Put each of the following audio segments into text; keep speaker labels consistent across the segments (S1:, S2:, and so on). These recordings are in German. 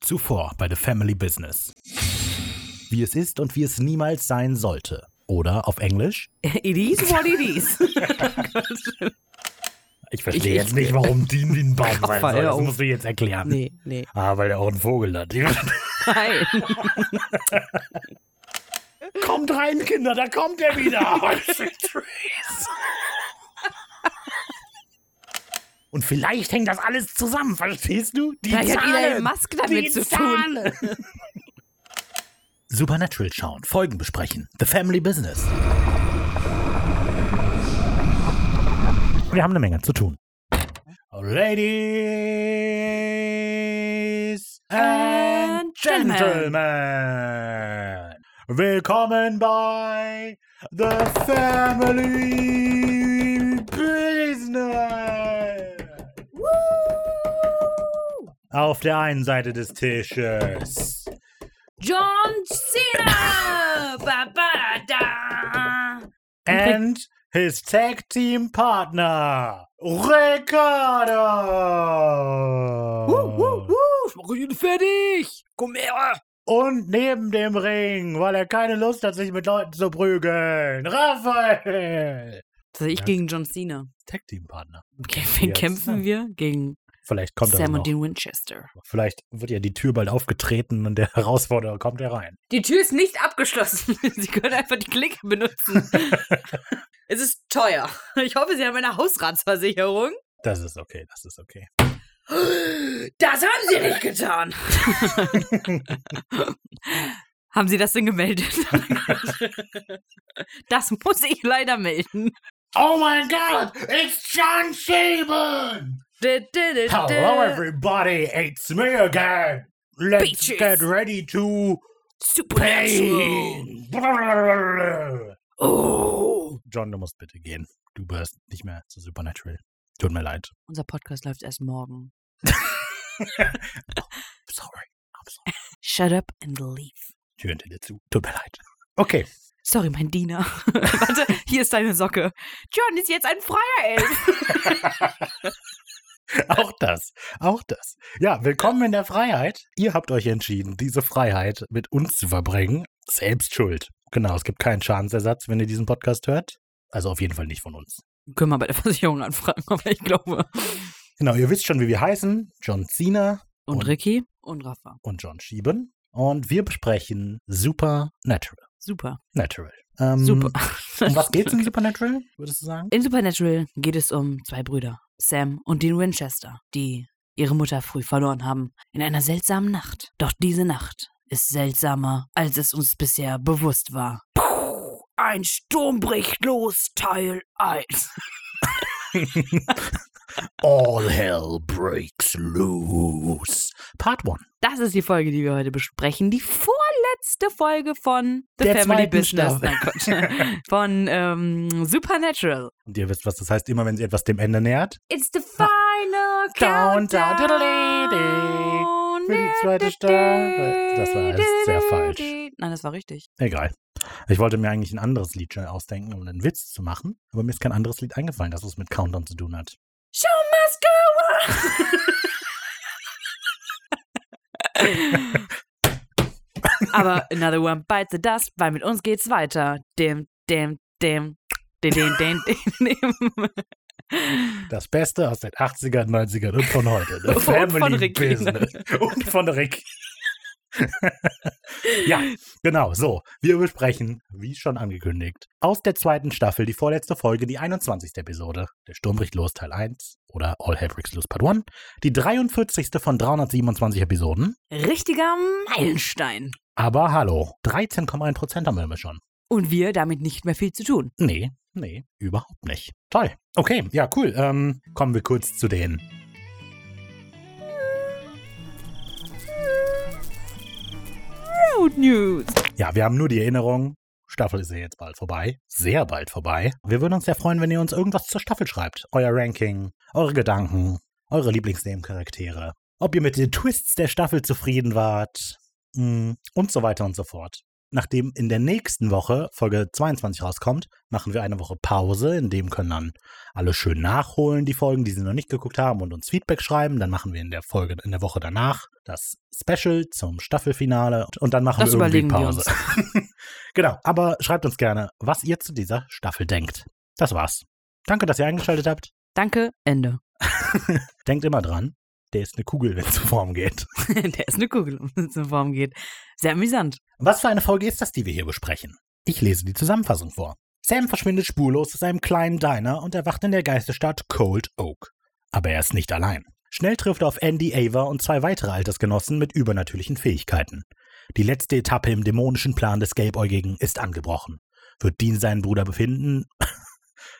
S1: Zuvor bei The Family Business. Wie es ist und wie es niemals sein sollte. Oder auf Englisch?
S2: It is what it is.
S1: Ich verstehe
S2: Ich-
S1: jetzt nicht, warum die wie ein Baum sein
S2: Raphael,
S1: soll. Das
S2: auf.
S1: musst du jetzt erklären.
S2: nee, nee.
S1: Ah, weil er auch einen Vogel hat.
S2: Nein.
S1: kommt rein, Kinder, da kommt er wieder. Und vielleicht hängt das alles zusammen, verstehst du? Die
S2: Vielleicht hat Elon
S1: Zahlen,
S2: Musk damit
S1: die
S2: zu tun.
S1: Zahlen. Supernatural schauen, Folgen besprechen, The Family Business. Wir haben eine Menge zu tun. Ladies and
S2: And gentlemen.
S1: Gentlemen, willkommen bei The Family Business. Auf der einen Seite des Tisches
S2: John Cena! ba, ba, da.
S1: and his tag team partner Ricardo.
S2: Rüden fertig! Komm her!
S1: Und neben dem Ring, weil er keine Lust hat, sich mit Leuten zu prügeln, Raphael.
S2: Ich gegen John Cena.
S1: Tag team Partner.
S2: Okay, wen
S1: Jetzt.
S2: kämpfen wir? Gegen
S1: Vielleicht kommt er
S2: Sam und
S1: noch.
S2: den Winchester.
S1: Vielleicht wird ja die Tür bald aufgetreten und der Herausforderer kommt herein.
S2: Die Tür ist nicht abgeschlossen. Sie können einfach die Klinke benutzen. es ist teuer. Ich hoffe, Sie haben eine Hausratsversicherung.
S1: Das ist okay, das ist okay.
S2: Das haben Sie nicht getan. haben Sie das denn gemeldet? das muss ich leider melden.
S1: Oh mein Gott, it's John Saban! Hello everybody, it's me again. Let's
S2: Bitches.
S1: get ready to
S2: Supernatural.
S1: pain.
S2: Oh.
S1: John, du musst bitte gehen. Du wirst nicht mehr zu Supernatural. Tut mir leid.
S2: Unser Podcast läuft erst morgen.
S1: Sorry. I'm sorry.
S2: Shut up and leave.
S1: Tür hinter dir zu. Tut mir leid. Okay.
S2: Sorry, mein Diener. Warte, hier ist deine Socke. John ist jetzt ein freier Elf.
S1: Auch das. Auch das. Ja, willkommen in der Freiheit. Ihr habt euch entschieden, diese Freiheit mit uns zu verbringen. Selbst schuld. Genau, es gibt keinen Schadensersatz, wenn ihr diesen Podcast hört. Also auf jeden Fall nicht von uns.
S2: Können wir bei der Versicherung anfragen, aber ich glaube.
S1: Genau, ihr wisst schon, wie wir heißen. John Cena
S2: Und,
S1: Und-
S2: Ricky und Rafa.
S1: und John Schieben. Und wir besprechen Supernatural.
S2: Super,
S1: Natural. Ähm,
S2: super.
S1: Um was geht's in Supernatural, würdest du sagen?
S2: In Supernatural geht es um zwei Brüder, Sam und Dean Winchester, die ihre Mutter früh verloren haben. In einer seltsamen Nacht. Doch diese Nacht ist seltsamer, als es uns bisher bewusst war. Puh, ein Sturm bricht los, Teil 1.
S1: All hell breaks loose. Part 1.
S2: Das ist die Folge, die wir heute besprechen. Die vorletzte Folge von The
S1: Der
S2: Family
S1: zweiten
S2: Business.
S1: Staffel.
S2: Nein, Gott. Von ähm, Supernatural.
S1: Und ihr wisst, was das heißt, immer wenn sie etwas dem Ende nähert.
S2: It's the final
S1: Countdown,
S2: countdown.
S1: diddly-di. Für die zweite Staffel. Das war alles sehr falsch.
S2: Nein, das war richtig.
S1: Egal. Ich wollte mir eigentlich ein anderes Lied schon ausdenken, um einen Witz zu machen. Aber mir ist kein anderes Lied eingefallen, das was mit Countdown zu tun hat.
S2: Show must go on. Aber Another One Bites the Dust, weil mit uns geht's weiter. Dim, dim, dim, dim, dim, dim, dim, dim.
S1: Das Beste aus den 80ern, 90ern und von heute. The
S2: Und von Ricky.
S1: Und von Rick. ja, genau, so. Wir besprechen, wie schon angekündigt, aus der zweiten Staffel die vorletzte Folge, die 21. Episode. Der Sturm bricht los, Teil 1 oder All Hell Breaks Loose Part 1. Die 43. von 327 Episoden.
S2: Richtiger Meilenstein.
S1: Aber hallo, 13,1% haben wir schon.
S2: Und wir damit nicht mehr viel zu tun.
S1: Nee, nee, überhaupt nicht. Toll. Okay, ja, cool. Ähm, kommen wir kurz zu den
S2: Road News.
S1: Ja, wir haben nur die Erinnerung, Staffel ist ja jetzt bald vorbei, sehr bald vorbei. Wir würden uns sehr freuen, wenn ihr uns irgendwas zur Staffel schreibt. Euer Ranking, eure Gedanken, eure Lieblingsnebencharaktere, ob ihr mit den Twists der Staffel zufrieden wart mm, und so hm, weiter und so fort. Nachdem in der nächsten Woche Folge 22 rauskommt, machen wir eine Woche Pause. In dem können dann alle schön nachholen, die Folgen, die sie noch nicht geguckt haben und uns Feedback schreiben. Dann machen wir in der Folge, in der Woche danach das Special zum Staffelfinale und dann machen
S2: Das
S1: wir irgendwie
S2: überlegen wir
S1: Pause. genau, aber schreibt uns gerne, was ihr zu dieser Staffel denkt. Das war's. Danke, dass ihr eingeschaltet habt.
S2: Danke, Ende.
S1: Denkt immer dran, der ist eine Kugel, wenn es zur Form geht.
S2: Der ist eine Kugel, um es in Form geht. Sehr amüsant.
S1: Was für eine Folge ist das, die wir hier besprechen? Ich lese die Zusammenfassung vor. Sam verschwindet spurlos aus einem kleinen Diner und erwacht in der Geisterstadt Cold Oak. Aber er ist nicht allein. Schnell trifft er auf Andy Ava und zwei weitere Altersgenossen mit übernatürlichen Fähigkeiten. Die letzte Etappe im dämonischen Plan des Gelbäugigen ist angebrochen. Wird Dean seinen Bruder befinden?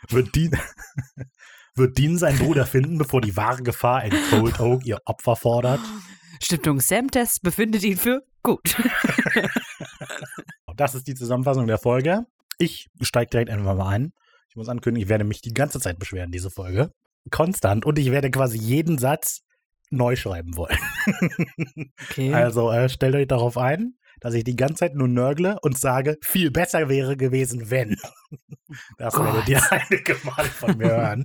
S1: wird Dean. wird Dean seinen Bruder finden, bevor die wahre Gefahr in Cold Oak ihr Opfer fordert?
S2: Stiftung Sam-Test befindet ihn für gut.
S1: Genau, Das ist die Zusammenfassung der Folge. Ich steige direkt einfach mal ein. Ich muss ankündigen, ich werde mich die ganze Zeit beschweren, diese Folge. Konstant. Und ich werde quasi jeden Satz neu schreiben wollen.
S2: Okay.
S1: Also äh, stellt euch darauf ein, dass ich die ganze Zeit nur nörgle und sage, viel besser wäre gewesen, wenn. Das
S2: Gott.
S1: werdet ihr einige Mal von mir hören.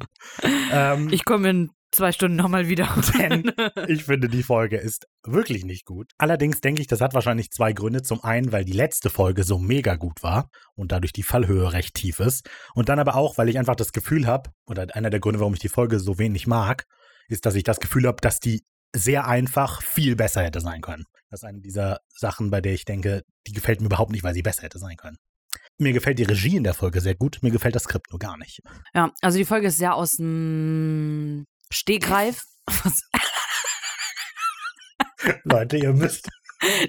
S1: ähm,
S2: ich komme in zwei Stunden nochmal wieder.
S1: denn ich finde, die Folge ist wirklich nicht gut. Allerdings denke ich, das hat wahrscheinlich zwei Gründe. Zum einen, weil die letzte Folge so mega gut war und dadurch die Fallhöhe recht tief ist. Und dann aber auch, weil ich einfach das Gefühl habe, oder einer der Gründe, warum ich die Folge so wenig mag, ist, dass ich das Gefühl habe, dass die sehr einfach viel besser hätte sein können. Das ist eine dieser Sachen, bei der ich denke, die gefällt mir überhaupt nicht, weil sie besser hätte sein können. Mir gefällt die Regie in der Folge sehr gut, mir gefällt das Skript nur gar nicht.
S2: Ja, also die Folge ist sehr aus dem Stegreif. Was?
S1: Leute, ihr müsst.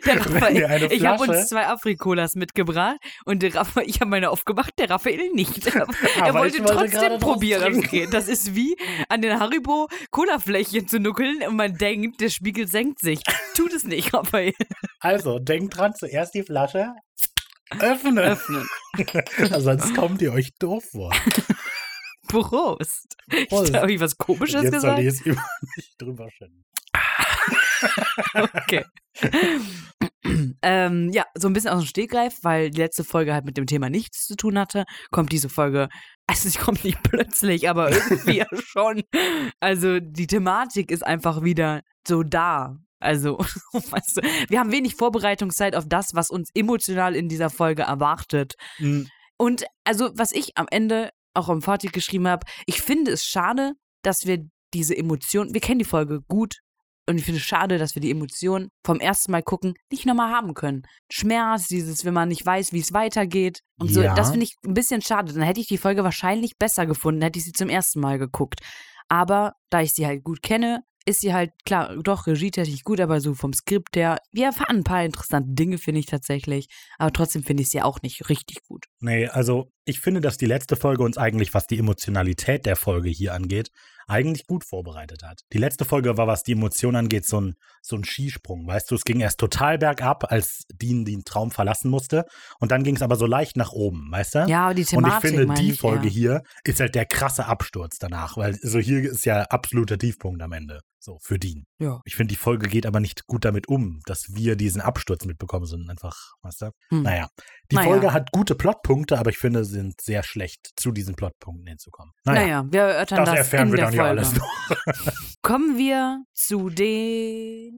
S2: Der
S1: Wenn ihr
S2: Raphael,
S1: eine
S2: ich habe
S1: Flasche-
S2: uns zwei Afrikolas mitgebracht und der Raphael, ich habe meine aufgemacht, der Raphael nicht. Er
S1: Aber ich
S2: wollte,
S1: gerade
S2: trotzdem
S1: draus
S2: probieren.
S1: trinken.
S2: Okay, das ist wie an den Haribo Colafläschchen zu nuckeln und man denkt, der Spiegel senkt sich. Tut es nicht, Raphael.
S1: Also, denkt dran, zuerst die Flasche öffnen.
S2: Öffnen.
S1: Sonst kommt ihr euch doof vor.
S2: Prost.
S1: Prost.
S2: Ich habe ich was Komisches
S1: Jetzt halt, soll ich es
S2: gesagt.
S1: über mich drüber schinden.
S2: Okay. ähm, ja, so ein bisschen aus dem Stegreif, weil die letzte Folge halt mit dem Thema nichts zu tun hatte, kommt diese Folge, also sie kommt nicht plötzlich, aber irgendwie ja schon. Also die Thematik ist einfach wieder so da. Also, weißt du, wir haben wenig Vorbereitungszeit auf das, was uns emotional in dieser Folge erwartet.
S1: Hm,
S2: Und also, was ich am Ende auch am Fazit geschrieben habe, ich finde es schade, dass wir diese Emotionen, wir kennen die Folge gut und ich finde es schade, dass wir die Emotionen vom ersten Mal gucken nicht nochmal haben können. Schmerz, dieses, wenn man nicht weiß, wie es weitergeht und
S1: Ja.
S2: so, das finde ich ein bisschen schade. Dann hätte ich die Folge wahrscheinlich besser gefunden, hätte ich sie zum ersten Mal geguckt. Aber da ich sie halt gut kenne, ist sie halt, klar, doch, regietechnisch gut, aber so vom Skript her, wir erfahren ein paar interessante Dinge, finde ich tatsächlich. Aber trotzdem finde ich sie auch nicht richtig gut.
S1: Nee, also ich finde, dass die letzte Folge uns eigentlich, was die Emotionalität der Folge hier angeht, eigentlich gut vorbereitet hat. Die letzte Folge war, was die Emotion angeht, so ein, so ein Skisprung. Weißt du, es ging erst total bergab, als Dean den Traum verlassen musste. Und dann ging es aber so leicht nach oben, weißt du?
S2: Ja, aber die
S1: Und ich
S2: Thematik.
S1: finde,
S2: meine
S1: die
S2: ich
S1: Folge
S2: eher.
S1: hier ist halt der krasse Absturz danach, weil so hier ist ja absoluter Tiefpunkt am Ende. So, für Dean.
S2: Ja.
S1: Ich finde, die Folge geht aber nicht gut damit um, dass wir diesen Absturz mitbekommen, sondern einfach, weißt du?
S2: Hm.
S1: Naja. Die
S2: Naja.
S1: Folge hat gute Plotpunkte, aber ich finde, sie sind sehr schlecht, zu diesen Plotpunkten hinzukommen. Naja.
S2: Naja, wir erörtern
S1: Das
S2: das,
S1: erfahren
S2: in
S1: wir
S2: der
S1: dann ja
S2: Folge.
S1: alles noch.
S2: Kommen wir zu den.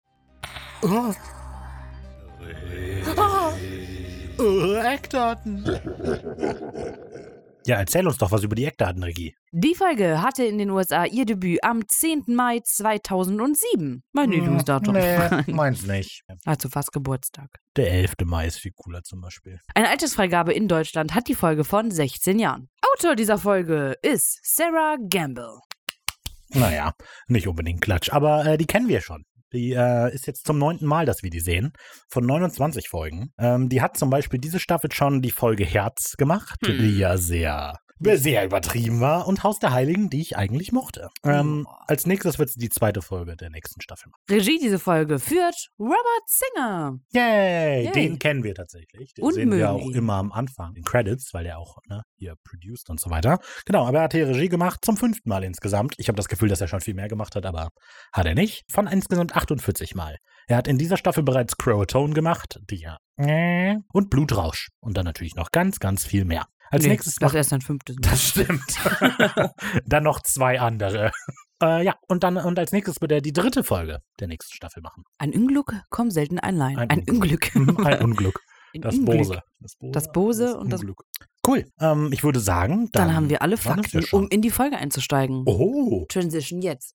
S1: Eckdaten. Ja, erzähl uns doch was über die Eckdatenregie.
S2: Die Folge hatte in den USA ihr Debüt am 10. Mai 2007.
S1: Hm,
S2: Mein Lieblingsdatum.
S1: meins nicht.
S2: Also fast Geburtstag.
S1: Der 11. Mai ist viel cooler zum Beispiel.
S2: Eine Altersfreigabe in Deutschland hat die Folge von 16 Jahren. Autor dieser Folge ist Sarah Gamble.
S1: Naja, nicht unbedingt Klatsch, aber äh, die kennen wir schon. Die äh, ist jetzt zum neunten Mal, dass wir die sehen, von 29 Folgen. Ähm, die hat zum Beispiel diese Staffel schon die Folge Herz gemacht,
S2: Hm.
S1: die ja sehr sehr übertrieben war und Haus der Heiligen, die ich eigentlich mochte. Ähm,
S2: Ja.
S1: als nächstes wird sie die zweite Folge der nächsten Staffel machen.
S2: Regie diese Folge führt Robert Singer.
S1: Yay,
S2: Yay.
S1: Den kennen wir tatsächlich. Den
S2: Und
S1: sehen wir
S2: mögen
S1: auch
S2: ihn.
S1: immer am Anfang in Credits, weil der auch ne, hier produced und so weiter. Genau, aber er hat hier Regie gemacht, zum fünften Mal insgesamt. Ich habe das Gefühl, dass er schon viel mehr gemacht hat, aber hat er nicht. Von insgesamt 48 Mal. Er hat in dieser Staffel bereits Croatone gemacht, die ja.
S2: Äh.
S1: Und Blutrausch. Und dann natürlich noch ganz, ganz viel mehr. Als
S2: Nee,
S1: nächstes
S2: das erst ein fünftes. Mal.
S1: Das stimmt. dann noch zwei andere. Äh, ja, und dann und als nächstes wird er die dritte Folge der nächsten Staffel machen.
S2: Ein Unglück kommt selten allein.
S1: Ein
S2: Ein, Unglück.
S1: Ein Unglück.
S2: Ein
S1: Das
S2: Unglück.
S1: Bose. Das Bose,
S2: Das Bose und das-
S1: Unglück. Cool. Ähm, ich würde sagen, dann,
S2: Dann, haben wir alle
S1: waren das ja
S2: Fakten,
S1: schon.
S2: um in die Folge einzusteigen.
S1: Oh,
S2: Transition jetzt.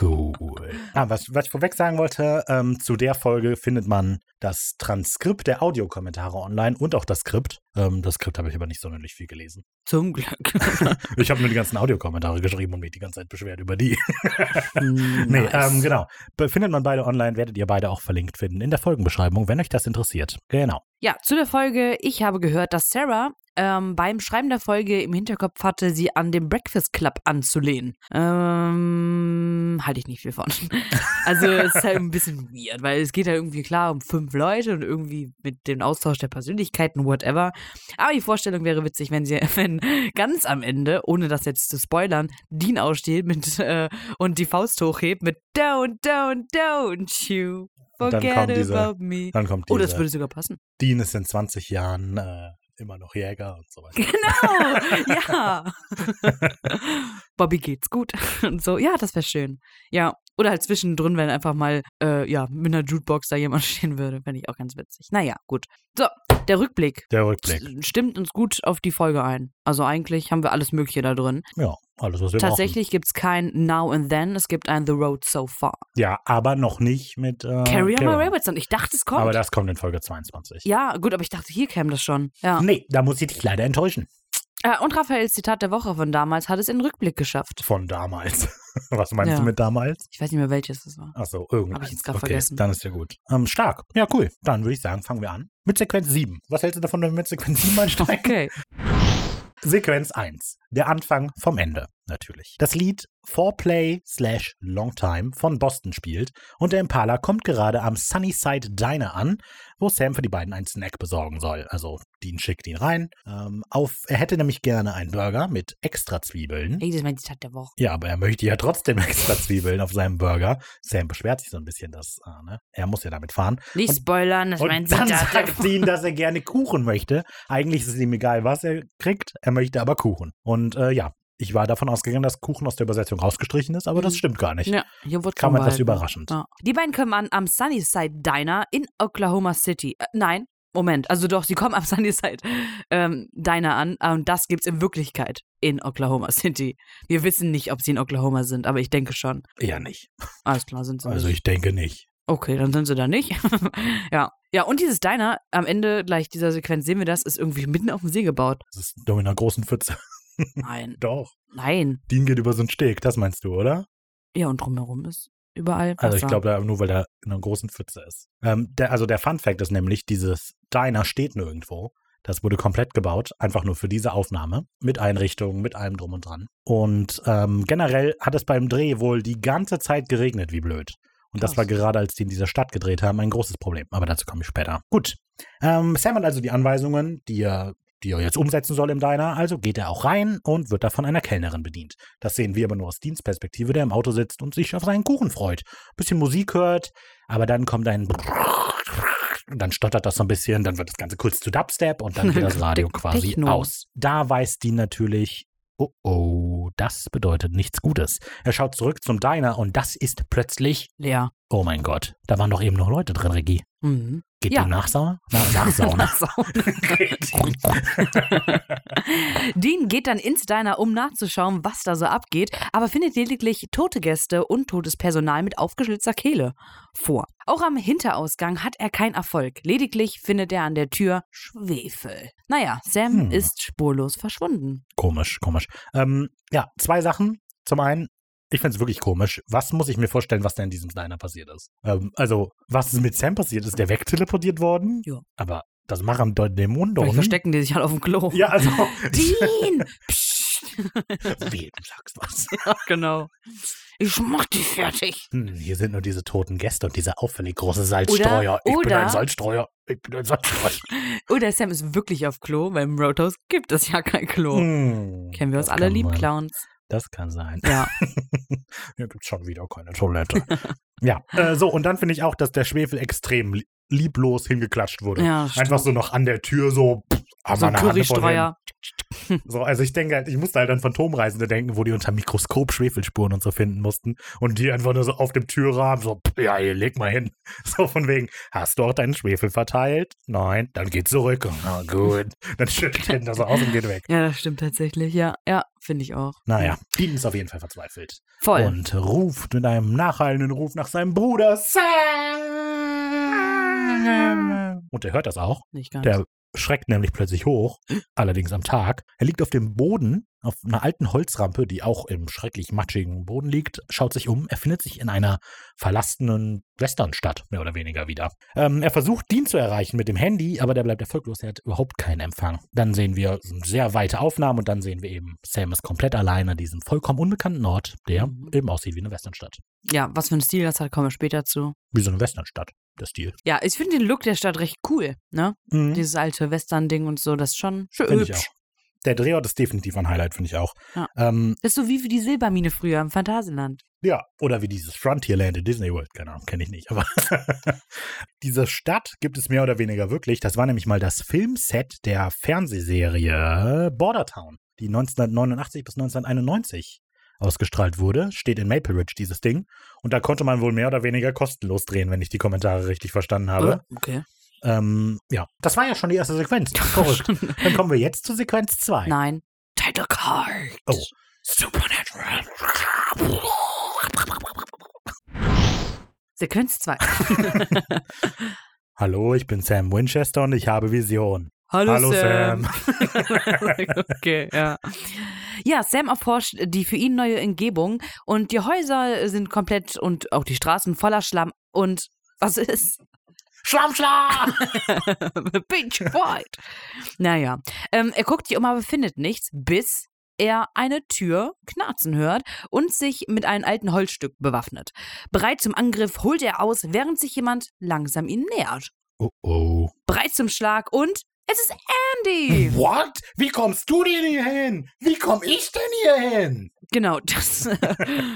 S1: cool. Ah, was, was ich vorweg sagen wollte, ähm, zu der Folge findet man das Transkript der Audiokommentare online und auch das Skript. Ähm, das Skript habe ich aber nicht sonderlich viel gelesen.
S2: Zum Glück.
S1: Ich habe nur die ganzen Audiokommentare geschrieben und mich die ganze Zeit beschwert über die. Nee,
S2: nice.
S1: ähm, genau. Be- Findet man beide online, werdet ihr beide auch verlinkt finden in der Folgenbeschreibung, wenn euch das interessiert. Genau.
S2: Ja, zu der Folge. Ich habe gehört, dass Sarah ähm, beim Schreiben der Folge im Hinterkopf hatte, sie an dem Breakfast Club anzulehnen. Ähm, halte ich nicht viel von. Also es ist halt ein bisschen weird, weil es geht ja irgendwie klar um fünf Leute und irgendwie mit dem Austausch der Persönlichkeiten, whatever. Aber die Vorstellung wäre witzig, wenn sie, wenn ganz am Ende, ohne das jetzt zu spoilern, Dean aussteht mit äh, und die Faust hochhebt mit Don't, don't, don't you
S1: Und dann
S2: forget
S1: kommt diese-
S2: about me.
S1: Dann kommt
S2: Oh, das
S1: diese,
S2: würde sogar passen.
S1: Dean ist in 20 Jahren äh, immer noch Jäger und so weiter.
S2: Genau, ja. Bobby geht's gut. Und so, ja, das wäre schön. Ja, oder halt zwischendrin, wenn einfach mal, äh, ja, mit einer Jukebox da jemand stehen würde, fände ich auch ganz witzig. Naja, gut. So, der Rückblick.
S1: Der Rückblick.
S2: Stimmt uns gut auf die Folge ein. Also eigentlich haben wir alles Mögliche da drin.
S1: Ja, alles, was wir
S2: Tatsächlich gibt's kein Now and Then, es gibt ein The Road So Far.
S1: brauchen. Ja, aber noch nicht mit. Äh,
S2: Carrie on my
S1: Carrie.
S2: Robertson. Ich dachte, es kommt.
S1: Aber das kommt in Folge 22.
S2: ja, gut, aber ich dachte, hier käme das schon. Ja.
S1: Nee, da muss ich dich leider enttäuschen.
S2: Äh, und Raphaels Zitat der Woche von damals hat es in den Rückblick geschafft.
S1: Von damals. Was meinst
S2: Ja.
S1: du mit damals?
S2: Ich weiß nicht mehr, welches das war.
S1: Achso, irgendwas.
S2: Hab ich jetzt grad vergessen.
S1: Dann ist ja gut. Ähm, stark. Ja, cool. Dann würde ich sagen, fangen wir an. Mit Sequenz 7. Was hältst du davon, wenn wir mit Sequenz 7 einsteigen?
S2: Okay.
S1: Sequenz 1. Der Anfang vom Ende, natürlich. Das Lied Foreplay slash Long Time von Boston spielt und der Impala kommt gerade am Sunnyside Diner an, wo Sam für die beiden einen Snack besorgen soll. Also Dean schickt ihn rein. Ähm, auf, er hätte nämlich gerne einen Burger mit extra Zwiebeln.
S2: Ey, das ist mein Zitat der Woche.
S1: Ja, aber er möchte ja trotzdem extra Zwiebeln auf seinem Burger. Sam beschwert sich so ein bisschen, dass äh, ne? er muss ja damit fahren.
S2: Nicht
S1: Und-
S2: spoilern, das ist Also mein
S1: Und dann
S2: Zitat der
S1: sagt
S2: Woche.
S1: sie ihm, dass er gerne Kuchen möchte. Eigentlich ist es ihm egal, was er kriegt. Er möchte aber Kuchen. Und äh, ja, ich war davon ausgegangen, dass Kuchen aus der Übersetzung rausgestrichen ist, aber das
S2: Mhm.
S1: stimmt gar nicht.
S2: Ja, hier wurde
S1: Kam etwas
S2: vorbehalten.
S1: überraschend.
S2: Ja. Die beiden kommen an am Sunnyside Diner in Oklahoma City. Äh, nein, Moment, also doch, sie kommen am Sunnyside ähm, Diner an äh, und das gibt's in Wirklichkeit in Oklahoma City. Wir wissen nicht, ob sie in Oklahoma sind, aber ich denke schon.
S1: Eher nicht.
S2: Alles klar, sind sie.
S1: Also
S2: nicht.
S1: ich denke nicht.
S2: Okay, dann sind sie da nicht. ja. Ja, und dieses Diner, am Ende gleich dieser Sequenz sehen wir das, ist irgendwie mitten auf dem See gebaut.
S1: Das ist nur in einer großen Pfütze.
S2: Nein,
S1: Doch.
S2: nein.
S1: Dean geht über so einen Steg, das meinst du, oder?
S2: Ja, und drumherum ist überall Wasser.
S1: Also ich glaube, da- nur weil er in einer großen Pfütze ist. Ähm, der, also der Fun Fact ist nämlich, dieses Diner steht nirgendwo. Das wurde komplett gebaut, einfach nur für diese Aufnahme, mit Einrichtungen, mit allem drum und dran. Und ähm, generell hat es beim Dreh wohl die ganze Zeit geregnet, wie blöd. Und das
S2: Krass.
S1: war gerade, als die in dieser Stadt gedreht haben, ein großes Problem. Aber dazu komme ich später. Gut. Ähm, Sam hat also die Anweisungen, die er, die er jetzt umsetzen soll im Diner. Also geht er auch rein und wird da von einer Kellnerin bedient. Das sehen wir aber nur aus Dienstperspektive, der im Auto sitzt und sich auf seinen Kuchen freut. Bisschen Musik hört, aber dann kommt ein und dann stottert das so ein bisschen, dann wird das Ganze kurz zu Dubstep und dann geht das Radio quasi
S2: Techno.
S1: aus. Da weiß die natürlich, oh oh, das bedeutet nichts Gutes. Er schaut zurück zum Diner und das ist plötzlich,
S2: leer.
S1: oh mein Gott, da waren doch eben noch Leute drin, Regie.
S2: Mhm. Also,
S1: Geht
S2: Ja.
S1: die Nachsauna? Na, Nachsauna.
S2: Dean geht dann ins Diner, um nachzuschauen, was da so abgeht, aber findet lediglich tote Gäste und totes Personal mit aufgeschlitzter Kehle vor. Auch am Hinterausgang hat er keinen Erfolg. Lediglich findet er an der Tür Schwefel. Naja, Sam
S1: Hm.
S2: ist spurlos verschwunden.
S1: komisch, komisch. Ähm, ja, zwei Sachen. Zum einen, ich finde es wirklich komisch. Was muss ich mir vorstellen, was da in diesem Diner passiert ist? Ähm, also, was mit Sam passiert ist, der wegteleportiert worden?
S2: Ja.
S1: Aber Das machen doch Dämonen.
S2: Vielleicht verstecken die sich halt auf dem Klo.
S1: Ja, also.
S2: Dean! Psst.
S1: Weh, du sagst was.
S2: Ja, genau. Ich mach dich fertig.
S1: Hm, hier sind nur diese toten Gäste und dieser auffällig große Salzstreuer. ich bin
S2: oder-
S1: ein Salzstreuer. Ich bin ein Salzstreuer.
S2: Oder Sam ist wirklich auf Klo, weil im Roadhouse gibt es ja kein Klo.
S1: Hm,
S2: Oh. Kennen wir uns
S1: das
S2: alle
S1: kann
S2: lieb,
S1: sein.
S2: Clowns.
S1: Das kann sein.
S2: Ja.
S1: Hier gibt schon wieder keine Toilette. ja, äh, so, und dann finde ich auch, dass der Schwefel extrem li- lieblos hingeklatscht wurde.
S2: ja
S1: Einfach so noch an der Tür so, pff, ah, haben
S2: so
S1: wir
S2: ein
S1: eine Hand von
S2: Currystreuer.
S1: dem. So, also ich denke halt, ich musste halt an Phantomreisende denken, wo die unter Mikroskop Schwefelspuren und so finden mussten. Und die einfach nur so auf dem Türrahmen so, pff, ja, hier, leg mal hin. So von wegen, hast du auch deinen Schwefel verteilt? Nein, dann geht zurück. Na gut. Dann schüttelt er ihn da so aus und geht weg.
S2: Ja, das stimmt tatsächlich. Ja, ja, finde ich auch.
S1: Naja, Dean ist auf jeden Fall verzweifelt.
S2: Voll.
S1: Und ruft mit einem nachhallenden Ruf nach seinem Bruder Sam. Und er hört das auch.
S2: Nicht ganz.
S1: Der schreckt nämlich plötzlich hoch, allerdings am Tag. Er liegt auf dem Boden, auf einer alten Holzrampe, die auch im schrecklich matschigen Boden liegt, schaut sich um. Er findet sich in einer verlassenen Westernstadt, mehr oder weniger wieder. Ähm, er versucht, Dean zu erreichen mit dem Handy, aber der bleibt erfolglos. Er hat überhaupt keinen Empfang. Dann sehen wir sehr weite Aufnahmen und dann sehen wir eben, Sam ist komplett allein an diesem vollkommen unbekannten Ort, der
S2: Mhm.
S1: eben aussieht wie eine Westernstadt.
S2: ja, was für ein Stil das hat, kommen wir später zu.
S1: Wie so eine Westernstadt, der Stil.
S2: Ja, ich finde den Look der Stadt recht cool, ne?
S1: Mhm.
S2: Dieses alte Western-Ding und so, das ist schon schön
S1: Finde ich
S2: hübsch.
S1: auch. Der Drehort ist definitiv ein Highlight, finde ich auch.
S2: Ja.
S1: Ähm,
S2: Das ist so wie für die Silbermine früher im Phantasialand.
S1: Ja, oder wie dieses Frontierland in Disney World, keine Ahnung, kenne ich nicht. Aber diese Stadt gibt es mehr oder weniger wirklich. Das war nämlich mal das Filmset der Fernsehserie Bordertown, die 1989 bis 1991 ausgestrahlt wurde. Steht in Maple Ridge, dieses Ding. Und da konnte man wohl mehr oder weniger kostenlos drehen, wenn ich die Kommentare richtig verstanden habe.
S2: Äh, okay.
S1: Ähm, ja, das war ja schon die erste Sequenz. Verrückt. Dann kommen wir jetzt zu Sequenz 2.
S2: Nein. Title Card.
S1: Oh. Supernatural.
S2: Sequenz 2.
S1: Hallo, ich bin Sam Winchester und ich habe Vision.
S2: Hallo,
S1: Hallo,
S2: okay, ja. Ja, Sam erforscht die für ihn neue Umgebung und die Häuser sind komplett und auch die Straßen voller Schlamm und was ist?
S1: Schlamm, Schlamm!
S2: Beach Void. Naja, ähm, er guckt sich um, aber findet nichts, bis er eine Tür knarzen hört und sich mit einem alten Holzstück bewaffnet. Bereit zum Angriff holt er aus, während sich jemand langsam ihm nähert.
S1: Oh oh.
S2: Bereit zum Schlag und es ist Andy.
S1: What? Wie kommst du denn hier hin? Wie komm ich denn hier hin?
S2: Genau, das.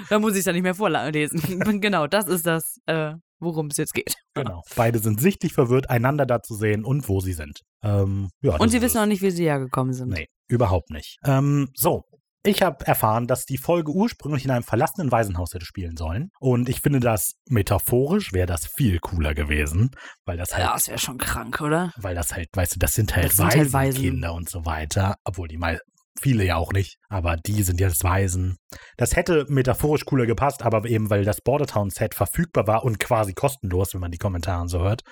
S2: da muss ich es ja nicht mehr vorlesen. genau, das ist das, äh, worum es jetzt geht.
S1: Genau. Beide sind sichtlich verwirrt, einander da zu sehen und wo sie sind. Ähm, ja,
S2: Und
S1: das
S2: sie
S1: ist
S2: wissen
S1: es.
S2: auch nicht, wie sie hergekommen sind.
S1: Nee, überhaupt nicht. Ähm, so. Ich habe erfahren, dass die Folge ursprünglich in einem verlassenen Waisenhaus hätte spielen sollen. Und ich finde das metaphorisch wäre das viel cooler gewesen, weil das halt
S2: Ja, das wäre schon krank, oder?
S1: weil das halt, weißt du, das sind halt
S2: Das sind halt Waisen.
S1: Waisenkinder und so weiter, obwohl die mal viele ja auch nicht, aber die sind jetzt Waisen. Das hätte metaphorisch cooler gepasst, aber eben weil das Bordertown-Set verfügbar war und quasi kostenlos, wenn man die Kommentare so hört,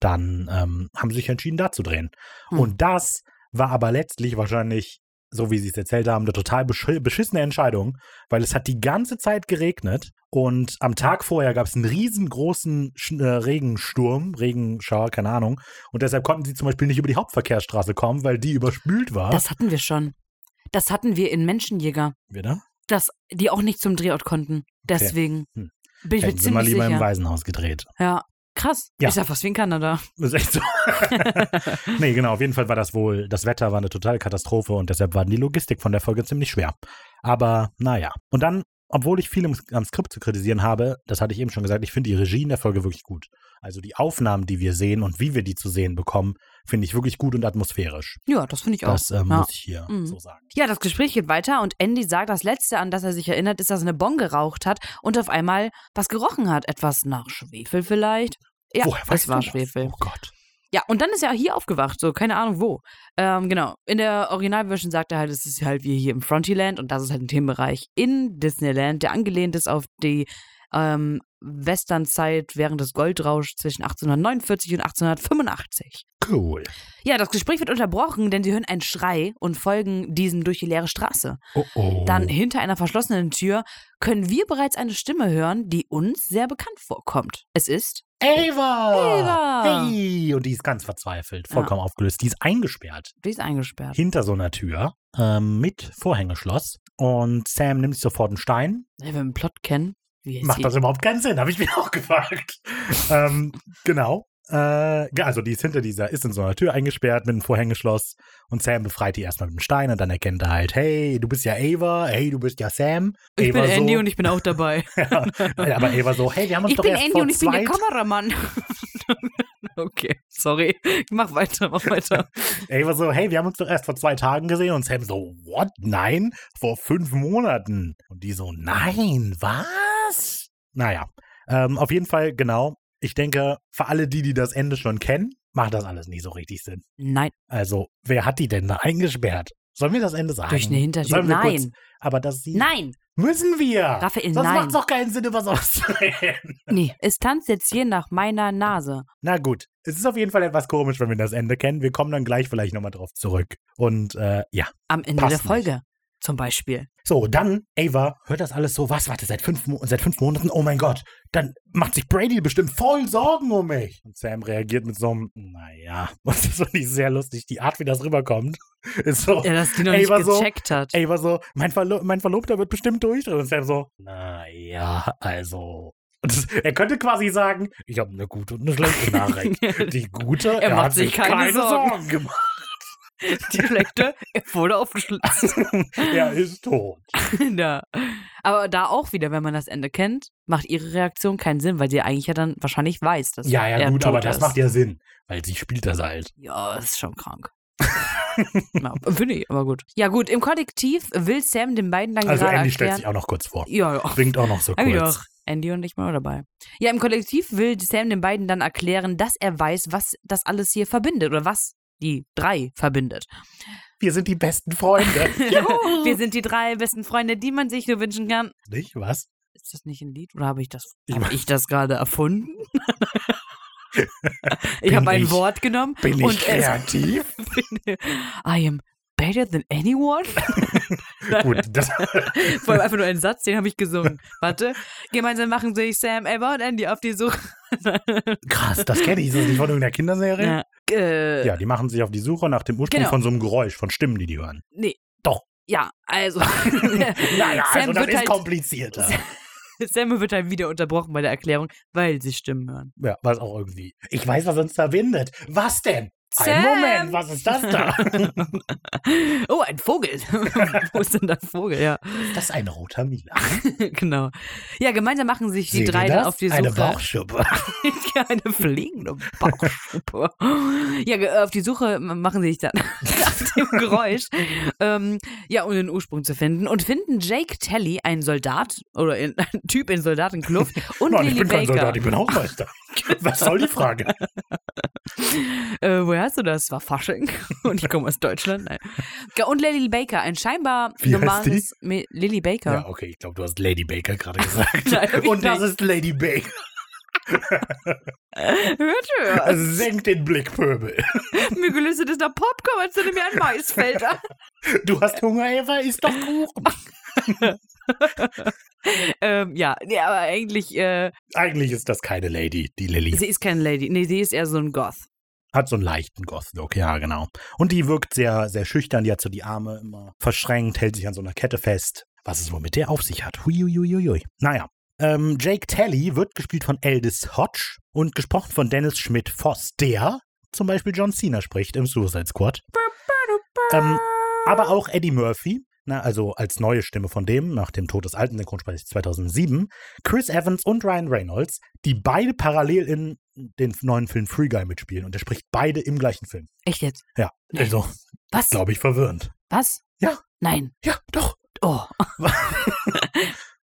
S1: dann ähm, haben sie sich entschieden, da zu drehen.
S2: Hm.
S1: Und das war aber letztlich wahrscheinlich, so wie sie es erzählt haben, eine total besch beschissene Entscheidung, weil es hat die ganze Zeit geregnet und am Tag vorher gab es einen riesengroßen Sch äh, Regensturm, Regenschauer, keine Ahnung, und deshalb konnten sie zum Beispiel nicht über die Hauptverkehrsstraße kommen, weil die überspült war.
S2: Das hatten wir schon. Das hatten wir in Menschenjäger,
S1: wir da?
S2: das, die auch nicht zum Drehort konnten. Deswegen
S1: Hm.
S2: bin ich mir
S1: Hätten sie mal
S2: ziemlich
S1: lieber im
S2: sicher.
S1: Waisenhaus gedreht.
S2: Ja, krass.
S1: Ja.
S2: Ist ja fast wie in Kanada.
S1: Das ist echt so. nee, genau, auf jeden Fall war das wohl, das Wetter war eine totale Katastrophe und deshalb war die Logistik von der Folge ziemlich schwer. Aber naja. Und dann, obwohl ich viel im, am Skript zu kritisieren habe, das hatte ich eben schon gesagt, ich finde die Regie in der Folge wirklich gut. Also die Aufnahmen, die wir sehen und wie wir die zu sehen bekommen, finde ich wirklich gut und atmosphärisch.
S2: Ja, das finde ich auch.
S1: Das ähm,
S2: ja.
S1: muss ich hier
S2: Mhm.
S1: so sagen.
S2: Ja, das Gespräch geht weiter und Andy sagt, das Letzte, an das er sich erinnert, ist, dass er eine Bon geraucht hat und auf einmal was gerochen hat. Etwas nach Schwefel vielleicht. Ja,
S1: Woher weißt
S2: es war
S1: du das?
S2: Schwefel.
S1: Oh Gott.
S2: Ja, und dann ist er hier aufgewacht, so keine Ahnung wo. Ähm, genau. In der Originalversion sagt er halt, es ist halt wie hier im Frontierland und das ist halt ein Themenbereich in Disneyland, der angelehnt ist auf die ähm, Westernzeit während des Goldrauschs zwischen 1849 und 1885.
S1: Cool.
S2: Ja, das Gespräch wird unterbrochen, denn sie hören einen Schrei und folgen diesem durch die leere Straße.
S1: Oh oh.
S2: Dann hinter einer verschlossenen Tür können wir bereits eine Stimme hören, die uns sehr bekannt vorkommt. Es ist
S1: Ava!
S2: Ava.
S1: Ah. Hey! Und die ist ganz verzweifelt, vollkommen aufgelöst. Die ist eingesperrt
S2: Die ist eingesperrt.
S1: hinter so einer Tür ähm, mit Vorhängeschloss. Und Sam nimmt sich sofort einen Stein.
S2: Ne, Wenn wir einen Plot kennen, wie ist
S1: Macht
S2: sie?
S1: das überhaupt keinen Sinn? Habe ich mir auch gefragt. ähm, genau. Äh, ge- also die ist hinter dieser, ist in so einer Tür eingesperrt mit einem Vorhängeschloss. Und Sam befreit die erstmal mit einem Stein und dann erkennt er halt, hey, du bist ja Ava, hey, du bist ja Sam.
S2: Ich
S1: Ava
S2: bin
S1: so,
S2: Andy und ich bin auch dabei.
S1: Ja, aber Ava so, hey, wir haben uns
S2: ich
S1: doch
S2: bin
S1: erst
S2: Andy
S1: vor
S2: und ich bin der
S1: zweit-
S2: Kameramann. okay, sorry. Mach weiter, mach weiter.
S1: Ava so, hey, wir haben uns doch erst vor zwei Tagen gesehen und Sam so, what? Nein? Vor fünf Monaten. Und die so, nein, was? Naja, ähm, auf jeden Fall, genau. Ich denke, für alle die, die das Ende schon kennen, macht das alles nicht so richtig Sinn.
S2: Nein,
S1: Also, wer hat die denn da eingesperrt? Sollen wir das Ende sagen?
S2: durch eine Hintertür.
S1: Sollen wir
S2: Nein,
S1: Kurz, aber das sie
S2: nein,
S1: müssen wir.
S2: Raphael,
S1: Sonst
S2: nein.
S1: macht's doch keinen Sinn, über sowas zu reden.
S2: Nee, es tanzt jetzt hier nach meiner Nase.
S1: Na gut, es ist auf jeden Fall etwas komisch, wenn wir das Ende kennen. Wir kommen dann gleich vielleicht nochmal drauf zurück. Und äh, ja.
S2: Am Ende
S1: Passt
S2: der Folge zum Beispiel.
S1: So, dann, Ava, hört das alles so, was, warte, seit fünf, Mo- seit fünf Monaten, oh mein Gott, dann macht sich Brady bestimmt voll Sorgen um mich. Und Sam reagiert mit so einem, naja, das ist wirklich sehr lustig, die Art, wie das rüberkommt, ist so,
S2: Ja, dass die noch
S1: Ey,
S2: nicht
S1: war so-
S2: gecheckt hat.
S1: Ava so, mein, Verlo mein Verlobter wird bestimmt durchdrehen. Und Sam so, naja, also... Und das- Er könnte quasi sagen, ich habe eine gute und eine schlechte Nachricht. Die gute, er,
S2: macht
S1: hat
S2: sich
S1: sich
S2: keine
S1: keine,
S2: Sorgen.
S1: Sorgen gemacht.
S2: Die schlechte, er wurde aufgeschlitzt.
S1: er ist tot.
S2: ja. Aber da auch wieder, wenn man das Ende kennt, macht ihre Reaktion keinen Sinn, weil sie eigentlich ja dann wahrscheinlich weiß, dass
S1: Ja, ja,
S2: er
S1: gut,
S2: tot
S1: aber
S2: ist.
S1: das macht ja Sinn, weil sie spielt das halt.
S2: Ja, das ist schon krank. ja, Finde ich, aber gut. Ja, gut, im Kollektiv will Sam den beiden dann
S1: Also
S2: gerade
S1: Andy stellt
S2: erklären.
S1: sich auch noch kurz vor.
S2: ja, ja.
S1: Bringt auch noch so
S2: Hab ich
S1: kurz.
S2: doch. Andy und ich mal auch dabei. Ja, im Kollektiv will Sam den beiden dann erklären, dass er weiß, was das alles hier verbindet oder was die drei verbindet.
S1: Wir sind die besten Freunde. Juhu.
S2: Wir sind die drei besten Freunde, die man sich nur wünschen kann.
S1: Nicht? Was?
S2: Ist das nicht ein Lied oder habe ich das
S1: Ich
S2: hab
S1: weiß-
S2: ich das gerade erfunden? ich
S1: Bin
S2: habe ein
S1: ich-
S2: Wort genommen
S1: Bin ich
S2: und es
S1: kreativ?
S2: bin, I am better than anyone.
S1: gut, das,
S2: Vor allem einfach nur einen Satz, den habe ich gesungen. Warte. Gemeinsam machen sich Sam, Eva und Andy auf die Suche.
S1: krass, das kenne ich. Ist das nicht von irgendeiner Kinderserie? Ja.
S2: Ja. Äh,
S1: die machen sich auf die Suche nach dem Ursprung
S2: Genau.
S1: von so einem Geräusch, von Stimmen, die die hören.
S2: ja, also.
S1: Naja,
S2: Sam
S1: also das
S2: wird
S1: ist
S2: halt-
S1: komplizierter.
S2: Sam wird halt wieder unterbrochen bei der Erklärung, weil sie Stimmen hören.
S1: Ja, was auch irgendwie. Ich weiß, was uns verbindet. Was denn?
S2: Sam!
S1: Ein Moment, was ist das da?
S2: oh, ein Vogel. Wo ist denn der Vogel? Ja,
S1: Das ist ein roter Milan.
S2: genau. Ja, gemeinsam machen sich die
S1: Seht ihr
S2: drei
S1: das?
S2: dann auf die Suche.
S1: Eine Bauchschuppe.
S2: ja, eine fliegende Bauchschuppe. ja, ge- äh, auf die Suche machen sie sich dann nach dem Geräusch, ähm, ja, um den Ursprung zu finden. Und finden Jake Telly, einen Soldat oder in, ein Typ in Soldatenkluft und
S1: Nein,
S2: Lily
S1: ich bin
S2: Baker.
S1: kein Soldat, ich bin Hausmeister. Was soll die Frage?
S2: Äh, woher hast du das? War Fasching. Und ich komme aus Deutschland. Nein. Ja, Und Lily Baker, ein scheinbar
S1: Wie heißt
S2: normales. Me- Lily Baker.
S1: Ja, okay, ich glaube, du hast Lady Baker gerade gesagt.
S2: Nein, hab ich
S1: Und das
S2: nicht.
S1: ist Lady Baker.
S2: Hört ihr?
S1: Also senk den Blick, Pöbel.
S2: Mir gelöst ist da Popcorn, als du mir ein Maisfeld an.
S1: Du hast Hunger, Eva? Isst doch Kuchen.
S2: ähm, ja, nee, aber eigentlich, äh,
S1: Eigentlich ist das keine Lady, die Lilly.
S2: sie ist keine Lady. Nee, sie ist eher so ein Goth.
S1: Hat so einen leichten Goth-Look, ja, genau. Und die wirkt sehr, sehr schüchtern. Die hat so die Arme immer verschränkt, hält sich an so einer Kette fest. Was es wohl mit der auf sich hat. Huiuiuiui. Naja. Ähm, Jake Talley wird gespielt von Aldis Hodge und gesprochen von Dennis Schmidt-Voss, der zum Beispiel John Cena spricht im Suicide Squad. Ähm, aber auch Eddie Murphy, na, also als neue Stimme von dem, nach dem Tod des alten Synchronsprechers 2007, Chris Evans und Ryan Reynolds, die beide parallel in den neuen Film Free Guy mitspielen und er spricht beide im gleichen Film.
S2: Echt jetzt?
S1: Ja,
S2: Nein.
S1: also,
S2: Was?
S1: glaube ich, verwirrend.
S2: Was?
S1: Ja.
S2: Nein.
S1: Ja, doch.
S2: Oh.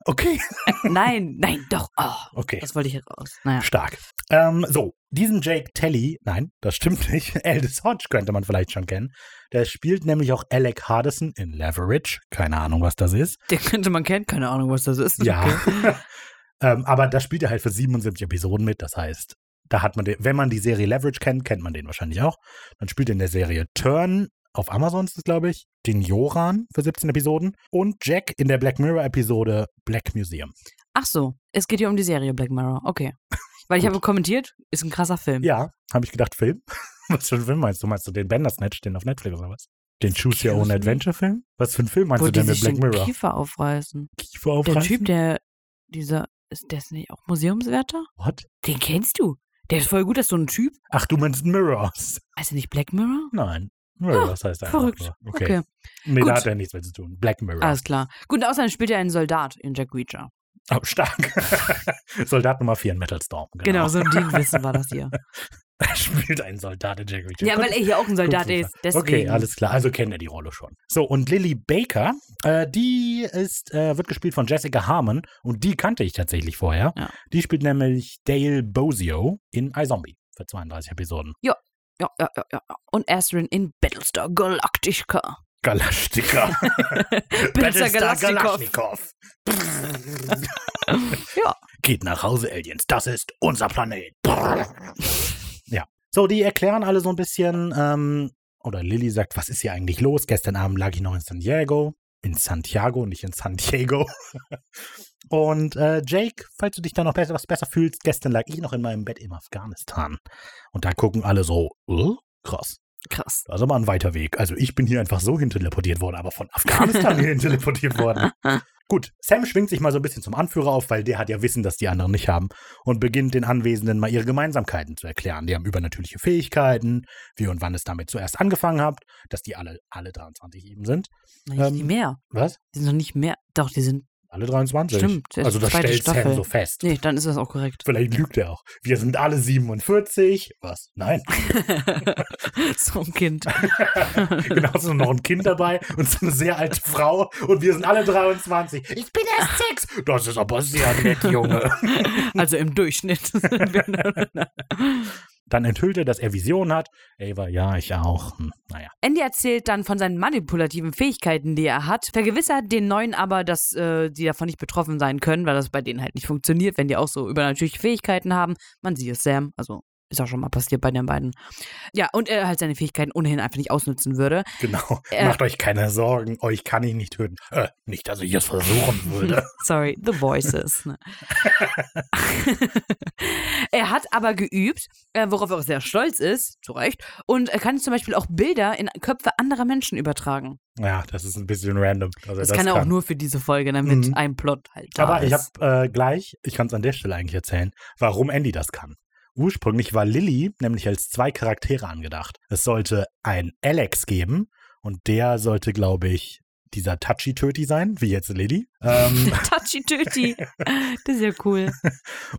S1: Okay. Also,
S2: Nein, nein, doch. Oh.
S1: Okay.
S2: Das wollte ich jetzt raus. Naja.
S1: Stark. Ähm, so, diesen Jake Telly, nein, das stimmt nicht. Aldous Hodge könnte man vielleicht schon kennen. Der spielt nämlich auch Alec Hardison in Leverage. Keine Ahnung, was das ist.
S2: Den könnte man kennen, keine Ahnung, was das ist.
S1: Ja.
S2: Okay.
S1: Ähm, aber da spielt er halt für 77 Episoden mit. Das heißt, da hat man, den, wenn man die Serie Leverage kennt, kennt man den wahrscheinlich auch. Dann spielt er in der Serie Turn auf Amazon ist es, glaube ich, den Joran für 17 Episoden und Jack in der Black Mirror-Episode Black Museum.
S2: Ach so, es geht hier um die Serie Black Mirror. Okay. Weil ich
S1: Gut.
S2: habe kommentiert, ist ein krasser Film.
S1: Ja, habe ich gedacht, Film? Was für ein Film meinst du? Meinst du den Bandersnatch, den auf Netflix oder was? Den Choose Your Own Adventure Film? Was für ein Film meinst
S2: wo
S1: du
S2: die
S1: denn mit
S2: sich
S1: Black
S2: den
S1: Mirror?
S2: Kiefer aufreißen.
S1: Kiefer
S2: Der
S1: aufreißen?
S2: Typ, der dieser ist der ist nicht auch Museumswärter?
S1: What?
S2: Den kennst du? Der ist voll gut, das ist so ein Typ.
S1: Ach, du meinst Mirrors?
S2: Heißt er nicht Black Mirror?
S1: Nein. Mirrors heißt einfach
S2: Ah, verrückt.
S1: nur. Okay.
S2: Okay,
S1: Nee,
S2: Gut. Also.
S1: da hat er nichts mehr zu tun. Black Mirror.
S2: alles klar. Gut, außerdem spielt er einen Soldat in Jack Reacher.
S1: Oh, stark. Soldat Nummer 4 in Metal Storm.
S2: Genau,
S1: Genau.
S2: so ein Dingwissen war das hier.
S1: Er spielt einen Soldat in Jack Reacher.
S2: ja,
S1: Gut,
S2: weil er hier auch ein Soldat ist. Deswegen.
S1: Okay, alles klar. Also kennt er die Rolle schon. So, und Lily Baker, äh, die ist, äh, wird gespielt von Jessica Harmon und die kannte ich tatsächlich vorher.
S2: Ja.
S1: Die spielt nämlich Dale Bozio in iZombie für 32 Episoden.
S2: Ja, ja, ja, ja. Und Astrin in Battlestar Galactica.
S1: Galactica. Battlestar Galachnikow.
S2: Ja.
S1: Geht nach Hause, Aliens. Das ist unser Planet. ja. So, die erklären alle so ein bisschen, ähm, oder Lilly sagt, was ist hier eigentlich los? Gestern Abend lag ich noch in San Diego. In Santiago, nicht in San Diego. Und äh, Jake, falls du dich da noch besser, was besser fühlst, gestern lag ich noch in meinem Bett in Afghanistan. Und da gucken alle so, äh, krass.
S2: Krass.
S1: Das ist aber ein weiter Weg. Also ich bin hier einfach so hinteleportiert worden, aber von Afghanistan hier hinteleportiert worden. Gut, Sam schwingt sich mal so ein bisschen zum Anführer auf, weil der hat ja Wissen, das die anderen nicht haben, und beginnt den Anwesenden mal ihre Gemeinsamkeiten zu erklären. Die haben übernatürliche Fähigkeiten, wie und wann es damit zuerst angefangen hat, dass die alle, alle 23 eben sind.
S2: Nein,
S1: Ähm,
S2: nicht mehr.
S1: Was?
S2: Die sind noch nicht mehr. Doch, die sind.
S1: Alle 23?
S2: Stimmt. das ist
S1: Also
S2: die
S1: das
S2: zweite
S1: stellt Sam
S2: Staffel.
S1: so fest.
S2: Nee, dann ist das auch korrekt.
S1: Vielleicht lügt er auch. Wir sind alle 47. Was? Nein.
S2: so ein Kind.
S1: Genau, es ist noch ein Kind dabei und so eine sehr alte Frau und wir sind alle 23. Ich bin erst sechs. Das ist aber sehr nett, Junge.
S2: Also im Durchschnitt. sind wir-
S1: Dann enthüllt er, dass er Visionen hat. Ava, ja, ich auch. Hm, naja.
S2: Andy erzählt dann von seinen manipulativen Fähigkeiten, die er hat, vergewissert den Neuen aber, dass äh, die davon nicht betroffen sein können, weil das bei denen halt nicht funktioniert, wenn die auch so übernatürliche Fähigkeiten haben. Man sieht es, Sam. Also ist auch schon mal passiert bei den beiden. Ja, und er halt seine Fähigkeiten ohnehin einfach nicht ausnutzen würde.
S1: Genau.
S2: Äh.
S1: Macht euch keine Sorgen. Euch kann ich nicht töten. Äh, nicht, dass ich es versuchen würde.
S2: Sorry, The Voices. ne? er hat aber geübt, äh, worauf er auch sehr stolz ist, zu Recht, und er kann zum Beispiel auch Bilder in Köpfe anderer Menschen übertragen.
S1: ja, das ist ein bisschen random. dass er
S2: Das, kann er auch nur für diese Folge, damit
S1: Mhm.
S2: ein Plot halt da
S1: Aber ich
S2: ist.
S1: habe äh, gleich, ich kann es an der Stelle eigentlich erzählen, warum Andy das kann. Ursprünglich war Lilly nämlich als zwei Charaktere angedacht. Es sollte ein Alex geben und der sollte, glaube ich, dieser Touchy-Töti sein, wie jetzt Lilly. Ähm,
S2: Touchy Töti. Das ist ja cool.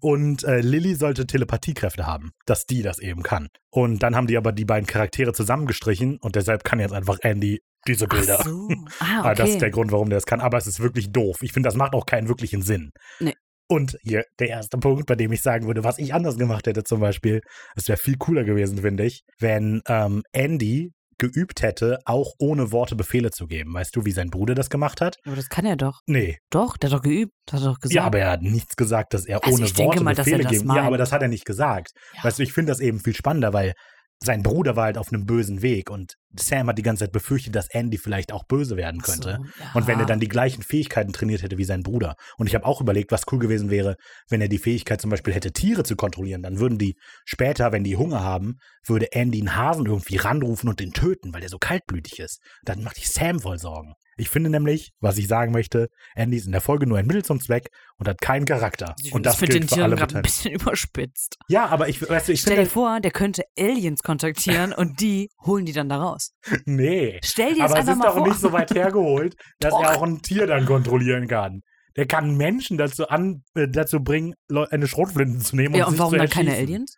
S1: und äh, Lilly sollte Telepathiekräfte haben, dass die das eben kann. Und dann haben die aber die beiden Charaktere zusammengestrichen und deshalb kann jetzt einfach Andy diese Bilder.
S2: Ach so. Ah,
S1: Ah, Das ist der
S2: okay.
S1: Grund, warum der es kann. Aber es ist wirklich doof. Ich finde, das macht auch keinen wirklichen Sinn.
S2: Nee.
S1: Und hier der erste Punkt, bei dem ich sagen würde, was ich anders gemacht hätte zum Beispiel, es wäre viel cooler gewesen, finde ich, wenn ähm, Andy geübt hätte, auch ohne Worte Befehle zu geben. Weißt du, wie sein Bruder das gemacht hat?
S2: Aber das kann er doch.
S1: Nee.
S2: Doch, der hat doch geübt. Das hat er doch gesagt.
S1: Ja, aber er hat nichts gesagt, dass er
S2: Also
S1: ohne
S2: ich denke
S1: Worte
S2: mal, dass er
S1: Befehle
S2: das
S1: geben. Ja,
S2: meint.
S1: aber das hat er nicht gesagt.
S2: Ja.
S1: Weißt du, ich finde das eben viel spannender, weil sein Bruder war halt auf einem bösen Weg und Sam hat die ganze Zeit befürchtet, dass Andy vielleicht auch böse werden
S2: Ach so,
S1: könnte.
S2: ja.
S1: Und wenn er dann die gleichen Fähigkeiten trainiert hätte wie sein Bruder. Und ich habe auch überlegt, was cool gewesen wäre, wenn er die Fähigkeit zum Beispiel hätte, Tiere zu kontrollieren. Dann würden die später, wenn die Hunger haben, würde Andy einen Hasen irgendwie ranrufen und den töten, weil der so kaltblütig ist. Dann macht ich Sam voll Sorgen. Ich finde nämlich, was ich sagen möchte, Andy ist in der Folge nur ein Mittel zum Zweck und hat keinen Charakter.
S2: Ich
S1: Und
S2: find
S1: das
S2: mit den
S1: gilt für
S2: Tieren
S1: alle
S2: gerade ein
S1: Beteiligten.
S2: bisschen überspitzt.
S1: Ja, aber ich, weißt du, ich
S2: Stell dir
S1: finde,
S2: vor, der könnte Aliens kontaktieren und die holen die dann da raus.
S1: nee.
S2: Stell dir das
S1: Aber es
S2: einfach
S1: ist
S2: mal
S1: doch
S2: vor.
S1: nicht so weit hergeholt, dass
S2: Doch.
S1: er auch ein Tier dann kontrollieren kann. Der kann Menschen dazu, an, äh, dazu bringen, Leu eine Schrotflinte zu nehmen
S2: ja,
S1: und um
S2: und
S1: sich
S2: warum
S1: zu
S2: dann keine
S1: erschießen.
S2: Aliens?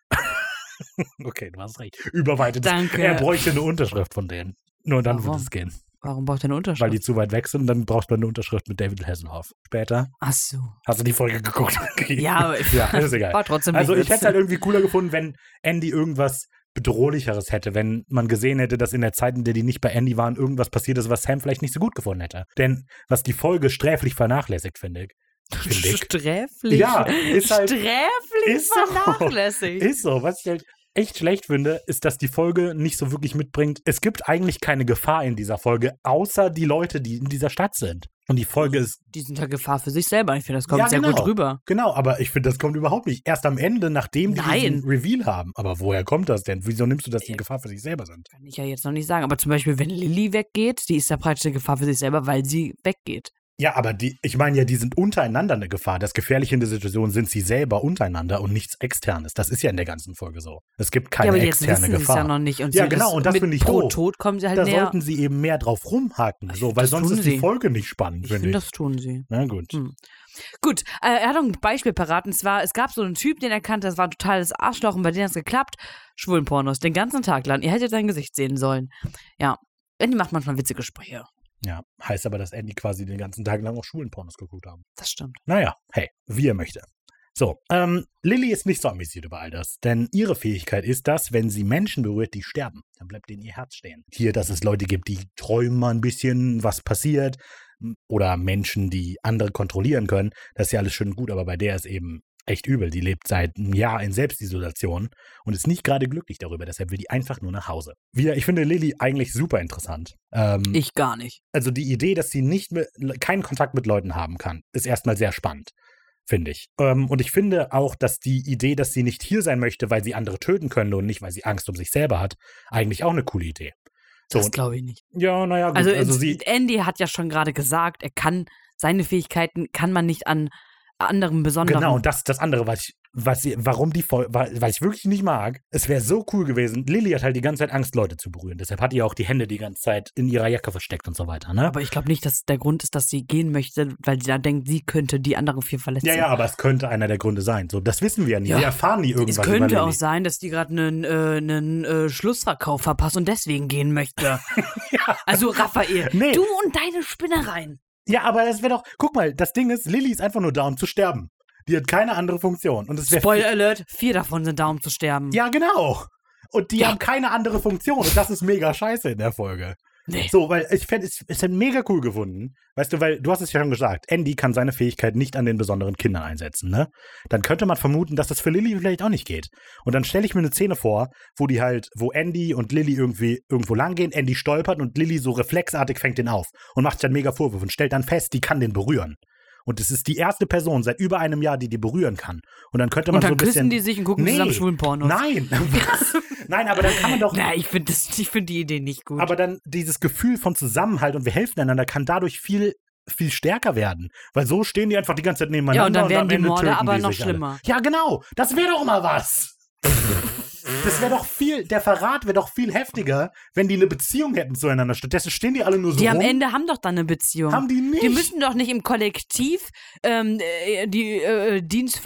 S1: Okay, du hast recht. Überweitet.
S2: Danke.
S1: Er bräuchte eine Unterschrift von denen. Nur dann
S2: Warum?
S1: würde es gehen.
S2: warum braucht er eine
S1: Weil
S2: Unterschrift?
S1: die zu weit weg sind, dann brauchst du eine Unterschrift mit David Hasselhoff. Später.
S2: Ach so.
S1: Hast du die Folge geguckt? Okay.
S2: Ja, aber ich-
S1: ja, ist egal.
S2: War trotzdem
S1: Also
S2: nicht
S1: ich hätte es halt irgendwie cooler gefunden, wenn Andy irgendwas bedrohlicheres hätte, wenn man gesehen hätte, dass in der Zeit, in der die nicht bei Andy waren, irgendwas passiert ist, was Sam vielleicht nicht so gut gefunden hätte. Denn was die Folge sträflich vernachlässigt, finde ich, Billig.
S2: Sträflich.
S1: Ja, ist halt.
S2: Sträflich
S1: Ist so.
S2: vernachlässigt.
S1: Ist so. Was ich halt echt schlecht finde, ist, dass die Folge nicht so wirklich mitbringt. Es gibt eigentlich keine Gefahr in dieser Folge, außer die Leute, die in dieser Stadt sind. Und die Folge ist.
S2: die sind ja Gefahr für sich selber. Ich finde, das kommt
S1: Ja,
S2: sehr
S1: genau.
S2: gut rüber.
S1: Genau, aber ich finde, das kommt überhaupt nicht. Erst am Ende, nachdem die
S2: Nein.
S1: diesen Reveal haben. Aber woher kommt das denn? Wieso nimmst du, dass die in Gefahr für sich selber sind?
S2: Kann ich ja jetzt noch nicht sagen. Aber zum Beispiel, wenn Lilly weggeht, die ist ja praktisch eine Gefahr für sich selber, weil sie weggeht.
S1: Ja, aber die, ich meine ja, die sind untereinander eine Gefahr. Das Gefährliche in der Situation sind sie selber untereinander und nichts Externes. Das ist ja in der ganzen Folge so. Es gibt keine
S2: ja, aber jetzt
S1: externe
S2: wissen sie es
S1: Gefahr.
S2: ja noch nicht. Und
S1: Ja,
S2: sie-
S1: genau, und das
S2: mit
S1: finde ich
S2: pro
S1: doof.
S2: Tod kommen sie halt
S1: da
S2: näher.
S1: sollten sie eben mehr drauf rumhaken,
S2: Ich
S1: so,
S2: find,
S1: weil
S2: das
S1: sonst
S2: tun
S1: ist die
S2: sie.
S1: Folge nicht spannend,
S2: ich
S1: finde
S2: finde,
S1: ich.
S2: das tun sie.
S1: Na gut.
S2: Hm. Gut, äh, er hat noch ein Beispiel parat. Und zwar, es gab so einen Typ, den er kannte, das war ein totales Arschloch und bei dem hat es geklappt. Schwulenpornos, den ganzen Tag lang. Ihr hättet sein Gesicht sehen sollen. Ja, Andy macht manchmal witzige Sprüche.
S1: Ja, heißt aber, dass Andy quasi den ganzen Tag lang auch Schulenpornos geguckt haben.
S2: Das stimmt.
S1: Naja, hey, wie er möchte. So, ähm, Lilly ist nicht so amüsiert über all das, denn ihre Fähigkeit ist, dass, wenn sie Menschen berührt, die sterben, dann bleibt denen ihr Herz stehen. Hier, dass es Leute gibt, die träumen mal ein bisschen, was passiert, m, oder Menschen, die andere kontrollieren können, das ist ja alles schön und gut, aber bei der ist eben echt übel. Die lebt seit einem Jahr in Selbstisolation und ist nicht gerade glücklich darüber, deshalb will die einfach nur nach Hause. Wieder, ich finde Lilly eigentlich super interessant. Ähm,
S2: Ich gar nicht.
S1: also die Idee, dass sie nicht mehr, keinen Kontakt mit Leuten haben kann, ist erstmal sehr spannend, finde ich. Ähm, und ich finde auch, dass die Idee, dass sie nicht hier sein möchte, weil sie andere töten könnte und nicht, weil sie Angst um sich selber hat, eigentlich auch eine coole Idee. So,
S2: Das
S1: und-
S2: glaube ich nicht.
S1: ja, naja, gut.
S2: Also,
S1: Also,
S2: ins-
S1: sie,
S2: Andy hat ja schon gerade gesagt, er kann seine Fähigkeiten kann man nicht an anderen besonderen
S1: genau, und das, das andere, was ich, was sie, warum die, Fol- wa- weil ich wirklich nicht mag, es wäre so cool gewesen. Lilly hat halt die ganze Zeit Angst, Leute zu berühren. Deshalb hat die auch die Hände die ganze Zeit in ihrer Jacke versteckt und so weiter, ne?
S2: Aber ich glaube nicht, dass der Grund ist, dass sie gehen möchte, weil sie da denkt, sie könnte die anderen vier verletzen.
S1: ja, ja, aber es könnte einer der Gründe sein. So, das wissen wir ja nie.
S2: Ja.
S1: Wir erfahren nie irgendwas
S2: Es
S1: über Lilly.
S2: könnte auch sein, dass die gerade einen, äh, einen äh, Schlussverkauf verpasst und deswegen gehen möchte. Also Raphael,
S1: Nee.
S2: du und deine Spinnereien.
S1: Ja, aber das wäre doch. Guck mal, das Ding ist, Lilly ist einfach nur da, um zu sterben. Die hat keine andere Funktion. Und es wäre.
S2: Spoiler Alert, vier davon sind da, um zu sterben.
S1: Ja, genau. Und die
S2: Ja.
S1: haben keine andere Funktion. Und das ist mega scheiße in der Folge.
S2: Nee.
S1: So, weil ich fände es, es hätte mega cool gefunden. Weißt du, weil du hast es ja schon gesagt, Andy kann seine Fähigkeit nicht an den besonderen Kindern einsetzen, ne? Dann könnte man vermuten, dass das für Lilly vielleicht auch nicht geht. Und dann stelle ich mir eine Szene vor, wo die halt, wo Andy und Lilly irgendwie irgendwo lang gehen, Andy stolpert und Lilly so reflexartig fängt den auf und macht sich dann mega Vorwürfe und stellt dann fest, die kann den berühren. Und es ist die erste Person seit über einem Jahr, die die berühren kann. Und dann könnte man
S2: Und dann
S1: so ein bisschen.
S2: küssen die sich und gucken
S1: Nee.
S2: zusammen Schwulenpornos.
S1: Nein, was? Nein, aber dann kann man doch.
S2: Na, ich finde find die Idee nicht gut.
S1: Aber dann dieses Gefühl von Zusammenhalt und wir helfen einander kann dadurch viel viel stärker werden, weil so stehen die einfach die ganze Zeit nebeneinander
S2: Ja, und dann
S1: am
S2: werden die
S1: Ende
S2: Morde
S1: töten
S2: aber
S1: die
S2: noch
S1: sich alle.
S2: schlimmer.
S1: Ja, genau, das wäre doch mal was. Das wäre doch viel, der Verrat wäre doch viel heftiger, wenn die eine Beziehung hätten zueinander. Stattdessen stehen die alle nur so
S2: die
S1: rum.
S2: am Ende haben doch dann eine Beziehung.
S1: haben die nicht.
S2: Die müssen doch nicht im Kollektiv ähm, äh, die äh,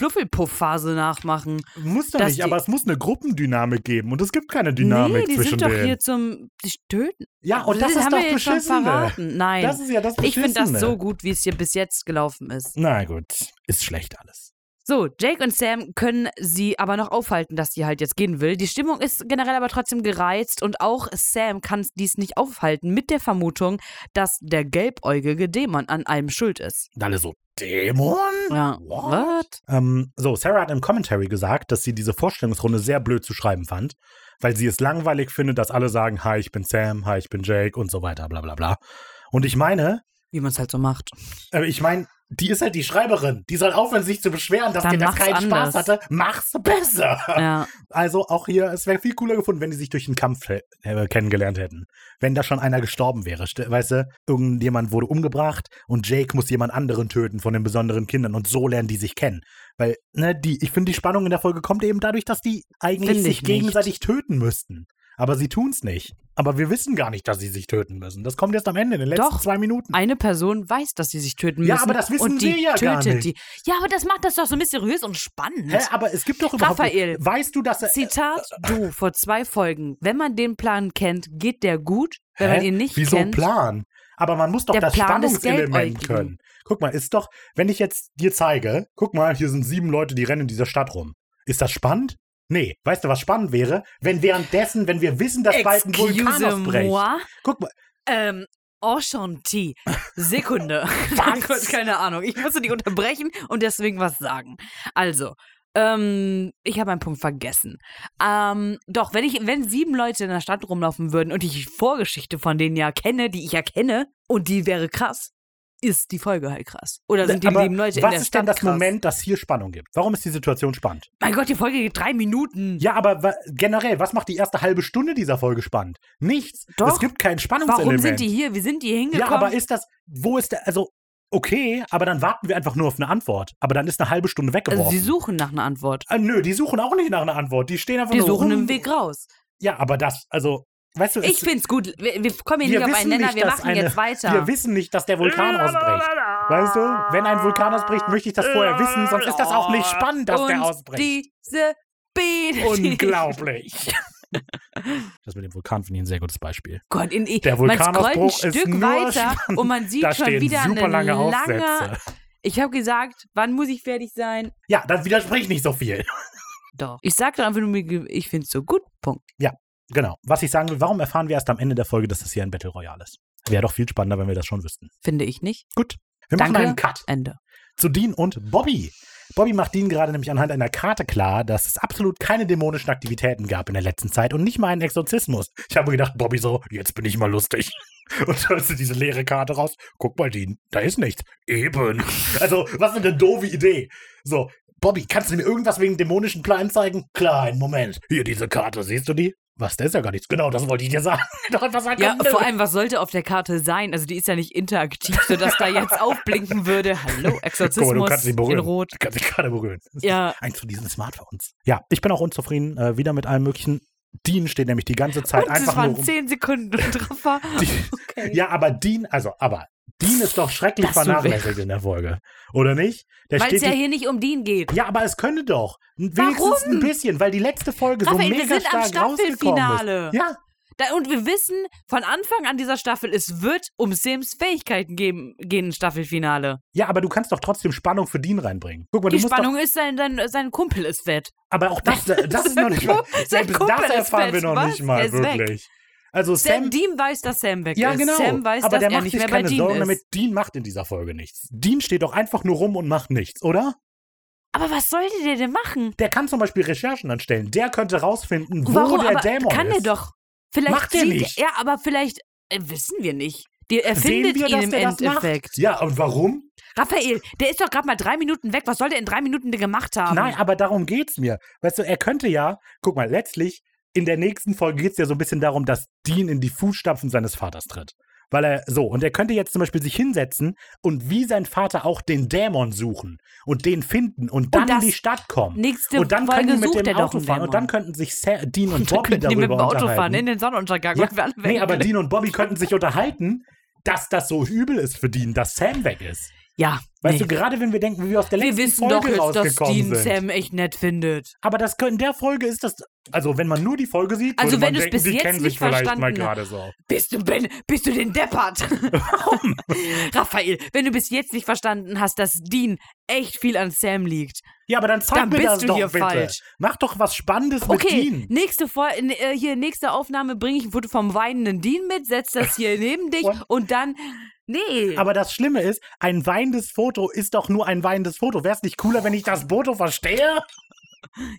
S2: Dienst-Fluffelpuff-Phase nachmachen.
S1: muss doch
S2: dass
S1: nicht,
S2: die-
S1: aber es muss eine Gruppendynamik geben und es gibt keine Dynamik
S2: nee, die
S1: zwischen
S2: sind doch
S1: denen.
S2: hier zum sich töten.
S1: ja, und das, ist
S2: haben
S1: doch
S2: wir jetzt schon
S1: beschissen. ne?
S2: verraten. Nein.
S1: Das ist ne? ja das
S2: ich finde das
S1: Beschissene.
S2: so gut, wie es hier bis jetzt gelaufen ist.
S1: Na gut, ist schlecht alles.
S2: So, Jake und Sam können sie aber noch aufhalten, dass sie halt jetzt gehen will. Die Stimmung ist generell aber trotzdem gereizt und auch Sam kann dies nicht aufhalten mit der Vermutung, dass der gelbäugige Dämon an allem schuld ist.
S1: Und alle so Dämon.
S2: Ja.
S1: What?
S2: What?
S1: Ähm, so, Sarah hat im Commentary gesagt, dass sie diese Vorstellungsrunde sehr blöd zu schreiben fand, weil sie es langweilig findet, dass alle sagen, hi, ich bin Sam, hi, ich bin Jake und so weiter, bla bla bla. Und ich meine,
S2: Wie man es halt so macht.
S1: äh, ich meine, die ist halt die Schreiberin. Die soll aufhören, sich zu beschweren, dass
S2: Dann
S1: dir das
S2: mach's
S1: keinen Spaß
S2: anders.
S1: hatte. Mach's besser.
S2: Ja.
S1: Also auch hier, es wäre viel cooler gefunden, wenn die sich durch den Kampf he- äh, kennengelernt hätten. Wenn da schon einer gestorben wäre. St- Weißt du, irgendjemand wurde umgebracht und Jake muss jemand anderen töten von den besonderen Kindern und so lernen die sich kennen. Weil, ne, die, ich finde, die Spannung in der Folge kommt eben dadurch, dass die eigentlich
S2: Find ich
S1: sich
S2: nicht.
S1: gegenseitig töten müssten. Aber sie tun's nicht. Aber wir wissen gar nicht, dass sie sich töten müssen. Das kommt erst am Ende, in den letzten
S2: Doch.
S1: zwei Minuten.
S2: Eine Person weiß, dass sie sich töten
S1: Ja,
S2: müssen.
S1: aber das wissen
S2: und die
S1: wir ja gar nicht.
S2: tötet die. Ja, aber das macht das doch so mysteriös und spannend.
S1: Hä, aber äh, es gibt doch überhaupt.
S2: Raphael.
S1: Weißt du, dass er.
S2: Zitat du vor zwei Folgen. Wenn man den Plan kennt, geht der gut. Wenn man
S1: Hä?
S2: ihn nicht
S1: Wieso
S2: kennt.
S1: Plan? Aber man muss doch
S2: Der
S1: das
S2: Plan des
S1: Spannungselement
S2: Gelbäugigen.
S1: können. Guck mal, ist doch, wenn ich jetzt dir zeige, guck mal, hier sind sieben Leute, die rennen in dieser Stadt rum. Ist das spannend? Nee, weißt du, was spannend wäre? Wenn währenddessen, wenn wir wissen, dass bald ein Vulkan
S2: Excuse
S1: ausbricht.
S2: moi.
S1: Guck mal,
S2: Ähm, Enchanté. Sekunde.
S1: Was?
S2: Keine Ahnung. Ich musste die unterbrechen und deswegen was sagen. Also, ähm, ich habe einen Punkt vergessen. Ähm, doch, wenn ich, wenn sieben Leute in der Stadt rumlaufen würden und ich die Vorgeschichte von denen ja kenne, die ich ja kenne, und die wäre krass, ist die Folge halt krass. Oder sind die
S1: Ne, Aber
S2: sieben Leute in
S1: was
S2: der
S1: ist
S2: Stadt
S1: denn das
S2: krass?
S1: Moment, das hier Spannung gibt? Warum ist die Situation spannend?
S2: Mein Gott, die Folge geht drei Minuten.
S1: Ja, aber wa- generell, was macht die erste halbe Stunde dieser Folge spannend? Nichts.
S2: Doch.
S1: Es gibt kein Spannungselement.
S2: Warum sind die hier? Wie sind die
S1: Ja,
S2: hingekommen?
S1: aber ist das, wo ist der, also, okay, aber dann warten wir einfach nur auf eine Antwort. Aber dann ist eine halbe Stunde weggeworfen.
S2: also, sie suchen nach einer Antwort.
S1: ah, nö, die suchen auch nicht nach einer Antwort. Die stehen einfach
S2: Wir
S1: nur
S2: suchen
S1: rum.
S2: einen Weg raus.
S1: Ja, aber das, also, weißt du,
S2: Ich
S1: es,
S2: find's gut. Wir, wir kommen hier
S1: Wir
S2: nicht auf
S1: wissen
S2: einen Nenner.
S1: nicht,
S2: wir
S1: dass
S2: machen
S1: eine-
S2: jetzt weiter.
S1: wir wissen nicht, dass der Vulkan ausbricht. Weißt du, wenn ein Vulkan ausbricht, möchte ich das vorher wissen, sonst ist das auch nicht spannend, dass
S2: Und
S1: der ausbricht.
S2: Diese Biene.
S1: Unglaublich. Das mit dem Vulkan finde ich ein sehr gutes Beispiel.
S2: Gott, in, ich,
S1: Der
S2: man scrollt ein
S1: Vulkanausbruch ist
S2: Stück
S1: nur
S2: weiter
S1: spannend.
S2: und man sieht
S1: Da
S2: schon
S1: stehen
S2: wieder
S1: super
S2: eine
S1: lange
S2: lange.
S1: Aufsätze.
S2: Ich habe gesagt, wann muss ich fertig sein?
S1: Ja, das widerspricht nicht so viel.
S2: Doch. Ich sagte einfach nur, ich find's so gut. Punkt.
S1: Genau. Was ich sagen will, warum erfahren wir erst am Ende der Folge, dass das hier ein Battle Royale ist? Wäre doch viel spannender, wenn wir das schon wüssten.
S2: Finde ich nicht.
S1: Wir machen
S2: Danke.
S1: einen Cut
S2: Ende.
S1: zu Dean und Bobby. Bobby macht Dean gerade nämlich anhand einer Karte klar, dass es absolut keine dämonischen Aktivitäten gab in der letzten Zeit und nicht mal einen Exorzismus. Ich habe gedacht, Bobby so, jetzt bin ich mal lustig. Und holst du diese leere Karte raus. Guck mal, Dean, da ist nichts. Eben. Also, was für eine doofe Idee. So, Bobby, kannst du mir irgendwas wegen dämonischen Pleinen zeigen? Klar, einen Moment. Hier diese Karte, siehst du die? Was, da ist ja gar nichts. Genau, das wollte ich dir sagen. Doch etwas sagen
S2: Ja,
S1: können.
S2: vor allem, was sollte auf der Karte sein? Also die ist ja nicht interaktiv, sodass da jetzt aufblinken würde. Hallo,
S1: Guck mal, du
S2: Exorzismus
S1: kannst sie
S2: in
S1: berühren.
S2: Rot.
S1: Du kannst dich gerade berühren.
S2: Ja,
S1: eins von diesen Smartphones. Ja, ich bin auch unzufrieden, äh, wieder mit allem möglichen. Dean steht nämlich die ganze Zeit
S2: und es
S1: einfach
S2: waren
S1: nur rum.
S2: zehn Sekunden Treffer.
S1: Die-
S2: Okay.
S1: Ja, aber Dean, also, aber Dean ist doch schrecklich
S2: Das so
S1: vernachlässigt in der Folge. Oder nicht? Der
S2: Weil es
S1: steht
S2: ja
S1: die,
S2: hier nicht um den geht.
S1: ja, aber es könnte doch. N- Wenigstens
S2: Warum?
S1: ein bisschen, weil die letzte Folge
S2: Raphael,
S1: so
S2: wir
S1: mega
S2: sind am
S1: stark rausgekommen
S2: Staffelfinale.
S1: ist. Ja,
S2: Da, und wir wissen von Anfang an dieser Staffel, es wird um Sims Fähigkeiten geben, gehen im Staffelfinale.
S1: ja, aber du kannst doch trotzdem Spannung für Dean reinbringen. Guck mal, du
S2: Die
S1: musst doch,
S2: Spannung ist, sein, sein, sein Kumpel ist fett.
S1: aber auch das, das ist noch nicht mal,
S2: Sein
S1: selbst
S2: Kumpel
S1: das
S2: ist
S1: erfahren wir
S2: fett.
S1: noch
S2: Was?
S1: nicht mal,
S2: Er ist weg.
S1: wirklich. Also
S2: Sam,
S1: Sam,
S2: Dean weiß, dass Sam weg
S1: Ja,
S2: ist.
S1: genau.
S2: Äh, Sam weiß,
S1: aber
S2: dass
S1: der
S2: er
S1: macht
S2: nicht
S1: sich
S2: mehr bei
S1: keine
S2: Dean
S1: Sorgen
S2: ist.
S1: damit. Dean macht in dieser Folge nichts. Dean steht doch einfach nur rum und macht nichts, oder?
S2: Aber was sollte der denn machen?
S1: Der kann zum Beispiel Recherchen anstellen. Der könnte rausfinden, wo
S2: Warum?
S1: der
S2: aber
S1: Dämon
S2: kann
S1: ist.
S2: er doch. Vielleicht
S1: Macht er
S2: sieht
S1: nicht.
S2: Ja, aber vielleicht äh, wissen wir nicht. Der
S1: Sehen
S2: erfindet
S1: wir,
S2: ihn
S1: dass
S2: im
S1: der das
S2: Endeffekt.
S1: macht? Ja, und warum?
S2: Raphael, der ist doch gerade mal drei Minuten weg. Was soll der in drei Minuten denn gemacht haben?
S1: Nein, aber darum geht's mir. Weißt du, er könnte ja, guck mal, letztlich in der nächsten Folge geht's ja so ein bisschen darum, dass Dean in die Fußstapfen seines Vaters tritt. Weil er so, und er könnte jetzt zum Beispiel sich hinsetzen und wie sein Vater auch den Dämon suchen und den finden und dann in
S2: das
S1: die Stadt kommen.
S2: Nächste
S1: und dann
S2: Folge
S1: können die
S2: sucht
S1: mit dem
S2: er doch
S1: Auto
S2: einen
S1: fahren und dann
S2: Dämon.
S1: könnten sich Sa Dean und
S2: Dann
S1: Bobby
S2: könnten die
S1: darüber
S2: mit dem Auto
S1: unterhalten.
S2: fahren in den Sonnenuntergang.
S1: Ja,
S2: und wir alle
S1: nee, aber
S2: wegrennen.
S1: Dean und Bobby könnten sich unterhalten, dass das so übel ist für Dean, dass Sam weg ist.
S2: ja
S1: Weißt du,
S2: nee.
S1: gerade wenn wir denken, wie wir aus der
S2: wir
S1: letzten
S2: wissen doch
S1: Folge
S2: jetzt, dass
S1: rausgekommen
S2: Dean
S1: sind.
S2: Sam echt nett findet.
S1: Aber das in der Folge ist das, also wenn man nur die Folge sieht,
S2: Also
S1: würde man
S2: wenn du's
S1: denken,
S2: bis
S1: die
S2: jetzt
S1: kennen
S2: nicht
S1: sich vielleicht mal
S2: verstanden hast.
S1: gerade so.
S2: Bist du, ben, bist du denn deppert? Warum? Raphael, wenn du bis jetzt nicht verstanden hast, dass Dean echt viel an Sam liegt.
S1: Ja, aber dann zeig
S2: Dann
S1: mir
S2: bist
S1: das
S2: du
S1: doch
S2: hier
S1: bitte.
S2: falsch.
S1: Mach doch was Spannendes
S2: Okay,
S1: mit Dean.
S2: nächste Fol n- äh, hier nächste Aufnahme bringe ich ein Foto vom weinenden Dean mit, setz das hier neben dich
S1: What?
S2: und dann nee.
S1: Aber das Schlimme ist, ein weinendes Foto ist doch nur ein weinendes Foto. Wäre es nicht cooler, wenn ich das Foto verstehe?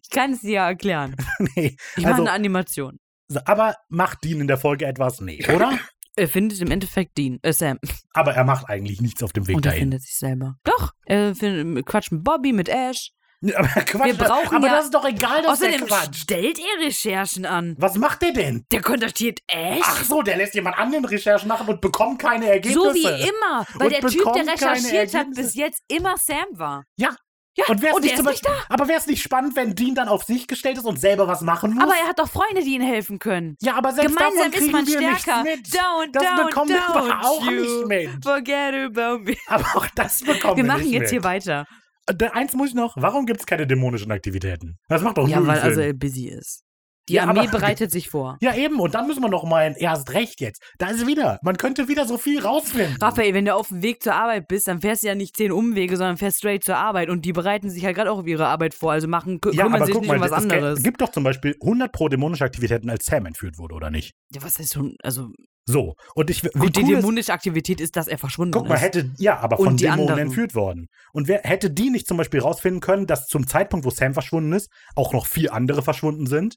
S2: ich kann es dir ja erklären.
S1: Nee.
S2: Ich mache
S1: also,
S2: eine Animation.
S1: aber macht Dean in der Folge etwas? Nee, oder?
S2: Er Äh, findet im Endeffekt Dean, äh Sam.
S1: aber er macht eigentlich nichts auf dem Weg
S2: Und er
S1: dahin.
S2: findet sich selber. Doch, er findet, quatscht mit Bobby, mit Ash.
S1: Aber Quatsch,
S2: Wir
S1: das-
S2: brauchen
S1: aber
S2: ja-
S1: das ist doch egal, dass der
S2: Außerdem
S1: Quatsch.
S2: stellt er Recherchen an.
S1: Was macht der denn?
S2: Der kontaktiert Ash.
S1: Ach so, der lässt jemand anderen Recherchen machen und bekommt keine Ergebnisse.
S2: so wie immer. Weil
S1: Und
S2: der Typ,
S1: bekommt
S2: der
S1: keine
S2: recherchiert hat,
S1: Ergebnisse.
S2: bis jetzt immer Sam war.
S1: Ja.
S2: Ja,
S1: Und wär's
S2: und
S1: nicht
S2: er
S1: zum
S2: ist nicht
S1: Beispiel- Aber wäre es nicht spannend, wenn Dean dann auf sich gestellt ist und selber was machen muss?
S2: Aber er hat doch Freunde, die ihm helfen können.
S1: ja, aber selbst
S2: Gemeinsam
S1: davon
S2: ist man
S1: kriegen wir
S2: stärker.
S1: nichts mit.
S2: Don't,
S1: Das
S2: don't,
S1: bekommen wir
S2: don't
S1: aber auch
S2: you
S1: nicht mit.
S2: Forget about me.
S1: Aber auch das bekommen wir,
S2: Wir machen
S1: nicht
S2: jetzt hier
S1: mit. Äh,
S2: weiter.
S1: Da- Eins muss ich noch. Warum gibt es keine dämonischen Aktivitäten? Das macht doch
S2: Ja,
S1: null
S2: weil
S1: Sinn.
S2: also er busy ist. Die
S1: Oh, Ja,
S2: Armee
S1: aber-
S2: bereitet sich vor.
S1: ja, eben. Und dann müssen wir noch mal ein erst recht jetzt. Da ist wieder. Man könnte wieder so viel rausfinden.
S2: Raphael, wenn du auf dem Weg zur Arbeit bist, dann fährst du ja nicht zehn Umwege, sondern fährst straight zur Arbeit. Und die bereiten sich halt gerade auch auf ihre Arbeit vor. Also machen, kü- kümmern sich nicht um
S1: es
S2: was
S1: ge-
S2: anderes.
S1: gibt doch zum Beispiel 100 pro dämonische Aktivitäten, als Sam entführt wurde, oder nicht?
S2: Ja, was heißt, so ein- also
S1: So, und ich wie
S2: Und die
S1: cool es-
S2: dämonische Aktivität ist, dass er verschwunden
S1: Guck mal,
S2: ist.
S1: hätte, ja, aber
S2: Und
S1: von
S2: die
S1: Dämonen
S2: anderen.
S1: entführt worden. Und wer hätte die nicht zum Beispiel rausfinden können, dass zum Zeitpunkt, wo Sam verschwunden ist, auch noch vier andere verschwunden sind?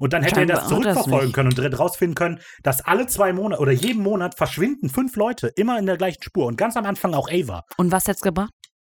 S1: Und dann hätte er das
S2: Scheinbar auch das
S1: zurückverfolgen
S2: nicht.
S1: können und direkt rausfinden können, dass alle zwei Monate oder jeden Monat verschwinden fünf Leute, immer in der gleichen Spur. Und ganz am Anfang auch Ava.
S2: Und was hätt's gebracht?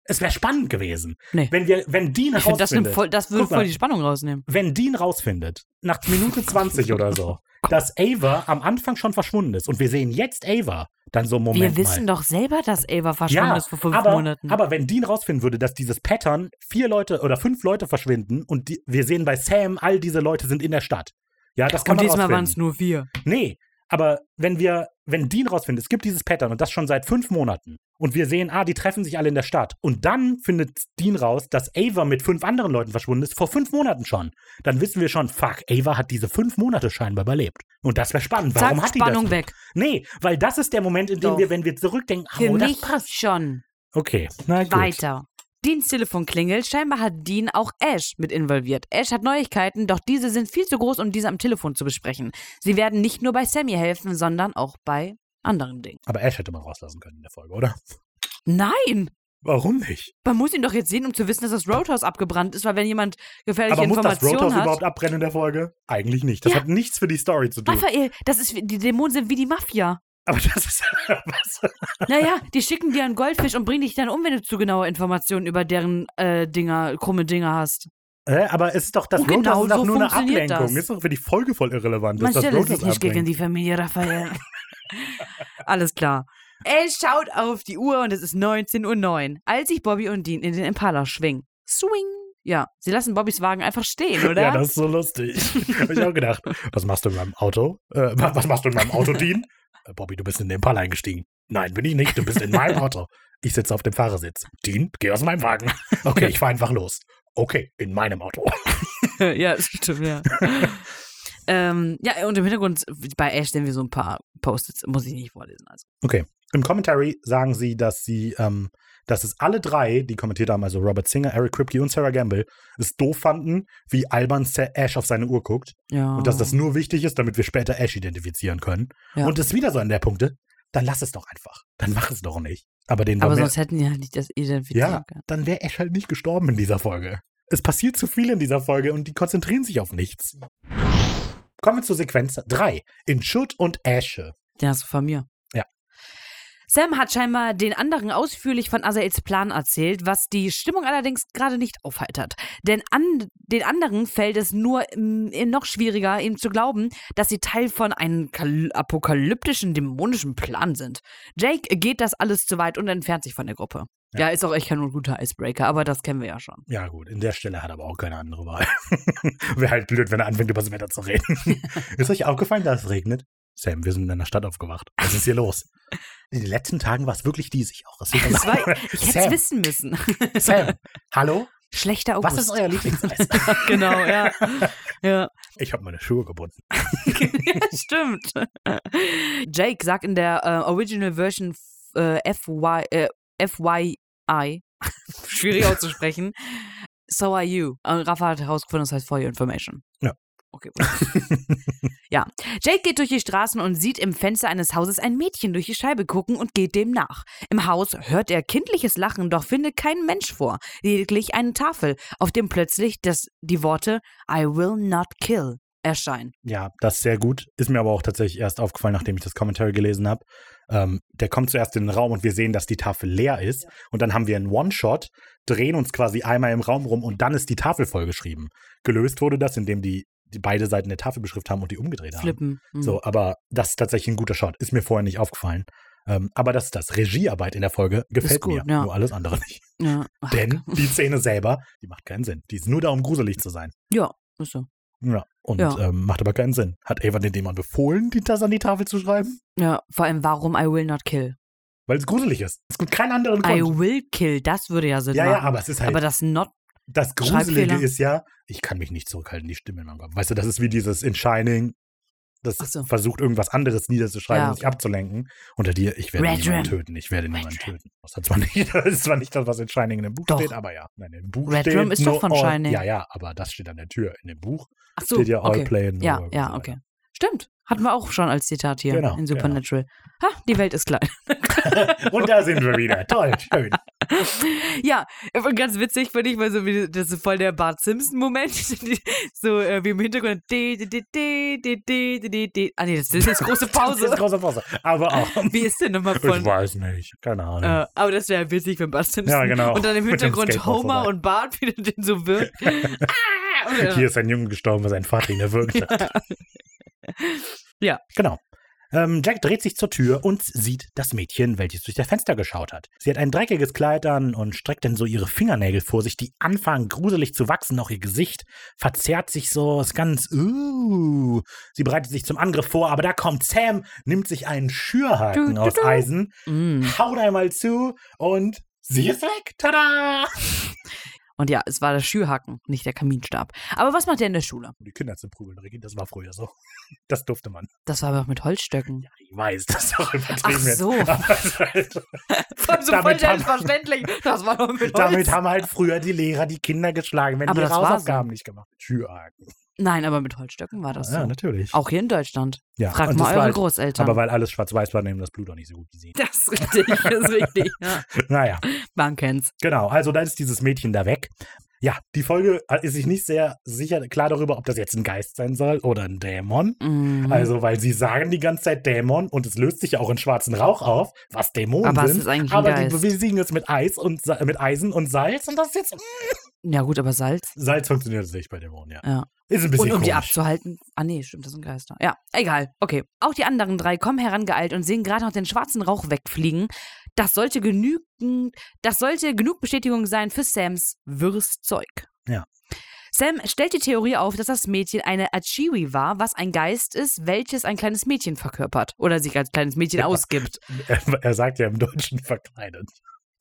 S1: Es wäre spannend gewesen.
S2: Nee.
S1: Wenn, wir, wenn Dean
S2: Ich finde, das, nimmt
S1: rausfindet,
S2: voll, das würde
S1: Guck mal.
S2: voll die Spannung rausnehmen.
S1: wenn Dean rausfindet, nach Minute 20 oder so, dass Ava am Anfang schon verschwunden ist und wir sehen jetzt Ava, dann so Moment
S2: Wir
S1: mal.
S2: wissen doch selber, dass Ava verschwunden
S1: Ja,
S2: ist vor fünf
S1: aber,
S2: Monaten.
S1: aber wenn Dean rausfinden würde, dass dieses Pattern vier Leute oder fünf Leute verschwinden und die, wir sehen bei Sam, all diese Leute sind in der Stadt. Ja, das kann
S2: Und
S1: man
S2: diesmal waren es
S1: rausfinden.
S2: nur vier.
S1: Nee, aber wenn wir, wenn Dean rausfindet, es gibt dieses Pattern und das schon seit fünf Monaten und wir sehen, ah, die treffen sich alle in der Stadt und dann findet Dean raus, dass Ava mit fünf anderen Leuten verschwunden ist, vor fünf Monaten schon, dann wissen wir schon, fuck, Ava hat diese fünf Monate scheinbar überlebt. Und das wäre spannend. Warum
S2: Zack,
S1: hat die
S2: Spannung
S1: das?
S2: weg.
S1: Nee, weil das ist der Moment, in dem
S2: Doch.
S1: wir, wenn wir zurückdenken, ah,
S2: Für
S1: oh, das
S2: mich
S1: passt.
S2: schon.
S1: Okay, na gut.
S2: Weiter. Deans Telefon klingelt. Scheinbar hat Dean auch Ash mit involviert. Ash hat Neuigkeiten, doch diese sind viel zu groß, um diese am Telefon zu besprechen. Sie werden nicht nur bei Sammy helfen, sondern auch bei anderen Dingen.
S1: Aber Ash hätte man rauslassen können in der Folge, oder?
S2: Nein!
S1: Warum nicht?
S2: Man muss ihn doch jetzt sehen, um zu wissen, dass das Roadhouse abgebrannt ist, weil wenn jemand gefährliche
S1: Aber muss das
S2: Informationen
S1: Roadhouse
S2: hat.
S1: überhaupt abbrennen in der Folge? Eigentlich nicht. Das
S2: Ja.
S1: hat nichts für die Story zu tun.
S2: Raphael, das ist wie, die Dämonen sind wie die Mafia.
S1: Aber das ist. Was?
S2: Naja, die schicken dir einen Goldfisch und bringen dich dann um, wenn du zu genaue Informationen über deren äh, Dinger, krumme Dinger hast.
S1: Hä, aber es ist doch das
S2: Oh, genau,
S1: Roadhouse ist doch
S2: so
S1: nur eine
S2: funktioniert
S1: Ablenkung.
S2: das.
S1: Ist doch für die Folge voll irrelevant,
S2: Man
S1: dass das
S2: stelle sich
S1: Roadhouse
S2: nicht gegen
S1: abbringt.
S2: die Familie, Raphael. Alles klar. Ash schaut auf die Uhr und es ist 19.09 Uhr, als sich Bobby und Dean in den Impala schwingen. Swing! Ja, sie lassen Bobbys Wagen einfach stehen, oder?
S1: Ja, das ist so lustig. Habe ich auch gedacht. Was machst du in meinem Auto? Äh, wa- was machst du in meinem Auto, Dean? Äh, Bobby, du bist in den Impala eingestiegen. Nein, bin ich nicht. Du bist in meinem Auto. Ich sitze auf dem Fahrersitz. Dean, geh aus meinem Wagen. Okay, ich fahr einfach los. Okay, in meinem Auto.
S2: ja, das stimmt, ja. ähm, ja, und im Hintergrund bei Ash sehen wir so ein paar Post-its. Muss ich nicht vorlesen. Also.
S1: Im Commentary sagen sie, dass sie, ähm, dass es alle drei, die kommentiert haben, also Robert Singer, Eric Kripke und Sarah Gamble, es doof fanden, wie albern Sa- Ash auf seine Uhr guckt
S2: also. Ja.
S1: und dass das nur wichtig ist, damit wir später Ash identifizieren können.
S2: Ah. Ja.
S1: Und es ist wieder so an der Punkte, dann lass es doch einfach. Dann mach es doch nicht. Aber den war
S2: Aber
S1: mir-
S2: sonst hätten die halt nicht das identifizieren
S1: ja,
S2: können.
S1: dann wäre Ash halt nicht gestorben in dieser Folge. Es passiert zu viel in dieser Folge und die konzentrieren sich auf nichts. Kommen wir zur Sequenz 3. In Schutt und Asche.
S2: Den hast du von mir.
S1: Ja.
S2: Sam hat scheinbar den anderen ausführlich von Azaels Plan erzählt, was die Stimmung allerdings gerade nicht aufheitert. Denn an den anderen fällt es nur mm, noch schwieriger, ihm zu glauben, dass sie Teil von einem kal- apokalyptischen, dämonischen Plan sind. Jake geht das alles zu weit und entfernt sich von der Gruppe.
S1: Ja.
S2: Ja, ist auch echt kein guter Icebreaker, aber das kennen wir ja schon.
S1: Ja, gut, in der Stelle hat er aber auch keine andere Wahl. Wäre halt blöd, wenn er anfängt, über das Wetter zu reden. ist euch aufgefallen, dass es regnet? Sam, wir sind in einer Stadt aufgewacht. Was ist hier los? In den letzten Tagen war es wirklich diesig auch. Das
S2: Das war, ich hätte es
S1: Sam.
S2: wissen müssen.
S1: Sam, hallo?
S2: Schlechter August.
S1: Was ist euer Lieblingseis?
S2: genau, ja. ja.
S1: ich habe meine Schuhe gebunden.
S2: ja, stimmt. Jake sagt in der äh, Original Version äh, FY, äh, FYI, schwierig auszusprechen, so are you. Und Rafa hat herausgefunden, das heißt for your information.
S1: Ja.
S2: Okay, gut. ja. Jake geht durch die Straßen und sieht im Fenster eines Hauses ein Mädchen durch die Scheibe gucken und geht dem nach. Im Haus hört er kindliches Lachen, doch findet keinen Mensch vor, lediglich eine Tafel, auf dem plötzlich das, die Worte I will not kill erscheinen.
S1: Ja, das ist sehr gut. Ist mir aber auch tatsächlich erst aufgefallen, nachdem ich das Commentary gelesen habe. Ähm, der kommt zuerst in den Raum und wir sehen, dass die Tafel leer ist. Und dann haben wir einen One-Shot, drehen uns quasi einmal im Raum rum und dann ist die Tafel vollgeschrieben. Gelöst wurde das, indem die, die beide Seiten der Tafel beschrift haben und die umgedreht haben.
S2: Flippen. Mhm.
S1: So, aber das ist tatsächlich ein guter Shot. Ist mir vorher nicht aufgefallen. Ähm, aber das ist das. Regiearbeit in der Folge gefällt
S2: gut,
S1: mir.
S2: ja.
S1: Nur alles andere nicht.
S2: Ja. Ach,
S1: Denn die Szene selber, die macht keinen Sinn. Die ist nur da, um gruselig zu sein.
S2: Ja, ist so.
S1: Ja, und
S2: Ja.
S1: Ähm, macht aber keinen Sinn. Hat Ava den Dämon befohlen, die das an die Tafel zu schreiben?
S2: Ja, vor allem, warum I will not kill?
S1: Weil es gruselig ist. Es gibt keinen anderen
S2: I
S1: Grund.
S2: will kill, das würde ja Sinn
S1: Ja,
S2: machen.
S1: ja, aber es ist halt,
S2: Aber das not.
S1: das Gruselige
S2: Schreibfehler.
S1: ist ja, ich kann mich nicht zurückhalten, die Stimme in meinem Kopf. Weißt du, das ist wie dieses in Shining, das
S2: Ach so.
S1: versucht irgendwas anderes niederzuschreiben
S2: Ja.
S1: und sich abzulenken. Unter dir, ich werde
S2: Red
S1: niemanden
S2: Room.
S1: töten, ich werde
S2: Red
S1: niemanden
S2: Room.
S1: töten. Das, hat zwar nicht, das ist zwar nicht das, was in Shining in dem Buch
S2: Doch.
S1: steht, aber ja. Nein, im Buch
S2: Red
S1: steht
S2: Room ist doch
S1: nur
S2: von
S1: all,
S2: Shining.
S1: Ja, ja, aber das steht an der Tür. In dem Buch
S2: Ach so,
S1: steht ja All
S2: okay.
S1: Play and No
S2: Ja,
S1: Work und so
S2: ja,
S1: weiter.
S2: okay. Stimmt. Hatten wir auch schon als Zitat hier
S1: Genau,
S2: in Supernatural. Ha, die Welt ist klein.
S1: Und da sind wir wieder. Toll, schön.
S2: ja, und ganz witzig finde ich, weil so wie, das ist voll der Bart Simpson-Moment. Die- so äh, wie im Hintergrund. di- di- di- di- di- di- di- di- di. Ah nee, das ist jetzt große
S1: Das ist
S2: Pause.
S1: große Pause. Aber auch.
S2: wie ist denn nochmal
S1: Ich
S2: von.
S1: weiß nicht. Keine Ahnung.
S2: Äh, aber das wäre witzig, wenn Bart Simpson
S1: Ja, genau.
S2: und dann im
S1: Mit dem
S2: Hintergrund
S1: Skateboard
S2: Homer
S1: vorbei.
S2: und Bart wieder den so wirkt. ah, und,
S1: Hier ist ein Junge gestorben, weil sein Vater ihn erwürgt hat.
S2: Ja.
S1: Genau. Ähm, Jack dreht sich zur Tür und sieht das Mädchen, welches durch das Fenster geschaut hat. Sie hat ein dreckiges Kleid an und streckt dann so ihre Fingernägel vor sich, die anfangen gruselig zu wachsen. Auch ihr Gesicht verzerrt sich so, ist ganz. Uh. Sie bereitet sich zum Angriff vor, aber da kommt Sam, nimmt sich einen
S2: Du,
S1: Schürhaken
S2: du,
S1: aus
S2: du.
S1: Eisen,
S2: Mm.
S1: haut einmal zu und sie ist weg. Tada!
S2: Und ja, es war der Schürhaken, nicht der Kaminstab. Aber was macht der in der Schule?
S1: Die Kinder zu prügeln, Ricky, das war früher so. Das durfte man.
S2: Das war aber auch mit Holzstöcken.
S1: Ich weiß, das ist auch übertrieben
S2: Ach so.
S1: jetzt. Aber es ist halt,
S2: Voll so voll
S1: Damit haben-
S2: selbstverständlich. Das war doch mit Holz.
S1: damit haben halt früher die Lehrer die Kinder geschlagen, wenn
S2: Aber
S1: die ihre
S2: das war so.
S1: Hausaufgaben nicht gemacht haben. ne? Türhaken.
S2: Nein, aber mit Holzstöcken war das so.
S1: natürlich.
S2: Auch hier in Deutschland.
S1: ja.
S2: Frag
S1: und
S2: mal
S1: das war
S2: eure
S1: halt,
S2: Großeltern.
S1: Aber weil alles schwarz-weiß war, nehmen das Blut auch nicht so gut gesehen.
S2: das ist richtig, das ist richtig. Ja.
S1: Naja,
S2: Man kennt's.
S1: genau. Also dann ist dieses Mädchen da weg. Ja, die Folge äh, ist sich nicht sehr sicher klar darüber, ob das jetzt ein Geist sein soll oder ein Dämon.
S2: Mhm.
S1: Also, weil sie sagen die ganze Zeit Dämon und es löst sich ja auch in schwarzen Rauch auf, was Dämonen
S2: aber es
S1: sind.
S2: ist eigentlich ein
S1: aber die
S2: Geist.
S1: besiegen es mit Eis und Sa- mit Eisen und Salz und das ist jetzt hm,
S2: Ja gut, aber Salz.
S1: Salz funktioniert nicht bei Dämonen, ja.
S2: Ja.
S1: Ist ein bisschen
S2: Und um die
S1: komisch.
S2: abzuhalten. Ah nee, stimmt, das sind Geister. Ja, egal. Okay. Auch die anderen drei kommen herangeeilt und sehen gerade noch den schwarzen Rauch wegfliegen. Das sollte genügend, das sollte genug Bestätigung sein für Sams wirres Zeug.
S1: Ja.
S2: Sam stellt die Theorie auf, dass das Mädchen eine Achiwi war, was ein Geist ist, welches ein kleines Mädchen verkörpert oder sich als kleines Mädchen
S1: Ja.
S2: ausgibt.
S1: Er, er sagt ja im Deutschen verkleidet.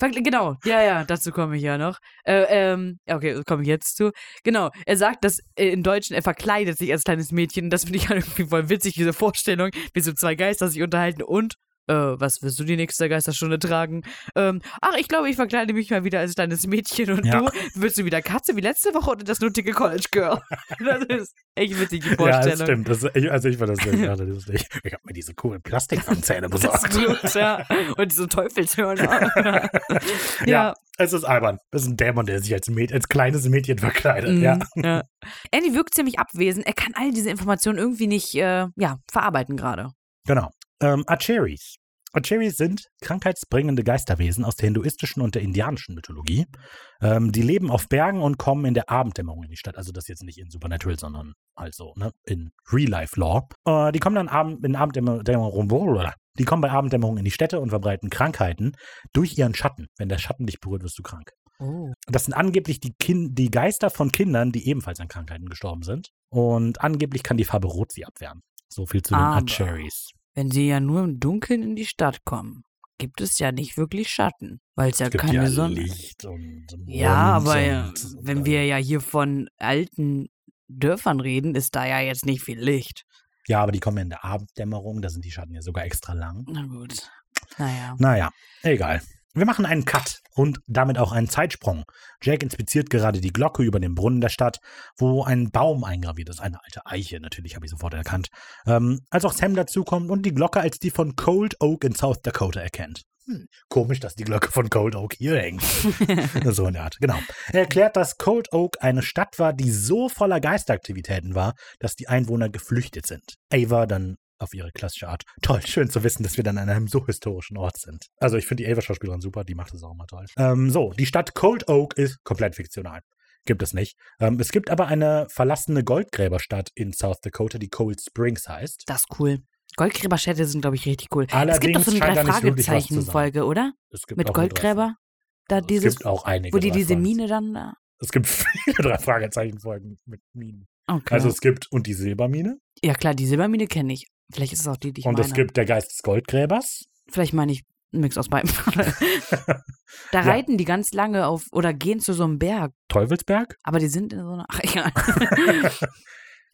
S2: Ver- Genau, ja, ja, dazu komme ich ja noch. Äh, ähm, ja, okay, komme ich jetzt zu. Genau, er sagt, dass äh, im Deutschen er verkleidet sich als kleines Mädchen. Das finde ich halt irgendwie voll witzig, diese Vorstellung, wie so zwei Geister sich unterhalten und, äh, was wirst du die nächste Geisterstunde tragen? Ähm, ach, ich glaube, ich verkleide mich mal wieder als kleines Mädchen und
S1: Ja.
S2: du wirst du wieder Katze wie letzte Woche oder das nuttige College Girl? das ist echt witzig, die
S1: Ja,
S2: Vorstellung.
S1: das stimmt. Das, ich, also ich war das sehr gerade lustig. Ich habe mir diese coolen Plastikzähne
S2: Das
S1: besorgt.
S2: Blut, ja. Und diese Teufelshörner. ja,
S1: Es ist albern. Es ist ein Dämon, der sich als, Mäd als kleines Mädchen verkleidet.
S2: Mhm,
S1: Äh, Ja.
S2: ja. Andy wirkt ziemlich abwesend. Er kann all diese Informationen irgendwie nicht äh, ja, verarbeiten gerade.
S1: Genau. Ähm, Acheris. Acheris sind krankheitsbringende Geisterwesen aus der hinduistischen und der indianischen Mythologie. Ähm, die leben auf Bergen und kommen in der Abenddämmerung in die Stadt. Also das jetzt nicht in Supernatural, sondern also ne, in Real-Life-Law. Äh, die kommen dann Abend, in Abenddämmerung. Die kommen bei Abenddämmerung in die Städte und verbreiten Krankheiten durch ihren Schatten. Wenn der Schatten dich berührt, wirst du krank.
S2: Oh.
S1: Das sind angeblich die, kind die Geister von Kindern, die ebenfalls an Krankheiten gestorben sind. Und angeblich kann die Farbe Rot sie abwehren. So viel zu den
S2: Aber-
S1: Acheris.
S2: Wenn sie ja nur im Dunkeln in die Stadt kommen, gibt es ja nicht wirklich Schatten, weil es ja
S1: Es gibt
S2: keine
S1: ja
S2: Sonne
S1: Licht und Mond
S2: Ja, aber ja,
S1: und- äh,
S2: wenn wir ja hier von alten Dörfern reden, ist da ja jetzt nicht viel Licht.
S1: Ja, aber die kommen ja in der Abenddämmerung, da sind die Schatten ja sogar extra lang.
S2: Na gut. Naja.
S1: Naja, egal. Wir machen einen Cut und damit auch einen Zeitsprung. Jack inspiziert gerade die Glocke über dem Brunnen der Stadt, wo ein Baum eingraviert ist. Eine alte Eiche, natürlich habe ich sofort erkannt. Ähm, als auch Sam dazukommt und die Glocke als die von Cold Oak in South Dakota erkennt. Hm, komisch, dass die Glocke von Cold Oak hier hängt. so in der Art, genau. Er erklärt, dass Cold Oak eine Stadt war, die so voller Geisteraktivitäten war, dass die Einwohner geflüchtet sind. Ava dann auf ihre klassische Art. Toll, schön zu wissen, dass wir dann an einem so historischen Ort sind. Also ich finde die Ava-Schauspielerin super, die macht das auch immer toll. Ähm, so, die Stadt Cold Oak ist komplett fiktional. Gibt es nicht. Ähm, es gibt aber eine verlassene Goldgräberstadt in South Dakota, die Cold Springs heißt.
S2: Das ist cool. Goldgräberstädte sind, glaube ich, richtig cool. es gibt doch
S1: Allerdings
S2: so eine
S1: scheint da nicht wirklich was zu sein.
S2: Drei-Fragezeichen-Folge, oder?
S1: Es gibt
S2: Mit
S1: auch eine
S2: Goldgräber?
S1: Drei-
S2: Da dieses,
S1: es gibt auch einige.
S2: wo die
S1: drei
S2: diese
S1: Fragezeichen.
S2: Mine dann da.
S1: Es gibt viele drei Fragezeichen-Folgen mit Minen.
S2: Okay.
S1: Also es gibt und die Silbermine
S2: Ja, klar, die Silbermine kenne ich. Vielleicht ist es auch die, die ich
S1: und
S2: meine.
S1: es gibt der Geist des Goldgräbers.
S2: Vielleicht meine ich einen Mix aus beiden. da
S1: Ja.
S2: reiten die ganz lange auf oder gehen zu so einem Berg,
S1: Teufelsberg.
S2: aber die sind in so einer. Ach, egal.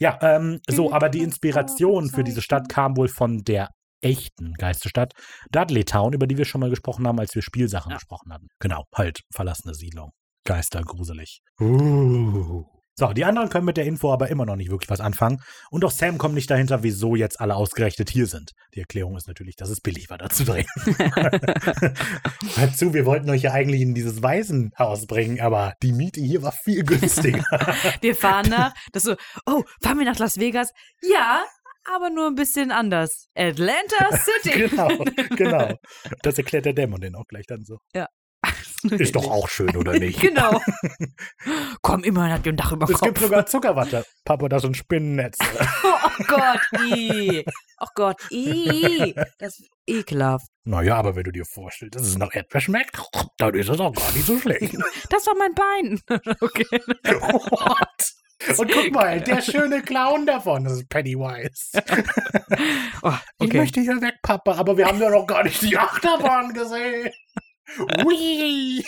S1: Ja, ähm, so, aber die Inspiration für diese Stadt kam wohl von der echten Geisterstadt Dudley Town, über die wir schon mal gesprochen haben, als wir Spielsachen
S2: Ja.
S1: gesprochen hatten. Genau, halt verlassene Siedlung. Geister gruselig. Uh. So, die anderen können mit der Info aber immer noch nicht wirklich was anfangen. Und auch Sam kommt nicht dahinter, wieso jetzt alle ausgerechnet hier sind. Die Erklärung ist natürlich, dass es billig war, da zu drehen. Dazu, wir wollten euch ja eigentlich in dieses Waisenhaus bringen, aber die Miete hier war viel günstiger.
S2: Wir fahren nach, das so, oh, fahren wir nach Las Vegas? Ja, aber nur ein bisschen anders. Atlanta City.
S1: genau, genau. Das erklärt der Dämon den auch gleich dann so. Ist doch auch schön, oder nicht?
S2: Genau. Komm, immerhin hat ihr ein Dach über dem
S1: Es gibt
S2: Kopf.
S1: sogar Zuckerwatte. Papa, Genau. das sind Spinnennetze.
S2: Oh, oh Gott, i. Oh Gott, i. Das ist ekelhaft.
S1: Naja, aber wenn du dir vorstellst, dass es nach Erdbeer schmeckt, dann ist es auch gar nicht so schlecht.
S2: Das war mein Bein. Okay.
S1: What? Und guck mal, der schöne Clown davon, das ist Pennywise.
S2: Oh,
S1: Ich
S2: okay.
S1: möchte hier weg, Papa, aber wir haben ja noch gar nicht die Achterbahn gesehen. Ui!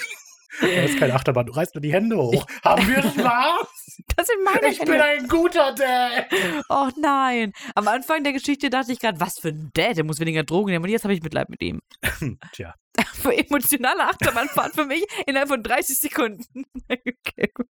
S1: Das ist keine Achterbahn, du reißt nur die Hände hoch. Haben wir Spaß?
S2: Das sind meine
S1: Ich bin
S2: Hände.
S1: ein guter Dad.
S2: Oh nein. Am Anfang der Geschichte dachte ich gerade, was für ein Dad, der muss weniger Drogen nehmen. Und jetzt habe ich Mitleid mit ihm.
S1: Hm, Tja,
S2: Für emotionale Achterbahnfahrt für mich innerhalb von 30 Sekunden. Okay, gut.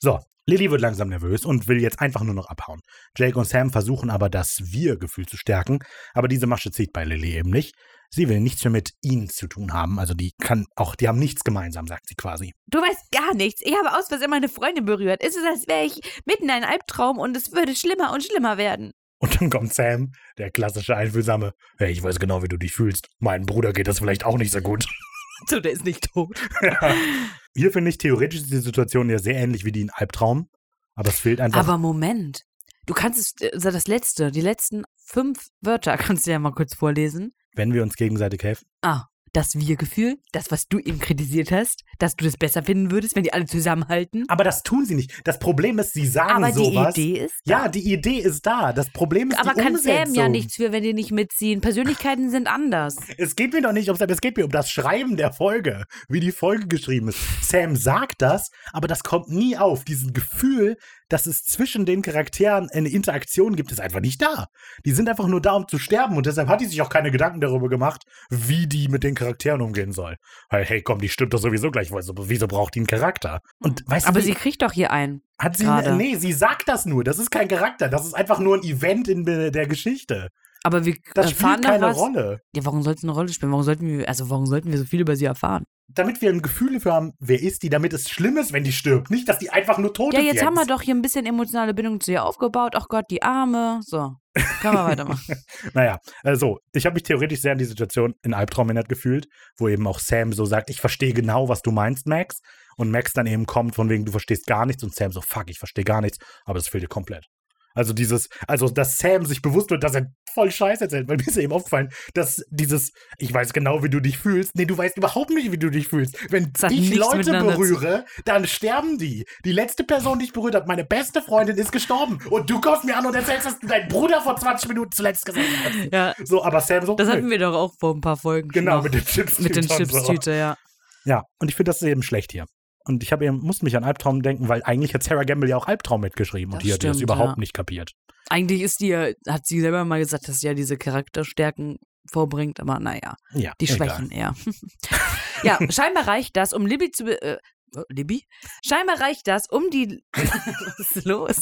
S1: So, Lily wird langsam nervös und will jetzt einfach nur noch abhauen. Jake und Sam versuchen aber, das Wir-Gefühl zu stärken, aber diese Masche zieht bei Lily eben nicht. Sie will nichts mehr mit ihnen zu tun haben, also die kann auch, die haben nichts gemeinsam, sagt sie quasi.
S2: Du weißt gar nichts. Ich habe aus Versehen meine Freundin berührt. Es ist, als wäre ich mitten in einem Albtraum und es würde schlimmer und schlimmer werden.
S1: Und dann kommt Sam, der klassische Einfühlsame. Hey, ich weiß genau, wie du dich fühlst. Mein Bruder geht das vielleicht auch nicht so gut.
S2: So, der ist nicht tot.
S1: Hier finde ich theoretisch ist die Situation ja sehr ähnlich wie die in Albtraum, aber es fehlt einfach.
S2: Aber Moment. Du kannst es, äh, das letzte, die letzten fünf Wörter kannst du ja mal kurz vorlesen.
S1: wenn wir uns gegenseitig helfen.
S2: Ah, das Wir-Gefühl, das, was du eben kritisiert hast, dass du das besser finden würdest, wenn die alle zusammenhalten.
S1: Aber das tun sie nicht. Das Problem ist, sie sagen
S2: Aber
S1: sowas.
S2: die Idee ist.
S1: Ja, die Idee ist da. Das Problem ist
S2: Aber
S1: die
S2: kann
S1: Umsetzung.
S2: Sam ja nichts für, wenn die nicht mitziehen. Persönlichkeiten sind anders.
S1: Es geht mir doch nicht um Sam, es geht mir um das Schreiben der Folge, wie die Folge geschrieben ist. Sam sagt das, aber das kommt nie auf. Dieses Gefühl, dass es zwischen den Charakteren eine Interaktion gibt, ist einfach nicht da. Die sind einfach nur da, um zu sterben und deshalb hat die sich auch keine Gedanken darüber gemacht, wie die mit den Charakteren umgehen soll. Weil, hey, komm, die stimmt doch sowieso gleich, wieso, wieso braucht die einen Charakter? Und weißt
S2: Mhm. Aber
S1: du,
S2: sie kriegt doch hier einen.
S1: hat sie,
S2: gerade.
S1: nee, sie sagt das nur, das ist kein Charakter, das ist einfach nur ein Event in der der Geschichte.
S2: Aber wir
S1: Das spielt
S2: erfahren Äh, doch
S1: keine
S2: was.
S1: Rolle.
S2: Ja, warum soll es eine Rolle spielen? Warum sollten wir, also warum sollten wir so viel über sie erfahren?
S1: damit wir ein Gefühl dafür haben, wer ist die, damit es schlimm ist, wenn die stirbt. Nicht, dass die einfach nur tot
S2: Ja,
S1: ist.
S2: jetzt haben wir doch hier ein bisschen emotionale Bindung zu ihr aufgebaut. Ach Gott, die Arme. So, kann man weitermachen.
S1: Naja, also, ich habe mich theoretisch sehr an die Situation in Albtraum erinnert gefühlt, wo eben auch Sam so sagt, ich verstehe genau, was du meinst, Max. Und Max dann eben kommt von wegen, du verstehst gar nichts. Und Sam so, fuck, ich verstehe gar nichts. Aber das fehlt dir komplett. Also dieses, also dass Sam sich bewusst wird, dass er voll Scheiß erzählt, weil mir ist ja eben aufgefallen, dass dieses, ich weiß genau, wie du dich fühlst. Nee, du weißt überhaupt nicht, wie du dich fühlst. Wenn
S2: Das hat
S1: ich
S2: nichts
S1: Leute
S2: miteinander zu-
S1: berühre, dann sterben die. Die letzte Person, die ich berührt habe, meine beste Freundin, ist gestorben. Und du kommst mir an und erzählst, dass du deinen Bruder vor 20 Minuten zuletzt gesehen hast.
S2: Ja,
S1: So, aber Sam so.
S2: das
S1: nö.
S2: hatten wir doch auch vor ein paar Folgen. schon
S1: Genau,
S2: mal.
S1: mit den Chips.
S2: mit den Chips-Tüte, ja.
S1: Ja, und ich finde das ist eben schlecht hier. Und ich habe eben, muss mich an Albtraum denken, weil eigentlich hat Sarah Gamble ja auch Albtraum mitgeschrieben und
S2: Das
S1: die hat das
S2: stimmt,
S1: überhaupt
S2: ja.
S1: nicht kapiert.
S2: Eigentlich ist die, ja- hat sie selber mal gesagt, dass sie ja diese Charakterstärken vorbringt, aber naja,
S1: Ja,
S2: die
S1: egal.
S2: Schwächen eher. ja, scheinbar reicht das, um Libby zu. Be äh, Libby? Scheinbar reicht das, um die. Was ist los?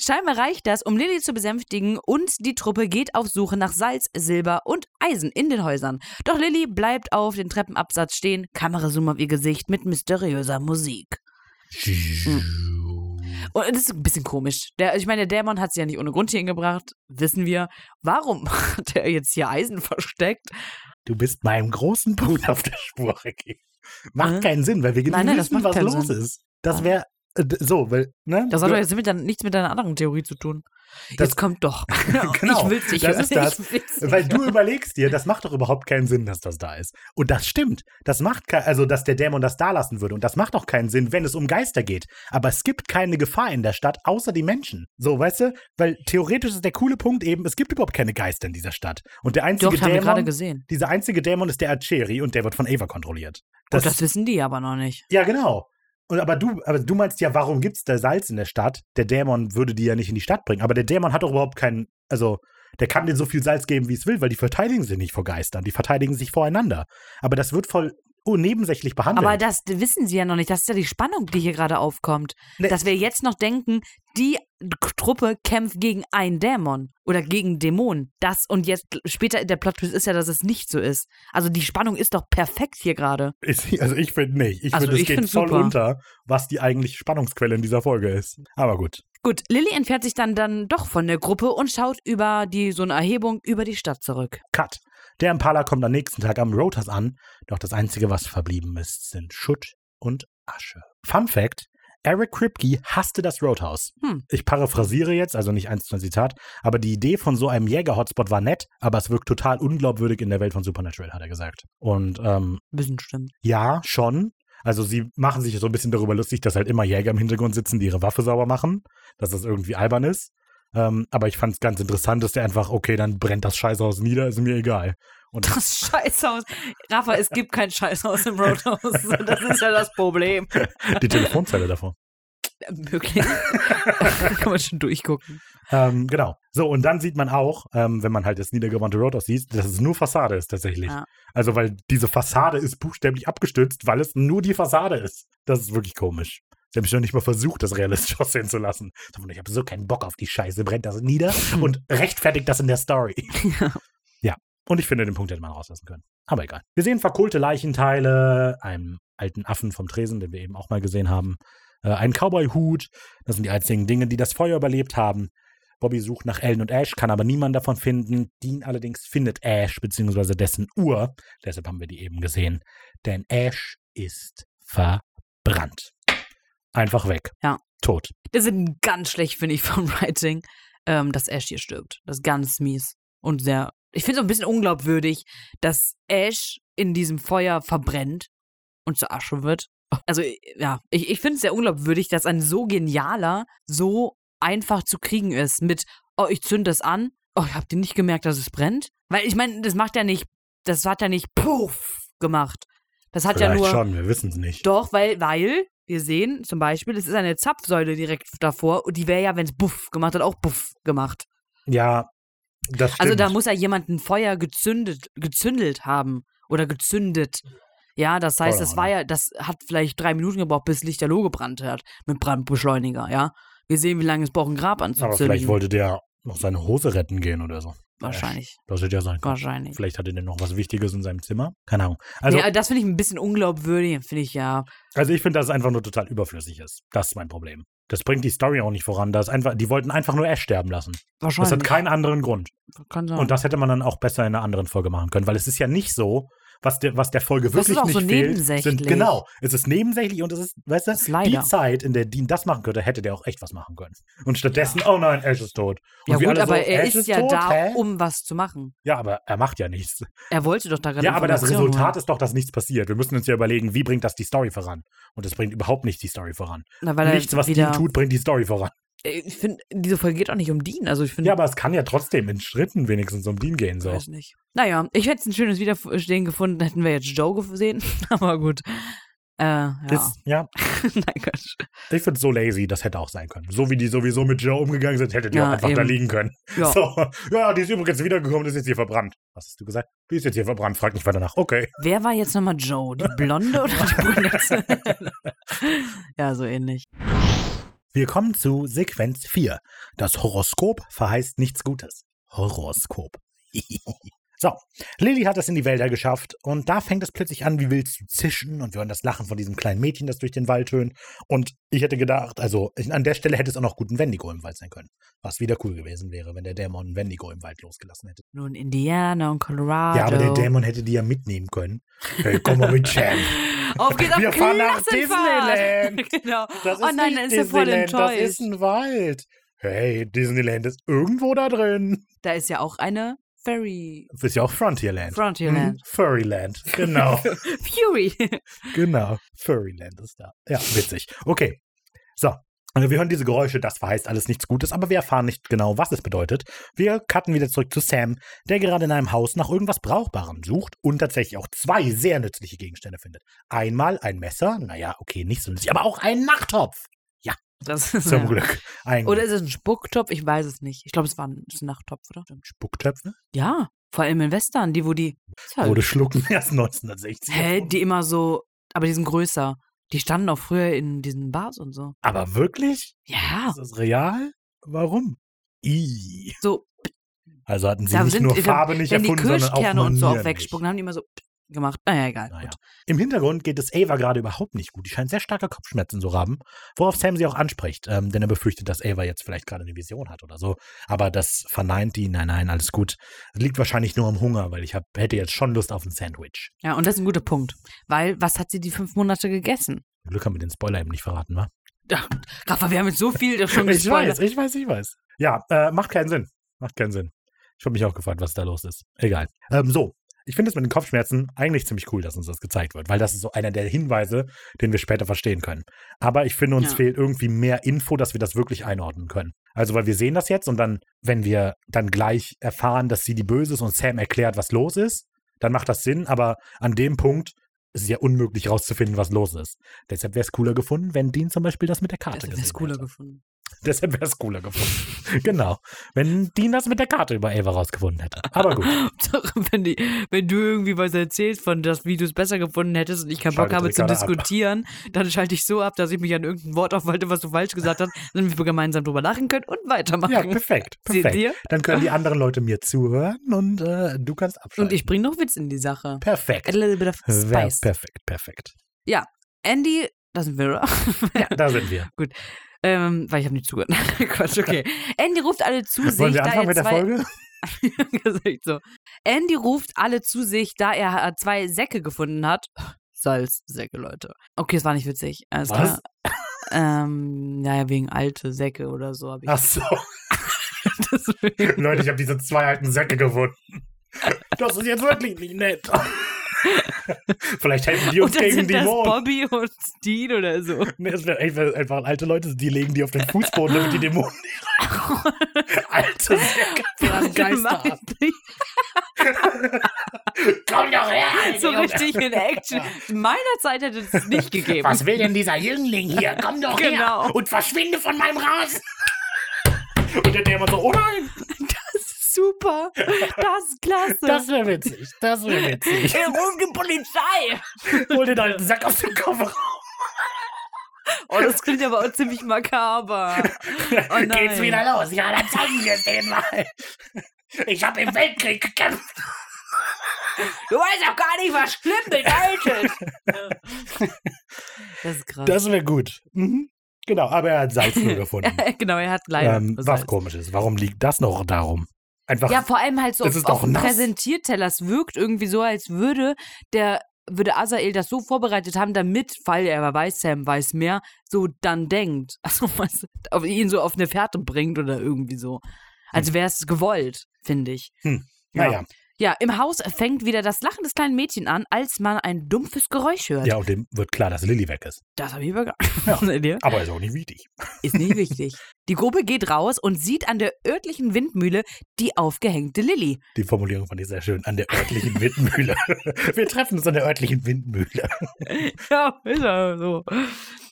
S2: Scheinbar reicht das, um Lilly zu besänftigen und die Truppe geht auf Suche nach Salz, Silber und Eisen in den Häusern. Doch Lilly bleibt auf den Treppenabsatz stehen, Kamera zoomt auf ihr Gesicht mit mysteriöser Musik. Und das ist ein bisschen komisch. Der, ich meine, der Dämon hat sie ja nicht ohne Grund hier hingebracht, wissen wir. Warum hat er jetzt hier Eisen versteckt?
S1: Du bist meinem großen Bruder auf der Spur, Ricky. Macht
S2: Äh?
S1: keinen Sinn, weil wir genau
S2: Nein, nein, das
S1: wissen,
S2: macht
S1: was
S2: keinen
S1: los
S2: Sinn.
S1: ist. Das wäre äh, d- so, weil, ne?
S2: Das hat
S1: Du-
S2: doch jetzt mit deiner- nichts mit deiner anderen Theorie zu tun.
S1: Das-
S2: jetzt kommt doch.
S1: Genau,
S2: ich will's nicht.
S1: das
S2: hören.
S1: ist das.
S2: Ich will's nicht.
S1: Weil du überlegst dir, das macht doch überhaupt keinen Sinn, dass das da ist. Und das stimmt. Das macht kein, also dass der Dämon das da lassen würde. Und das macht auch keinen Sinn, wenn es um Geister geht. Aber es gibt keine Gefahr in der Stadt, außer die Menschen. So, weißt du? Weil theoretisch ist der coole Punkt eben, es gibt überhaupt keine Geister in dieser Stadt. Und der einzige
S2: Doch, haben wir gerade
S1: Dämon,
S2: gesehen.
S1: dieser einzige Dämon ist der Acheri und der wird von Ava kontrolliert.
S2: Das, das wissen die aber noch nicht.
S1: ja, genau. Und aber du, aber du meinst ja, warum gibt's da Salz in der Stadt? Der Dämon würde die ja nicht in die Stadt bringen. Aber der Dämon hat doch überhaupt keinen, also der kann dir so viel Salz geben, wie es will, weil die verteidigen sich nicht vor Geistern, die verteidigen sich voreinander. Aber das wird voll nebensächlich behandeln.
S2: Aber das wissen sie ja noch nicht. Das ist ja die Spannung, die hier gerade aufkommt.
S1: Ne.
S2: Dass wir jetzt noch denken, die Truppe kämpft gegen einen Dämon oder gegen Dämonen. Das und jetzt später der Plot Twist ist ja, dass es nicht so ist. Also die Spannung ist doch perfekt hier gerade.
S1: Ist- also ich finde nicht. Ich
S2: Also
S1: finde, es
S2: ich
S1: geht
S2: find's
S1: voll
S2: super.
S1: unter, was die eigentliche Spannungsquelle in dieser Folge ist. Aber gut.
S2: Gut, Lilly entfernt sich dann dann doch von der Gruppe und schaut über die so eine Erhebung über die Stadt zurück.
S1: Cut. Der Impala kommt am nächsten Tag am Rotas an, doch das Einzige, was verblieben ist, sind Schutt und Asche. Fun Fact: Eric Kripke hasste das Roadhouse.
S2: Hm.
S1: Ich paraphrasiere jetzt, also nicht eins zu eins Zitat, aber die Idee von so einem Jäger-Hotspot war nett, aber es wirkt total unglaubwürdig in der Welt von Supernatural, hat er gesagt. Und ähm,
S2: Bisschen stimmt.
S1: ja, schon. Also sie machen sich so ein bisschen darüber lustig, dass halt immer Jäger im Hintergrund sitzen, die ihre Waffe sauber machen, dass das irgendwie albern ist. Ähm, aber ich fand es ganz interessant, dass der einfach, okay, dann brennt das Scheißhaus nieder, ist mir egal. Und
S2: Das Scheißhaus. Rafa, es gibt kein Scheißhaus im Roadhouse. Das ist ja das Problem.
S1: die Telefonzelle davon.
S2: Möglich. Kann man schon durchgucken.
S1: Ähm, genau. So, und dann sieht man auch, ähm, wenn man halt das niedergebrannte Roadhouse sieht, dass es nur Fassade ist tatsächlich.
S2: Ja.
S1: Also, weil diese Fassade ist buchstäblich abgestützt, weil es nur die Fassade ist. Das ist wirklich komisch. Sie haben schon nicht mal versucht, das realistisch aussehen zu lassen. Sondern Ich habe so keinen Bock auf die Scheiße, brennt das nieder und rechtfertigt das in der Story. ja. Und ich finde, den Punkt hätte man rauslassen können. Aber egal. Wir sehen verkohlte Leichenteile, einen alten Affen vom Tresen, den wir eben auch mal gesehen haben, äh, einen Cowboy-Hut. Das sind die einzigen Dinge, die das Feuer überlebt haben. Bobby sucht nach Ellen und Ash, kann aber niemand davon finden. Dean allerdings findet Ash bzw. dessen Uhr. Deshalb haben wir die eben gesehen. Denn Ash ist verbrannt. Einfach weg.
S2: Ja.
S1: Tot.
S2: Das ist ganz schlecht, finde ich, vom Writing, ähm, dass Ash hier stirbt. Das ist ganz mies. Und sehr. Ich finde es ein bisschen unglaubwürdig, dass Ash in diesem Feuer verbrennt und zur Asche wird. Also, ja, ich, ich finde es sehr unglaubwürdig, dass ein so genialer so einfach zu kriegen ist mit, oh, ich zünd das an, oh, habt ihr nicht gemerkt, dass es brennt? Weil ich meine, das macht ja nicht, das hat ja nicht puff gemacht. Das hat ja
S1: Vielleicht
S2: nur.
S1: schon, wir wissen es nicht.
S2: Doch, weil, weil wir sehen zum Beispiel, es ist eine Zapfsäule direkt davor und die wäre ja, wenn es buff gemacht hat, auch buff gemacht.
S1: Ja, das stimmt.
S2: Also da muss ja jemand ein Feuer gezündet, gezündelt haben oder gezündet. Ja, das heißt,
S1: Keine
S2: das war ja, das hat vielleicht drei Minuten gebraucht, bis Lichterloh gebrannt hat mit Brandbeschleuniger, ja. Wir sehen, wie lange es braucht, ein Grab
S1: aber
S2: anzuzünden.
S1: vielleicht wollte der noch seine Hose retten gehen oder so.
S2: wahrscheinlich,
S1: Das hätte ja sein können.
S2: wahrscheinlich.
S1: Vielleicht hatte der noch was Wichtiges in seinem Zimmer. Keine Ahnung. Also,
S2: ja, das finde ich ein bisschen unglaubwürdig, finde ich ja.
S1: also ich finde, dass es einfach nur total überflüssig ist. Das ist mein Problem. Das bringt die Story auch nicht voran. Das ist einfach, die wollten einfach nur Ash sterben lassen. Das
S2: Wahrscheinlich.
S1: hat keinen anderen Grund.
S2: Kann sein.
S1: Und das hätte man dann auch besser in einer anderen Folge machen können, weil es ist ja nicht so, was der, was der Folge
S2: Das ist
S1: wirklich
S2: auch
S1: nicht
S2: so
S1: fehlt.
S2: nebensächlich.
S1: Sind, genau, es ist nebensächlich und es ist, weißt
S2: Ist
S1: du, die
S2: leider.
S1: Zeit, in der Dean das machen könnte, hätte der auch echt was machen können. Und stattdessen, oh nein, Ash ist tot. Und
S2: ja
S1: wir
S2: gut,
S1: alle
S2: aber
S1: so,
S2: er
S1: Ash
S2: ist ja
S1: tot,
S2: da,
S1: hä?
S2: um was zu machen.
S1: Ja, aber er macht ja nichts.
S2: Er wollte doch da gerade
S1: Ja, aber das
S2: Informationen holen.
S1: Resultat ist doch, dass nichts passiert. Wir müssen uns ja überlegen, wie bringt das die Story voran? Und es bringt überhaupt nicht die Story voran.
S2: Na, weil
S1: nichts,
S2: er
S1: was
S2: wieder, Äh,
S1: Dean tut, bringt die Story voran.
S2: Ich finde, diese Folge geht auch nicht um Dean. Also ich finde,
S1: Ja, aber es kann ja trotzdem in Schritten wenigstens um Dean gehen.
S2: ich
S1: So.
S2: weiß nicht. Naja, ich hätte ein schönes Wiederstehen gefunden, hätten wir jetzt Joe gesehen. aber gut. Äh, ja.
S1: Das, ja,
S2: Nein, Quatsch.
S1: Ich finde so lazy, das hätte auch sein können. So wie die sowieso mit Joe umgegangen sind, hätte die
S2: Ja,
S1: auch einfach da
S2: eben.
S1: liegen können.
S2: Ja.
S1: So, ja, die ist übrigens wiedergekommen, ist jetzt hier verbrannt. Was hast du gesagt? Die ist jetzt hier verbrannt, frag nicht weiter nach. Okay.
S2: Wer war jetzt nochmal Joe? Die Blonde oder die Brünette? ja, so ähnlich.
S1: Wir kommen zu Sequenz 4. Das Horoskop verheißt nichts Gutes. Horoskop. so, Lilly hat es in die Wälder geschafft und da fängt es plötzlich an, wie wild zu zischen und wir hören das Lachen von diesem kleinen Mädchen, das durch den Wald tönt. Und ich hätte gedacht, also ich, an der Stelle hätte es auch noch guten Wendigo im Wald sein können. Was wieder cool gewesen wäre, wenn der Dämon Wendigo im Wald losgelassen hätte.
S2: Nun Indiana und Colorado.
S1: Ja, aber der Dämon hätte die ja mitnehmen können. Hey, komm mal mit, Champ.
S2: Auf geht's auf
S1: Wir fahren nach
S2: Klassenfahrt.
S1: Disneyland.
S2: genau.
S1: Das
S2: Oh nein,
S1: nicht
S2: da ist er voll
S1: Disneyland, das
S2: enttäuscht.
S1: ist ein Wald. Hey, Disneyland ist irgendwo da drin.
S2: Da ist ja auch eine Ferry.
S1: Das ist ja auch Frontierland.
S2: Frontierland.
S1: Mhm, Furryland. Genau,
S2: Fury.
S1: genau. Furryland ist da. Ja, witzig. Okay. So. Also wir hören diese Geräusche, das verheißt alles nichts Gutes, aber wir erfahren nicht genau, was es bedeutet. Wir cutten wieder zurück zu Sam, der gerade in einem Haus nach irgendwas Brauchbarem sucht und tatsächlich auch zwei sehr nützliche Gegenstände findet. Einmal ein Messer, naja, okay, nicht so nützlich, aber auch einen Nachttopf.
S2: Das ist
S1: Zum Glück. Ein
S2: Oder ist es ein Spucktopf? Ich weiß es nicht. Ich glaube, es war ein, es ist ein Nachttopf, oder?
S1: Spucktöpfe?
S2: Ja, Vor allem in Western, die, wo die. Ist halt-
S1: Wurde schlucken erst 1960.
S2: Hä? Die immer so. Aber die sind größer. Die standen auch früher in diesen Bars und so.
S1: Aber wirklich?
S2: Ja.
S1: Ist das real? Warum? I.
S2: So,
S1: Also hatten sie
S2: Da
S1: nicht
S2: sind-
S1: nur
S2: wenn-
S1: Farbe nicht
S2: wenn die
S1: erfunden, sondern auch
S2: Kirschkerne und so auch
S1: Manieren nicht.
S2: wegspucken, haben die immer so gemacht. Naja, egal.
S1: Naja.
S2: Gut.
S1: Im Hintergrund geht es Ava gerade überhaupt nicht gut. Die scheint sehr starke Kopfschmerzen zu haben, worauf Sam sie auch anspricht, ähm, denn er befürchtet, dass Ava jetzt vielleicht gerade eine Vision hat oder so. Aber das verneint die. Nein, nein, alles gut. Liegt wahrscheinlich nur am Hunger, weil ich hab, hätte jetzt schon Lust auf ein Sandwich.
S2: Ja, und das ist ein guter Punkt. Weil, was hat sie die fünf Monate gegessen?
S1: Zum Glück haben wir den Spoiler eben nicht verraten, wa?
S2: Rafa, wir haben jetzt so viel schon
S1: Ich
S2: gespoilert.
S1: weiß, ich weiß, ich weiß. Ja, äh, macht keinen Sinn. Macht keinen Sinn. Ich habe mich auch gefragt, was da los ist. Egal. Ähm, so, ich finde es mit den Kopfschmerzen eigentlich ziemlich cool, dass uns das gezeigt wird, weil das ist so einer der Hinweise, den wir später verstehen können. Aber ich finde, uns
S2: Ja.
S1: fehlt irgendwie mehr Info, dass wir das wirklich einordnen können. Also, weil wir sehen das jetzt und dann, wenn wir dann gleich erfahren, dass sie die Böse ist und Sam erklärt, was los ist, dann macht das Sinn, aber an dem Punkt ist es ja unmöglich rauszufinden, was los ist. Deshalb wäre es cooler gefunden, wenn Dean zum Beispiel das mit der Karte
S2: Das
S1: gesehen
S2: wäre cooler
S1: hätte.
S2: gefunden.
S1: Deshalb wäre es cooler gefunden. genau. Wenn Dean das mit der Karte über Ava rausgefunden hätte. Aber gut.
S2: Hauptsache, wenn, die, wenn du irgendwie was erzählst von das, wie du es besser gefunden hättest und ich keinen Bock
S1: Schaltet
S2: habe zu
S1: Ricarda ab.
S2: diskutieren, dann schalte ich so ab, dass ich mich an irgendein Wort aufhalte, was du falsch gesagt hast, damit wir gemeinsam drüber lachen können und
S1: Ja,
S2: weitermachen.
S1: perfekt.
S2: Seht
S1: Perfekt.
S2: ihr?
S1: Dann können die anderen Leute mir zuhören und äh, du kannst abschalten.
S2: Und ich bringe noch Witz in die Sache. A
S1: Perfekt.
S2: little bit of
S1: Wär
S2: spice.
S1: perfekt, perfekt.
S2: Andy, da sind wir, oder?
S1: Ja, da sind wir.
S2: Ähm, weil ich habe nicht zugehört. Quatsch, okay. Andy ruft alle zu sich.
S1: Wollen wir
S2: da
S1: anfangen
S2: er
S1: mit der
S2: zwei-
S1: Folge?
S2: gesagt, so. Andy ruft alle zu sich, da er äh, zwei Säcke gefunden hat. Salzsäcke, Leute. Okay, es war nicht witzig. Alles
S1: Was?
S2: klar. ähm, naja, wegen alte Säcke oder so habe ich
S1: Ach so.
S2: das deswegen-
S1: Leute, ich habe diese zwei alten Säcke gewonnen. Das ist jetzt wirklich nicht nett. Vielleicht helfen die uns
S2: Und dann
S1: gegen
S2: sind das
S1: Dämonen.
S2: Bobby und Dean oder so.
S1: Nee, es wäre einfach alte Leute, die legen die auf den Fußboden, damit die Dämonen nicht rein- Alte Säcke. waren Geisterhaft. Komm doch her!
S2: so richtig in Action. In meiner Zeit hätte es das nicht gegeben.
S1: will denn dieser Jüngling hier? Komm doch
S2: her Genau.
S1: und verschwinde von meinem Haus! Und der Dämon so, oh nein!
S2: Das ist super. Das ist klasse.
S1: wäre witzig, das wäre witzig.
S2: er ruft die Polizei.
S1: Hol den alten Sack aus dem Kofferraum.
S2: Oh, das klingt aber auch ziemlich makaber. Oh nein.
S1: los? Ja, dann zeigen wir es denen mal. Ich habe im Weltkrieg gekämpft.
S2: Du weißt auch gar nicht, was schlimm bedeutet. das ist krass.
S1: Das wäre gut. Mhm. Genau, aber er hat Salz nur gefunden.
S2: genau, er hat leider.
S1: ähm,
S2: das
S1: was
S2: heißt.
S1: komisches. Warum liegt das noch darum? Einfach
S2: ja, vor allem halt so
S1: Das
S2: auf,
S1: ist
S2: auf
S1: doch
S2: dem
S1: nass.
S2: Präsentierteller. Es wirkt irgendwie so, als würde der würde Azael das so vorbereitet haben, damit, weil er weiß, Sam weiß mehr, so dann denkt. Also was, auf ihn so auf eine Fährte bringt oder irgendwie so. Als
S1: Hm.
S2: wäre es gewollt, finde ich.
S1: Naja,
S2: Ja. Ja, im Haus fängt wieder das Lachen des kleinen Mädchen an, als man ein dumpfes Geräusch hört.
S1: ja, und dem wird klar, dass Lilly weg ist.
S2: Das habe ich übergangen.
S1: Ja.
S2: Seht ihr?
S1: Aber ist auch nicht wichtig.
S2: Ist nicht wichtig. Die Gruppe geht raus und sieht an der örtlichen Windmühle die aufgehängte Lilly.
S1: Die Formulierung fand ich sehr schön. An der örtlichen Windmühle. Wir treffen uns an der örtlichen Windmühle.
S2: Ja, ist ja so.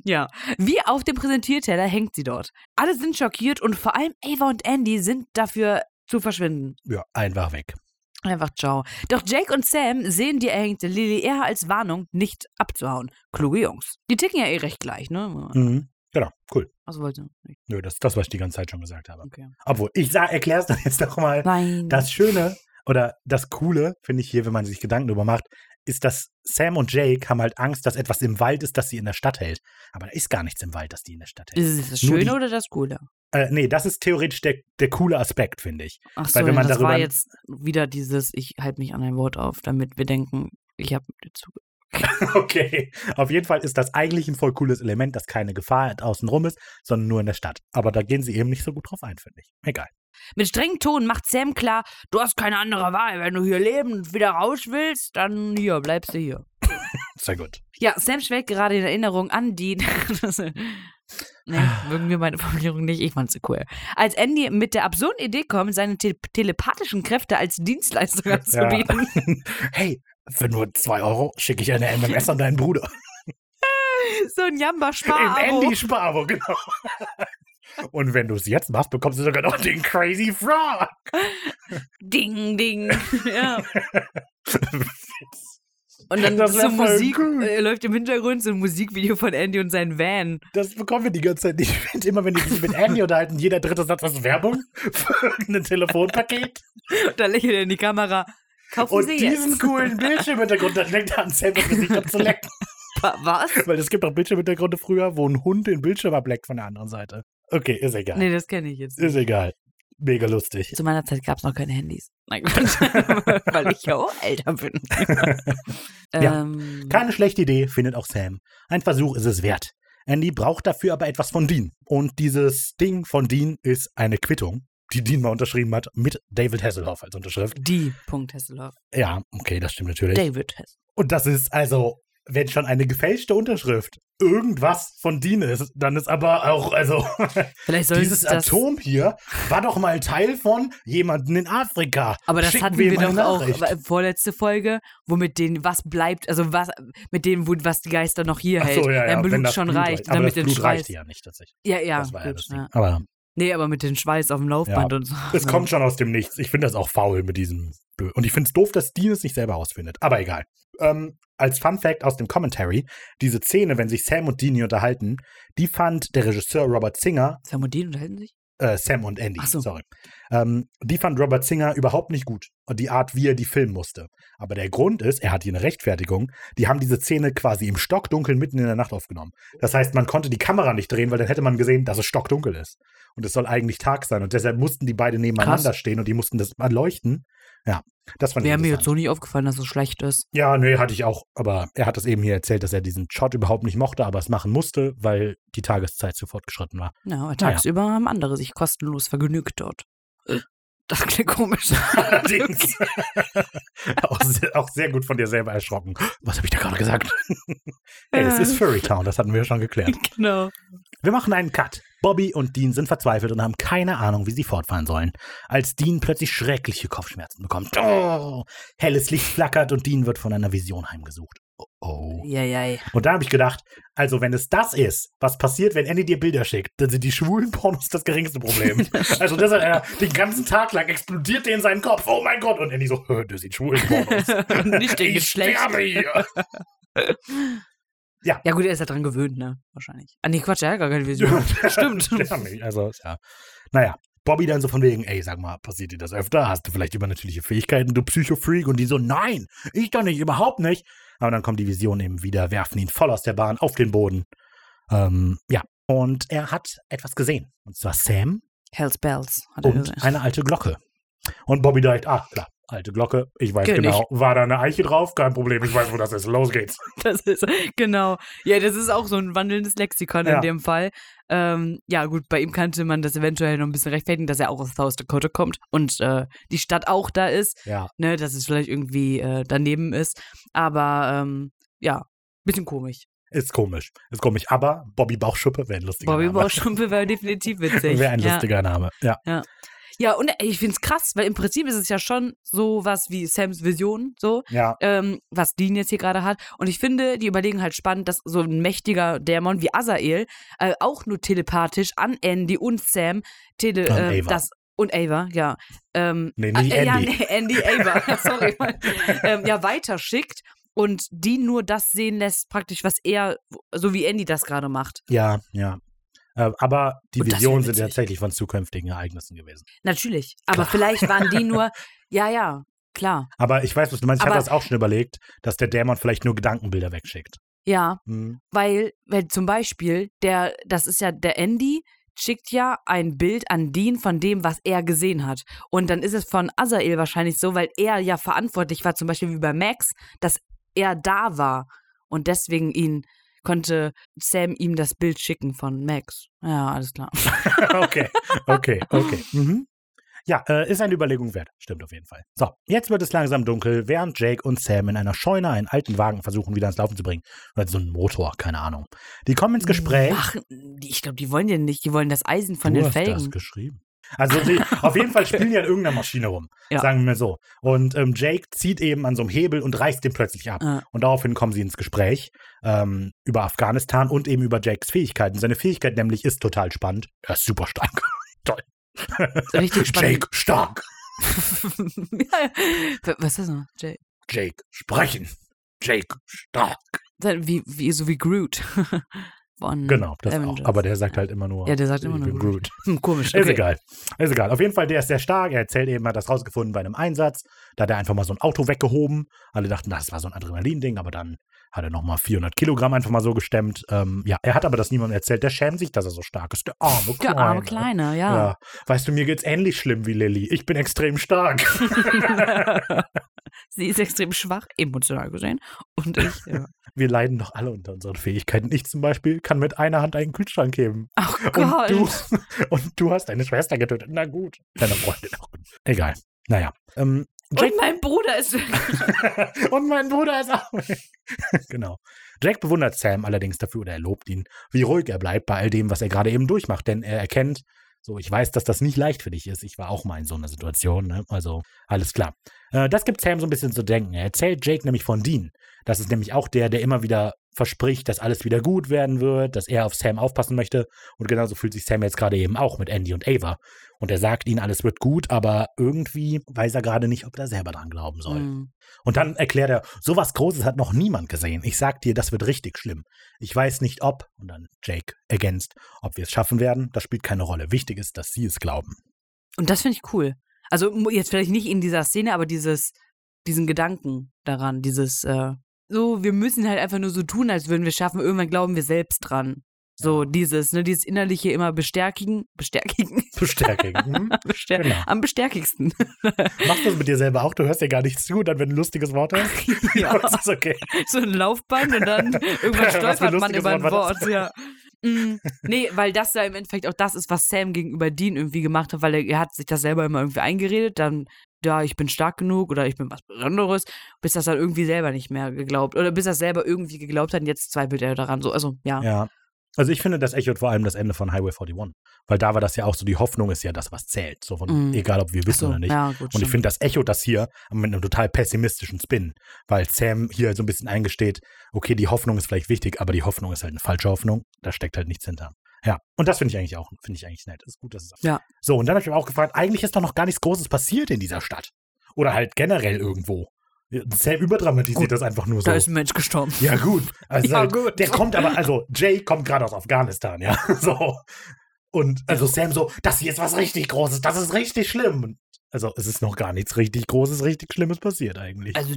S2: Ja. Wie auf dem Präsentierteller hängt sie dort. Alle sind schockiert und vor allem Ava und Andy sind dafür zu verschwinden.
S1: Ja, einfach weg.
S2: Einfach ciao. Doch Jake und Sam sehen die erhängte Lilly eher als Warnung, nicht abzuhauen. Kluge Jungs. Die ticken ja eh recht gleich, ne?
S1: Mhm. Genau, cool.
S2: Was wollte?
S1: Nö, das, das, was ich die ganze Zeit schon gesagt habe.
S2: Okay.
S1: Obwohl, ich erkläre es dann jetzt nochmal.
S2: Nein.
S1: Das Schöne oder das Coole, finde ich hier, wenn man sich Gedanken darüber macht, ist, dass Sam und Jake haben halt Angst, dass etwas im Wald ist, das sie in der Stadt hält. Aber da ist gar nichts im Wald, das die in der Stadt hält.
S2: ist es das
S1: Nur die-
S2: Schöne oder das Coole?
S1: Äh, nee, das ist theoretisch der, der coole Aspekt, finde ich.
S2: Ach so,
S1: Weil wenn
S2: ja,
S1: man
S2: das war
S1: darüber-
S2: jetzt wieder dieses, ich halte mich an ein Wort auf, damit wir denken, ich habe dir zu.
S1: Okay. Auf jeden Fall ist das eigentlich ein voll cooles Element, dass keine Gefahr außenrum ist, sondern nur in der Stadt. Aber da gehen sie eben nicht so gut drauf ein, finde ich. Egal.
S2: Mit strengem Ton macht Sam klar, du hast keine andere Wahl. Wenn du hier leben und wieder raus willst, dann hier, bleibst du hier.
S1: Sehr gut.
S2: Ja, Sam schwelgt gerade in Erinnerung an die. das, nee, mögen wir meine Formulierung nicht. Ich fand's cool. Als Andy mit der absurden Idee kommt, seine te telepathischen Kräfte als Dienstleistung anzubieten.
S1: hey, für nur 2 Euro schicke ich eine MMS an deinen Bruder.
S2: So ein jamba
S1: Im
S2: spar
S1: Andy Sparbo, genau. Und wenn du es jetzt machst, bekommst du sogar noch den Crazy Frog.
S2: Ding, ding. Ja. Und dann
S1: Das wär
S2: so
S1: voll
S2: Musik
S1: gut.
S2: äh, läuft im Hintergrund so ein Musikvideo von Andy und seinem Van.
S1: Das bekommen wir die ganze Zeit nicht mit. Immer wenn die sich mit Andy unterhalten, jeder dritte Satz ist Werbung für irgendein Telefonpaket.
S2: Und da lächelt er in die Kamera. Kaufen
S1: Und
S2: Sie
S1: diesen
S2: jetzt.
S1: coolen Bildschirmhintergrund, dann denkt er an Sam das Gesicht abzulecken.
S2: Wa- Was?
S1: Weil es gibt auch Bildschirmhintergründe früher, wo ein Hund den Bildschirm ableckt von der anderen Seite. Okay, ist egal.
S2: Nee, das kenne ich jetzt. nicht.
S1: Ist egal. Mega lustig.
S2: Zu meiner Zeit gab es noch keine Handys. Nein, Quatsch. Weil ich ja auch älter bin.
S1: Ja.
S2: Ähm,
S1: Keine schlechte Idee, findet auch Sam. Ein Versuch ist es wert. Andy braucht dafür aber etwas von Dean. Und dieses Ding von Dean ist eine Quittung, die Dean mal unterschrieben hat, mit David Hasselhoff als Unterschrift.
S2: die Punkt Hasselhoff.
S1: Ja, okay, das stimmt natürlich.
S2: David Hasselhoff.
S1: Und das ist also, wenn schon eine gefälschte Unterschrift irgendwas von Dean ist, dann ist aber auch, also,
S2: Vielleicht soll
S1: dieses
S2: das,
S1: Atom hier war doch mal Teil von jemanden in Afrika.
S2: Aber das
S1: Schicken
S2: hatten
S1: wir
S2: wir
S1: ihm
S2: doch
S1: eine
S2: auch
S1: Nachricht.
S2: wa- vorletzte Folge, wo mit denen was bleibt, also was mit dem, wo, was die Geister noch hier
S1: Ach
S2: hält,
S1: so, ja, ja,
S2: wenn Blut
S1: wenn das
S2: schon
S1: Blut
S2: reicht,
S1: Aber
S2: damit
S1: das
S2: den
S1: Blut
S2: Schweiß.
S1: reicht ja nicht tatsächlich.
S2: Ja, ja.
S1: das war ja
S2: gut,
S1: das Ding.
S2: ja.
S1: Aber
S2: Nee, aber mit dem Schweiß auf dem Laufband und so.
S1: es kommt schon aus dem Nichts. Ich finde das auch faul mit diesem. Blö- Und ich finde es doof, dass Dean es nicht selber ausfindet. Aber egal. Ähm, als Fun Fact aus dem Commentary, diese Szene, wenn sich Sam und Dean hier unterhalten, die fand der Regisseur Robert Singer
S2: Samodin unterhalten sich?
S1: äh, Sam und Andy,
S2: Ach so.
S1: sorry. Ähm, die fand Robert Singer überhaupt nicht gut. Und die Art, wie er die filmen musste. Aber der Grund ist, er hat hier eine Rechtfertigung, die haben diese Szene quasi im Stockdunkeln mitten in der Nacht aufgenommen. Das heißt, man konnte die Kamera nicht drehen, weil dann hätte man gesehen, dass es stockdunkel ist. Und es soll eigentlich Tag sein. Und deshalb mussten die beide nebeneinander
S2: Krass.
S1: stehen und die mussten das mal leuchten. Ja, das fand ich
S2: Wäre mir jetzt
S1: interessant.
S2: so nicht aufgefallen, dass es schlecht ist.
S1: Ja, nee, hatte ich auch. Aber er hat das eben hier erzählt, dass er diesen Shot überhaupt nicht mochte, aber es machen musste, weil die Tageszeit zu fortgeschritten war.
S2: Ja, aber tagsüber haben andere sich kostenlos vergnügt dort. Äh, Das klingt komisch.
S1: Allerdings. auch, sehr, auch sehr gut von dir selber erschrocken. Was habe ich da gerade gesagt? hey, es ist Furry Town, das hatten wir schon geklärt.
S2: genau.
S1: Wir machen einen Cut. Bobby und Dean sind verzweifelt und haben keine Ahnung, wie sie fortfahren sollen. Als Dean plötzlich schreckliche Kopfschmerzen bekommt. Oh, helles Licht flackert und Dean wird von einer Vision heimgesucht. Oh, Oh.
S2: Ja, ja, ja.
S1: Und da habe ich gedacht, also wenn es das ist, was passiert, wenn Andy dir Bilder schickt, dann sind die schwulen Pornos das geringste Problem. also das hat er den ganzen Tag lang explodiert der in seinen Kopf. Oh mein Gott. Und Andy so, "Hö, das sind schwulen Pornos.
S2: Nicht den
S1: ich
S2: Geschlecht.
S1: sterbe hier.
S2: Ja, gut, er ist ja dran gewöhnt, ne? Wahrscheinlich. Ah, nee, Quatsch, er hat gar keine Vision. Stimmt.
S1: sterbe ich. Also, ja. Naja. Bobby dann so von wegen, ey, sag mal, passiert dir das öfter? Hast du vielleicht übernatürliche Fähigkeiten, du Psychofreak? Und die so, nein, ich doch nicht, überhaupt nicht. Aber dann kommt die Vision eben wieder, werfen ihn voll aus der Bahn auf den Boden. Ähm, ja. Und er hat etwas gesehen. Und zwar Sam,
S2: Hells Bells, hat er
S1: und
S2: gesagt.
S1: eine alte Glocke. Und Bobby direkt, ah, klar, alte Glocke, ich weiß
S2: Kenn ich.
S1: genau, war da eine Eiche drauf, kein Problem, ich weiß, wo das ist, los geht's.
S2: Das ist, genau. Ja, das ist auch so ein wandelndes Lexikon
S1: Ja.
S2: in dem Fall. Ähm, ja, gut, bei ihm kannte man das eventuell noch ein bisschen rechtfertigen, dass er auch aus South Dakota kommt und äh, die Stadt auch da ist,
S1: Ja,
S2: ne, dass es vielleicht irgendwie äh, daneben ist. Aber ähm, ja, bisschen komisch.
S1: ist komisch, ist komisch, aber Bobby Bauchschuppe wäre ein lustiger
S2: Bobby
S1: Name.
S2: Bauschumpe wäre definitiv witzig.
S1: Wäre ein
S2: ja.
S1: lustiger Name, ja.
S2: ja, und äh, ich finde es krass, weil im Prinzip ist es ja schon sowas wie Sams Vision, so.
S1: Ja,
S2: ähm, was Dean jetzt hier gerade hat. Und ich finde, die überlegen halt spannend, dass so ein mächtiger Dämon wie Azael äh, auch nur telepathisch an Andy und Sam tele
S1: An
S2: äh,
S1: Ava.
S2: das und Ava, ja. Ähm,
S1: nee,
S2: ah,
S1: nicht
S2: äh,
S1: Andy.
S2: Ja, nee, Andy Ava, sorry. ähm, ja, weiterschickt und Dean nur das sehen lässt, praktisch, was er, so wie Andy das gerade macht.
S1: Ja, ja. Äh, Aber die
S2: Und das wär
S1: Visionen sind
S2: witzig.
S1: tatsächlich von zukünftigen Ereignissen gewesen.
S2: Natürlich. Aber vielleicht waren die nur, ja, ja, klar.
S1: Aber ich weiß, was du meinst. Ich habe
S2: Aber-
S1: das auch schon überlegt, dass der Dämon vielleicht nur Gedankenbilder wegschickt.
S2: Ja,
S1: Hm.
S2: weil, weil zum Beispiel der, das ist ja der Andy schickt ja ein Bild an Dean von dem, was er gesehen hat. Und dann ist es von Azael wahrscheinlich so, weil er ja verantwortlich war, zum Beispiel wie bei Max, dass er da war und deswegen ihn konnte Sam ihm das Bild schicken von Max. Ja, alles klar.
S1: okay, okay, okay. Mhm. Ja, äh, ist eine Überlegung wert. Stimmt auf jeden Fall. So, jetzt wird es langsam dunkel, während Jake und Sam in einer Scheune einen alten Wagen versuchen, wieder ans Laufen zu bringen. Oder so einen Motor, keine Ahnung. Die kommen ins Gespräch.
S2: Ach, ich glaube, die wollen den nicht. Die wollen das Eisen von
S1: du
S2: den
S1: hast das
S2: Felgen.
S1: geschrieben. Also sie, auf jeden Fall spielen die an irgendeiner Maschine rum,
S2: Ja.
S1: sagen wir mal so. Und ähm, Jake zieht eben an so einem Hebel und reißt den plötzlich ab.
S2: Ja.
S1: Und daraufhin kommen sie ins Gespräch ähm, über Afghanistan und eben über Jakes Fähigkeiten. Seine Fähigkeit nämlich ist total spannend. Er ist super stark. Toll.
S2: Richtig spannend.
S1: Jake stark.
S2: ja, ja. Was ist das noch? Jay.
S1: Jake sprechen. Jake stark.
S2: Sein- Wie, wie, so wie Groot. Von
S1: Genau, das
S2: Mhm. Avengers.
S1: auch. Aber der sagt halt immer nur.
S2: Ja, der sagt immer
S1: ich
S2: nur
S1: bin
S2: Groot.
S1: Groot.
S2: Hm, komisch.
S1: Ist
S2: Okay.
S1: egal. Ist egal. Auf jeden Fall, der ist sehr stark. Er erzählt eben, er hat das rausgefunden bei einem Einsatz. Da hat er einfach mal so ein Auto weggehoben. Alle dachten, na, das war so ein Adrenalin-Ding, aber dann hat er nochmal 400 Kilogramm einfach mal so gestemmt. Ähm, ja, er hat aber das niemandem erzählt. Der schämt sich, dass er so stark ist. Der arme Kleine.
S2: Der arme Kleine,
S1: Ja.
S2: ja.
S1: Weißt du, mir geht's ähnlich schlimm wie Lilly. Ich bin extrem stark.
S2: Sie ist extrem schwach, emotional gesehen. Und ich, ja.
S1: Wir leiden doch alle unter unseren Fähigkeiten. Ich zum Beispiel kann mit einer Hand einen Kühlschrank heben.
S2: Ach
S1: Und
S2: Oh Gott.
S1: du, und du hast deine Schwester getötet. Na gut. Deine Freundin auch. Egal. Naja. Ähm,
S2: Und mein Bruder ist
S1: Und mein Bruder ist auch. genau. Jack bewundert Sam allerdings dafür oder er lobt ihn, wie ruhig er bleibt bei all dem, was er gerade eben durchmacht, denn er erkennt, so, ich weiß, dass das nicht leicht für dich ist. Ich war auch mal in so einer Situation, ne? Also, alles klar. Äh, das gibt Sam so ein bisschen zu denken. Er erzählt Jake nämlich von Dean. Das ist nämlich auch der, der immer wieder verspricht, dass alles wieder gut werden wird, dass er auf Sam aufpassen möchte. Und genauso fühlt sich Sam jetzt gerade eben auch mit Andy und Ava. Und er sagt ihnen, alles wird gut, aber irgendwie weiß er gerade nicht, ob er selber dran glauben soll.
S2: Hm.
S1: Und dann erklärt er, sowas Großes hat noch niemand gesehen. Ich sag dir, das wird richtig schlimm. Ich weiß nicht, ob, und dann Jake ergänzt, ob wir es schaffen werden, das spielt keine Rolle. Wichtig ist, dass sie es glauben.
S2: Und das finde ich cool. Also mu- jetzt vielleicht nicht in dieser Szene, aber dieses, diesen Gedanken daran, dieses, äh, so, wir müssen halt einfach nur so tun, als würden wir es schaffen, irgendwann glauben wir selbst dran. So, dieses, ne, dieses innerliche immer bestärkigen, bestärkigen,
S1: Bestärken. Hm?
S2: bestär
S1: Genau.
S2: am bestärkigsten.
S1: Machst du es mit dir selber auch? Du hörst dir gar nichts zu, dann wenn du ein lustiges Wort hast.
S2: ja.
S1: Das ist okay.
S2: so ein Laufband und dann irgendwann
S1: Was für ein
S2: stolpert man
S1: lustiges
S2: über ein
S1: Wort war
S2: Wort. Ja. Mm, nee, weil das ja im Endeffekt auch das ist, was Sam gegenüber Dean irgendwie gemacht hat, weil er, er hat sich das selber immer irgendwie eingeredet, dann, ja, ich bin stark genug oder ich bin was Besonderes, bis das dann irgendwie selber nicht mehr geglaubt oder bis das selber irgendwie geglaubt hat und jetzt zweifelt er daran. So, also, ja.
S1: Ja. Also ich finde, das echot vor allem das Ende von Highway 41. Weil da war das ja auch so, die Hoffnung ist ja das, was zählt. So von,
S2: Mhm.
S1: egal ob wir wissen
S2: So,
S1: oder nicht.
S2: ja, gut,
S1: Und
S2: stimmt.
S1: ich finde, das Echo das hier mit einem total pessimistischen Spin, weil Sam hier so ein bisschen eingesteht, okay, die Hoffnung ist vielleicht wichtig, aber die Hoffnung ist halt eine falsche Hoffnung, da steckt halt nichts hinter. Ja, und das finde ich eigentlich auch, finde ich eigentlich nett. Ist gut, dass es
S2: Ja.
S1: So, und dann habe ich mich auch gefragt, eigentlich ist doch noch gar nichts Großes passiert in dieser Stadt. Oder halt generell irgendwo. Sam überdramatisiert
S2: Gut,
S1: das einfach nur so.
S2: Da ist ein Mensch gestorben.
S1: Ja, gut. Also
S2: Ja,
S1: halt,
S2: gut.
S1: Der kommt aber, also Jay kommt gerade aus Afghanistan, ja. So. Und also Sam so, das hier ist was richtig Großes, das ist richtig schlimm. Und Also es ist noch gar nichts richtig Großes, richtig Schlimmes passiert eigentlich.
S2: Also,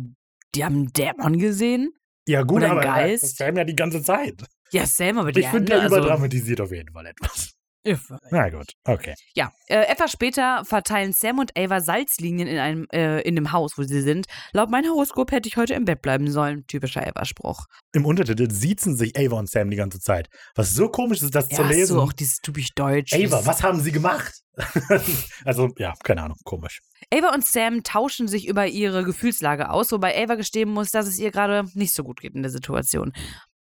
S2: die haben einen Dämon gesehen?
S1: ja, gut,
S2: oder ein
S1: aber
S2: Geist?
S1: das Sam ja die ganze Zeit.
S2: Ja, Sam, aber die
S1: Ich finde, der
S2: haben- also, Äh,
S1: überdramatisiert auf jeden Fall etwas.
S2: Ja,
S1: Na gut, okay.
S2: Ja, äh, etwas später verteilen Sam und Ava Salzlinien in einem, äh, in dem Haus, wo sie sind. Laut meinem Horoskop hätte ich heute im Bett bleiben sollen. Typischer Ava-Spruch.
S1: Im Untertitel siezen sich Ava und Sam die ganze Zeit. Was so komisch ist, das zu
S2: Ja,
S1: lesen.
S2: so auch dieses typisch Deutsch.
S1: Ava, was haben sie gemacht? also, ja, keine Ahnung, komisch.
S2: Ava und Sam tauschen sich über ihre Gefühlslage aus, wobei Ava gestehen muss, dass es ihr gerade nicht so gut geht in der Situation.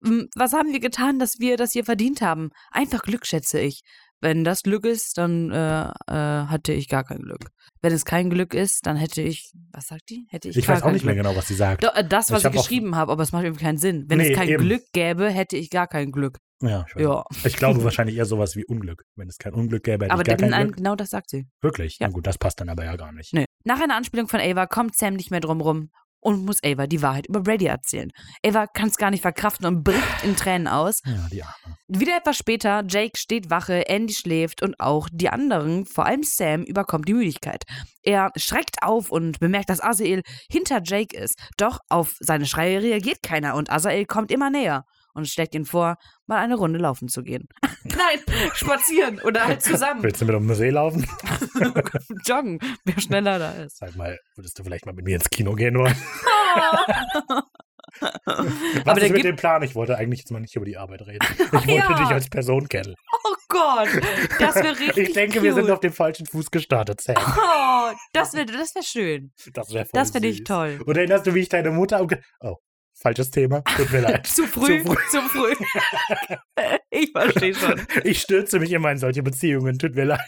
S2: Hm, Was haben wir getan, dass wir das hier verdient haben? Einfach Glück, schätze ich. Wenn das Glück ist, dann äh, äh, hatte ich gar kein Glück. Wenn es kein Glück ist, dann hätte ich, was sagt die? Hätte ich,
S1: Ich,
S2: gar
S1: weiß auch
S2: kein
S1: nicht
S2: Glück.
S1: mehr genau, was sie sagt.
S2: Do- äh, Das, was
S1: Ich
S2: ich,
S1: hab auch-
S2: geschrieben habe, aber es macht eben keinen Sinn. Wenn
S1: Nee,
S2: es kein
S1: eben. Genau.
S2: Glück gäbe, hätte ich gar kein Glück.
S1: Ja, ich weiß
S2: Ja.
S1: Ich glaube wahrscheinlich eher sowas wie Unglück. Wenn es kein Unglück gäbe, hätte
S2: Mhm. Aber
S1: ich gar
S2: den-
S1: kein
S2: nein,
S1: Glück.
S2: genau das sagt sie.
S1: Wirklich?
S2: Ja.
S1: Na gut, das passt dann aber ja gar nicht.
S2: Nö. Nach einer Anspielung von Ava kommt Sam nicht mehr drum rum und muss Ava die Wahrheit über Brady erzählen. Ava kann es gar nicht verkraften und bricht in Tränen aus.
S1: Ja, die Arme.
S2: Wieder etwas später, Jake steht Wache, Andy schläft und auch die anderen, vor allem Sam, überkommt die Müdigkeit. Er schreckt auf und bemerkt, dass Asael hinter Jake ist. Doch auf seine Schreie reagiert keiner und Asael kommt immer näher und schlägt ihn vor, mal eine Runde laufen zu gehen. Nein, spazieren oder halt zusammen
S1: Willst du mit auf den See laufen?
S2: joggen, wer schneller da ist.
S1: Sag mal, würdest du vielleicht mal mit mir ins Kino gehen wollen? Was
S2: Aber
S1: ist
S2: der
S1: mit
S2: gibt,
S1: dem Plan? Ich wollte eigentlich jetzt mal nicht über die Arbeit reden. Ich wollte
S2: ja.
S1: dich als Person kennen.
S2: oh Gott, das wäre richtig
S1: Ich denke,
S2: cute.
S1: wir sind auf dem falschen Fuß gestartet, Sam.
S2: Oh, das wäre das wär schön.
S1: Das wäre
S2: Das finde ich toll.
S1: Und erinnerst du, wie ich deine Mutter... umge- Oh, falsches Thema. Tut mir leid.
S2: Zu früh,
S1: Zu
S2: zu früh. ich verstehe schon.
S1: Ich stürze mich immer in solche Beziehungen. Tut mir leid.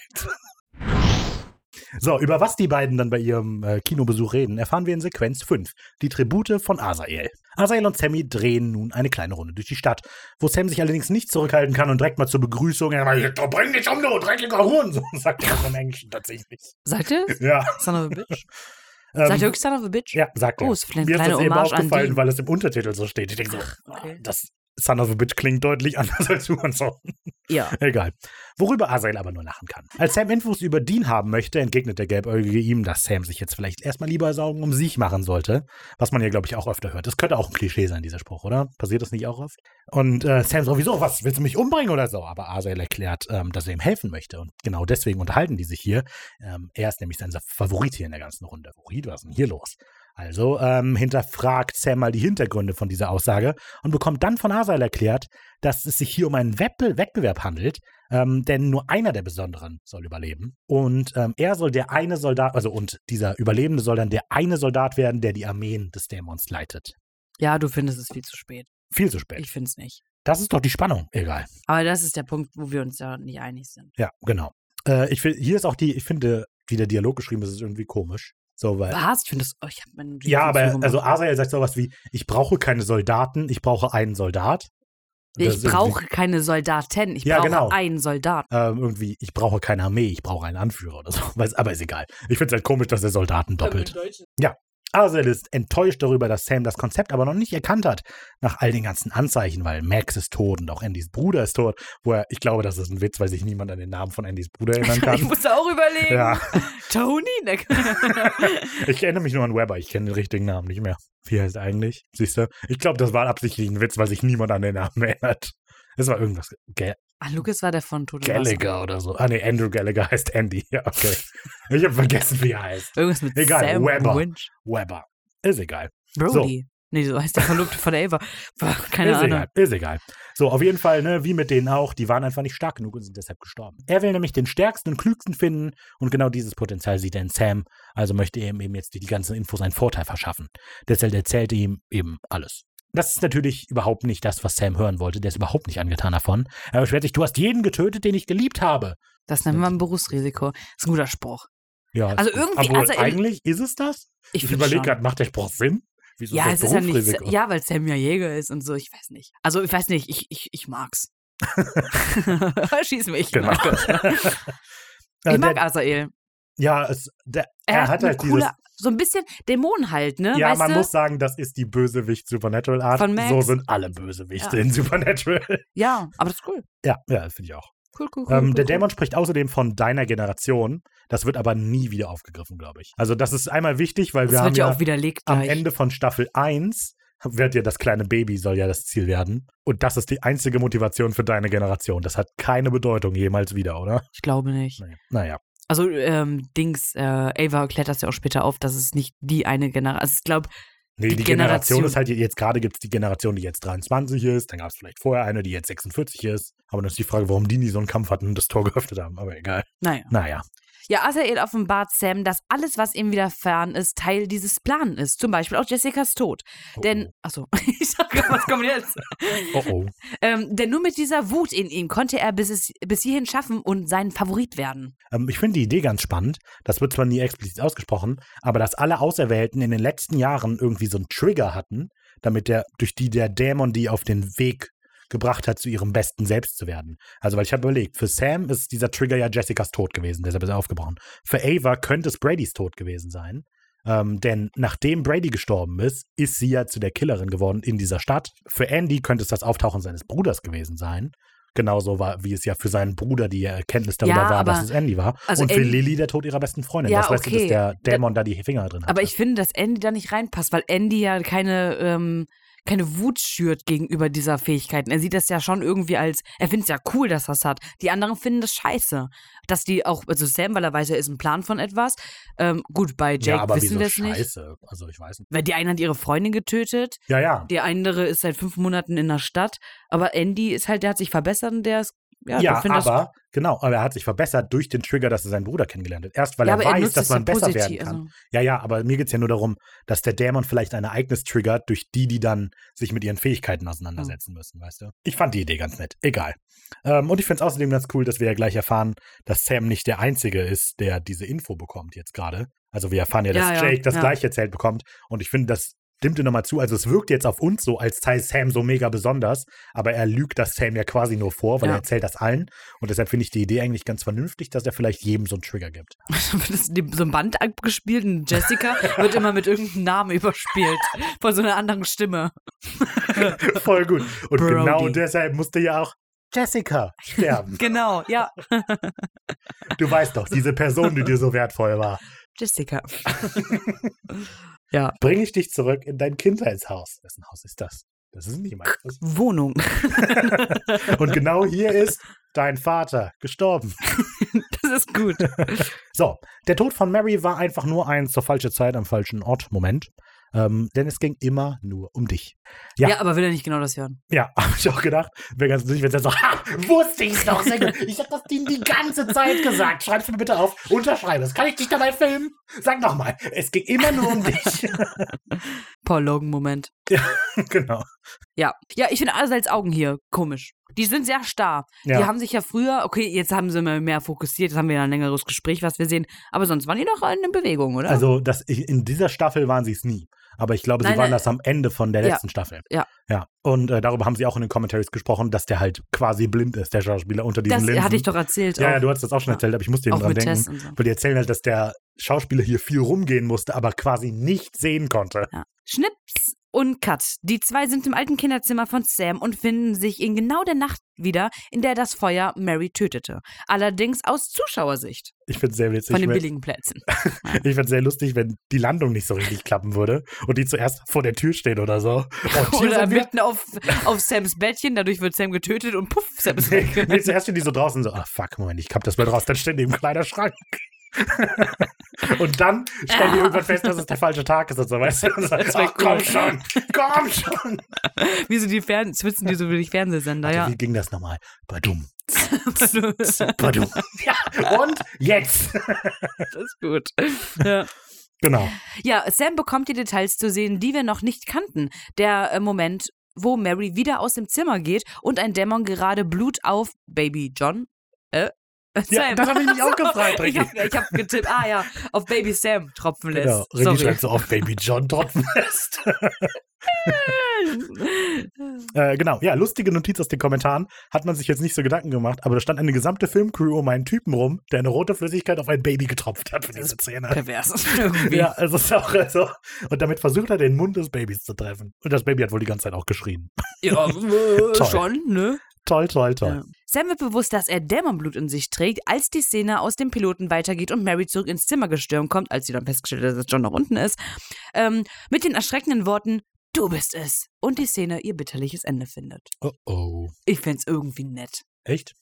S1: So, über was die beiden dann bei ihrem äh, Kinobesuch reden, erfahren wir in Sequenz 5, die Tribute von Asael. Asael und Sammy drehen nun eine kleine Runde durch die Stadt, wo Sam sich allerdings nicht zurückhalten kann und direkt mal zur Begrüßung, er meint, "Du bring dich um, du dreckiger Hurensohn, sagt er auch im Englischen tatsächlich.
S2: Sagt ihr das?
S1: Ja.
S2: Son of a bitch?
S1: ähm,
S2: Sagt ihr wirklich Son of a bitch?
S1: Ja, sagt er.
S2: Oh, ist vielleicht
S1: Mir
S2: eine
S1: ist das
S2: kleine
S1: eben
S2: Hommage an
S1: aufgefallen,
S2: die.
S1: weil es im Untertitel so steht. Ich denke so, "Ah,
S2: okay.
S1: das Son of a Bitch klingt deutlich anders als Hurensohn.
S2: Ja.
S1: Egal. Worüber Asael aber nur lachen kann. Als Sam Infos über Dean haben möchte, entgegnet der Gelbäugige ihm, dass Sam sich jetzt vielleicht erstmal lieber Sorgen um sich machen sollte. Was man ja, glaube ich, auch öfter hört. Das könnte auch ein Klischee sein, dieser Spruch, oder? Passiert das nicht auch oft? Und äh, Sam sowieso, was, willst du mich umbringen oder so? Aber Asael erklärt, ähm, dass er ihm helfen möchte. Und genau deswegen unterhalten die sich hier. Ähm, er ist nämlich sein Favorit hier in der ganzen Runde. Favorit, was ist denn hier los? Also ähm, hinterfragt Sam mal die Hintergründe von dieser Aussage und bekommt dann von Asael erklärt, dass es sich hier um einen Wettbe Wettbewerb handelt, ähm, denn nur einer der Besonderen soll überleben. Und ähm, er soll der eine Soldat, also und dieser Überlebende soll dann der eine Soldat werden, der die Armeen des Dämons leitet.
S2: ja, du findest es viel zu spät.
S1: Viel zu spät.
S2: Ich finde es nicht.
S1: Das ist doch die Spannung. Egal.
S2: Aber das ist der Punkt, wo wir uns ja nicht einig sind.
S1: Ja, genau. Äh, ich find, hier ist auch die, ich finde, wie der Dialog geschrieben ist, ist irgendwie komisch. So, weil.
S2: Was? Ich finde das. Oh, ich hab meinen
S1: Ja, aber
S2: Notizen
S1: also
S2: zugemacht.
S1: Asael sagt sowas wie, ich brauche keine Soldaten, ich brauche einen Soldat. Das
S2: Ich
S1: ist irgendwie-
S2: brauche keine Soldaten. Ich
S1: Ja,
S2: brauche
S1: genau.
S2: einen Soldaten.
S1: ähm, irgendwie, ich brauche keine Armee, ich brauche einen Anführer oder so. Weiß, aber ist egal. Ich finde es halt komisch, dass der Soldaten doppelt. Arcel ist enttäuscht darüber, dass Sam das Konzept aber noch nicht erkannt hat, nach all den ganzen Anzeichen, weil Max ist tot und auch Andys Bruder ist tot. Wo er, ich glaube, das ist ein Witz, weil sich niemand an den Namen von Andys Bruder erinnern
S2: Ich
S1: kann.
S2: musste auch überlegen.
S1: ja,
S2: Tony? Ne?
S1: ich erinnere mich nur an Weber, ich kenne den richtigen Namen nicht mehr. Wie heißt er eigentlich? Siehst du? Ich glaube, das war absichtlich ein Witz, weil sich niemand an den Namen erinnert. Es war irgendwas. Ge
S2: ah, Lucas war der von Tote
S1: Gallagher oder so. Ah, nee, Andrew Gallagher heißt Andy. Ja, okay. Ich habe vergessen, wie er heißt.
S2: Irgendwas mit
S1: Egal,
S2: Sam
S1: Webber.
S2: und Winch.
S1: Weber. Ist egal.
S2: Brody. Nee, so heißt der Verlobte von Ava. Boah, Keine
S1: ist
S2: Ahnung.
S1: egal. Ist egal. So, auf jeden Fall, ne, wie mit denen auch, die waren einfach nicht stark genug und sind deshalb gestorben. Er will nämlich den stärksten und klügsten finden und genau dieses Potenzial sieht er in Sam. Also möchte er ihm eben jetzt die, die ganzen Infos einen Vorteil verschaffen. Deshalb erzählt er ihm eben alles. Das ist natürlich überhaupt nicht das, was Sam hören wollte. Der ist überhaupt nicht angetan davon. Er beschwert sich, du hast jeden getötet, den ich geliebt habe.
S2: Das nennt man Berufsrisiko. Ist ein guter Spruch.
S1: Ja,
S2: Also
S1: ist-
S2: irgendwie-
S1: obwohl,
S2: also im-
S1: eigentlich ist es das?
S2: Ich
S1: Ich
S2: find's
S1: überlege
S2: schon.
S1: gerade, macht der Spruch Sinn? Wieso
S2: Ja,
S1: das
S2: es ist ja nicht.
S1: Berufsrisiko?
S2: Ja, weil Sam ja Jäger ist und so. Ich weiß nicht. Also, ich weiß nicht. Ich, ich, ich mag's. Schieß mich.
S1: Genau.
S2: Ich
S1: Äh,
S2: mag
S1: der,
S2: Asael.
S1: ja, es, der,
S2: Er, hat, eine
S1: halt
S2: coole,
S1: dieses.
S2: so ein bisschen Dämonen halt, ne?
S1: Ja,
S2: weißt
S1: man
S2: du?
S1: muss sagen, das ist die Bösewicht Supernatural Art.
S2: Von Max.
S1: So sind alle Bösewichte
S2: Ja.
S1: in Supernatural.
S2: Ja, aber das ist cool.
S1: Ja, ja, finde ich auch.
S2: Cool, cool, cool.
S1: Ähm,
S2: cool,
S1: der
S2: cool.
S1: Dämon spricht außerdem von deiner Generation. Das wird aber nie wieder aufgegriffen, glaube ich. Also, das ist einmal wichtig, weil
S2: Das
S1: wir haben
S2: wird ja
S1: ja
S2: auch widerlegt
S1: am
S2: gleich.
S1: Ende von Staffel 1 wird ja das kleine Baby soll ja das Ziel werden. Und das ist die einzige Motivation für deine Generation. Das hat keine Bedeutung jemals wieder, oder?
S2: Ich glaube nicht.
S1: Naja. naja.
S2: Also, ähm, Dings, äh, Ava erklärt das ja auch später auf, dass es nicht die eine Generation Also, ich glaube,
S1: Nee, die,
S2: Die
S1: Generation,
S2: Generation.
S1: ist halt jetzt gerade gibt es die Generation, die jetzt 23 ist, dann gab es vielleicht vorher eine, die jetzt 46 ist. Aber dann ist die Frage, warum die nie so einen Kampf hatten und das Tor geöffnet haben. Aber egal.
S2: naja.
S1: Naja.
S2: Ja, Asael offenbart Sam, dass alles, was ihm widerfahren ist, Teil dieses Plans ist. Zum Beispiel auch Jessicas Tod.
S1: Oh,
S2: Denn, achso, ich sage, was kommt jetzt?
S1: oh, oh.
S2: ähm, denn nur mit dieser Wut in ihm konnte er bis, es, bis hierhin schaffen und sein Favorit werden.
S1: Ähm, ich finde die Idee ganz spannend. Das wird zwar nie explizit ausgesprochen, aber dass alle Auserwählten in den letzten Jahren irgendwie so einen Trigger hatten, damit der, durch die der Dämon die auf den Weg gebracht hat, zu ihrem besten Selbst zu werden. Also, weil ich habe überlegt, für Sam ist dieser Trigger ja Jessicas Tod gewesen, deshalb ist er aufgebrochen. Für Ava könnte es Bradys Tod gewesen sein. Ähm, denn nachdem Brady gestorben ist, ist sie ja zu der Killerin geworden in dieser Stadt. Für Andy könnte es das Auftauchen seines Bruders gewesen sein. Genauso war, wie es ja für seinen Bruder die Erkenntnis darüber
S2: Ja,
S1: war, dass
S2: aber-
S1: es Andy war.
S2: also
S1: und für
S2: Andy-
S1: Lilly der Tod ihrer besten Freundin.
S2: Ja,
S1: das weißt du, dass
S2: okay.
S1: der Dämon da die Finger drin hat.
S2: Aber ich finde, dass Andy da nicht reinpasst, weil Andy ja keine, ähm, keine Wut schürt gegenüber dieser Fähigkeiten. Er sieht das ja schon irgendwie als, er findet es ja cool, dass das hat. Die anderen finden das scheiße. Dass die auch, also Sam, weil er weiß, er ist ein Plan von etwas. Ähm, gut, bei Jake
S1: ja, aber wieso
S2: wissen wir es nicht.
S1: scheiße? Also ich weiß nicht.
S2: Weil die eine hat ihre Freundin getötet,
S1: Ja, ja.
S2: der andere ist seit fünf Monaten in der Stadt, aber Andy ist halt, der hat sich verbessert und der ist
S1: Ja,
S2: ich find das-
S1: aber, genau, aber er hat sich verbessert durch den Trigger, dass er seinen Bruder kennengelernt hat. Erst, weil
S2: ja,
S1: er
S2: aber er
S1: weiß,
S2: nutzt
S1: dass
S2: es
S1: man
S2: ja
S1: besser
S2: positiv,
S1: werden kann.
S2: Also,
S1: Ja, ja, aber mir geht es ja nur darum, dass der Dämon vielleicht ein Ereignis triggert, durch die die dann sich mit ihren
S2: Hm.
S1: Fähigkeiten auseinandersetzen müssen, weißt du? Ich fand die Idee ganz nett. Egal. Ähm, und ich finde es außerdem ganz cool, dass wir ja gleich erfahren, dass Sam nicht der Einzige ist, der diese Info bekommt jetzt gerade. Also wir erfahren ja, dass
S2: Ja, ja,
S1: Jake das
S2: ja.
S1: gleiche erzählt bekommt. Und ich finde, das stimmt dir nochmal zu. Also es wirkt jetzt auf uns so, als sei Sam so mega besonders. Aber er lügt das Sam ja quasi nur vor, weil
S2: Ja.
S1: er erzählt das allen. Und deshalb finde ich die Idee eigentlich ganz vernünftig, dass er vielleicht jedem so einen Trigger gibt.
S2: wird das die- so ein Band abgespielt und Jessica wird immer mit irgendeinem Namen überspielt. Von so einer anderen Stimme.
S1: Voll gut. Und
S2: Brody.
S1: genau deshalb musste ja auch Jessica sterben.
S2: Genau, ja.
S1: Du weißt doch, diese Person, die dir so wertvoll war.
S2: Jessica. ja.
S1: Bring ich dich zurück in dein Kindheitshaus. Wessen Haus ist das? Das ist nicht mein Haus.
S2: Wohnung.
S1: Und genau hier ist dein Vater gestorben.
S2: Das ist gut.
S1: So, der Tod von Mary war einfach nur ein zur falschen Zeit am falschen Ort Moment. Ähm, denn es ging immer nur um dich. Ja.
S2: Ja, aber will er nicht genau das hören.
S1: Ja, habe ich auch gedacht. Wäre ganz lustig, wenn es dann so, ha, wusste ich doch, sehr gut. Ich habe das Ding die ganze Zeit gesagt. Schreib's mir bitte auf. Unterschreibe es. Kann ich dich dabei filmen? Sag nochmal. Es ging immer nur um dich.
S2: Paul Logan-Moment.
S1: genau.
S2: Ja. Ja, ich finde allerseits Augen hier komisch. Die sind sehr starr.
S1: Ja.
S2: Die haben sich ja früher, okay, jetzt haben sie mal mehr fokussiert, jetzt haben wir ja ein längeres Gespräch, was wir sehen, aber sonst waren die doch in Bewegung, oder?
S1: Also das, in dieser Staffel waren sie es nie. Aber ich glaube, sie
S2: Nein,
S1: waren
S2: nein.
S1: das am Ende von der
S2: Ja.
S1: letzten Staffel.
S2: Ja.
S1: Ja. Und äh, darüber haben sie auch in den Commentaries gesprochen, dass der halt quasi blind ist, der Schauspieler unter diesen
S2: das
S1: Linsen.
S2: hatte ich doch erzählt.
S1: ja,
S2: auch,
S1: ja, du hast das auch schon
S2: Ja.
S1: erzählt, aber ich musste eben
S2: auch
S1: dran
S2: mit
S1: denken.
S2: Tests und so.
S1: Weil die erzählen halt, dass der Schauspieler hier viel rumgehen musste, aber quasi nicht sehen konnte.
S2: Ja. Schnips und Cut. Die zwei sind im alten Kinderzimmer von Sam und finden sich in genau der Nacht wieder, in der das Feuer Mary tötete. Allerdings aus Zuschauersicht
S1: Ich finde sehr witzig.
S2: von den
S1: weil-
S2: billigen Plätzen.
S1: Ich find's sehr lustig, wenn die Landung nicht so richtig klappen würde und die zuerst vor der Tür stehen oder so. Und hier
S2: Oder
S1: Oh, sind wir.
S2: mitten auf, auf Sams Bettchen, dadurch wird Sam getötet und puff, Sam ist
S1: Nee,
S2: weg.
S1: nee, zuerst stehen die so draußen so, ah fuck, Moment, ich kapp das Bild raus, dann stehen die im Kleiderschrank. Und dann stellen die irgendwann fest, dass es der falsche Tag ist und so, weißt du? Und so,
S2: wär
S1: ach, komm
S2: cool.
S1: schon, komm schon.
S2: Wie so die Fern zwitzen die so wie die Fernsehsender,
S1: Warte,
S2: ja.
S1: Wie ging das nochmal? Badum, badum. Ja, und jetzt.
S2: Das ist gut. Ja.
S1: Genau.
S2: ja, Sam bekommt die Details zu sehen, die wir noch nicht kannten. Der äh, Moment, wo Mary wieder aus dem Zimmer geht und ein Dämon gerade Blut auf Baby John. Äh?
S1: Ja,
S2: Sam.
S1: das habe ich mich auch gefragt,
S2: ich
S1: Ricky.
S2: habe ich hab getippt, ah ja, auf Baby Sam tropfen
S1: Genau.
S2: lässt.
S1: Ricky
S2: Sorry.
S1: schreibt so auf Baby John tropfen lässt. Äh, genau, ja, lustige Notiz aus den Kommentaren. Hat man sich jetzt nicht so Gedanken gemacht, aber da stand eine gesamte Filmcrew um einen Typen rum, der eine rote Flüssigkeit auf ein Baby getropft hat für diese Szene.
S2: Pervers. Irgendwie.
S1: Ja, also ist auch also. Und damit versucht er, den Mund des Babys zu treffen. Und das Baby hat wohl die ganze Zeit auch geschrien.
S2: ja äh,
S1: Toll.
S2: schon, ne?
S1: Toll, toll, toll.
S2: Sam wird bewusst, dass er Dämonblut in sich trägt, als die Szene aus dem Piloten weitergeht und Mary zurück ins Zimmer gestürmt kommt, als sie dann festgestellt hat, dass John noch unten ist, ähm, mit den erschreckenden Worten Du bist es und die Szene ihr bitterliches Ende findet.
S1: Oh oh.
S2: Ich find's irgendwie nett.
S1: Echt?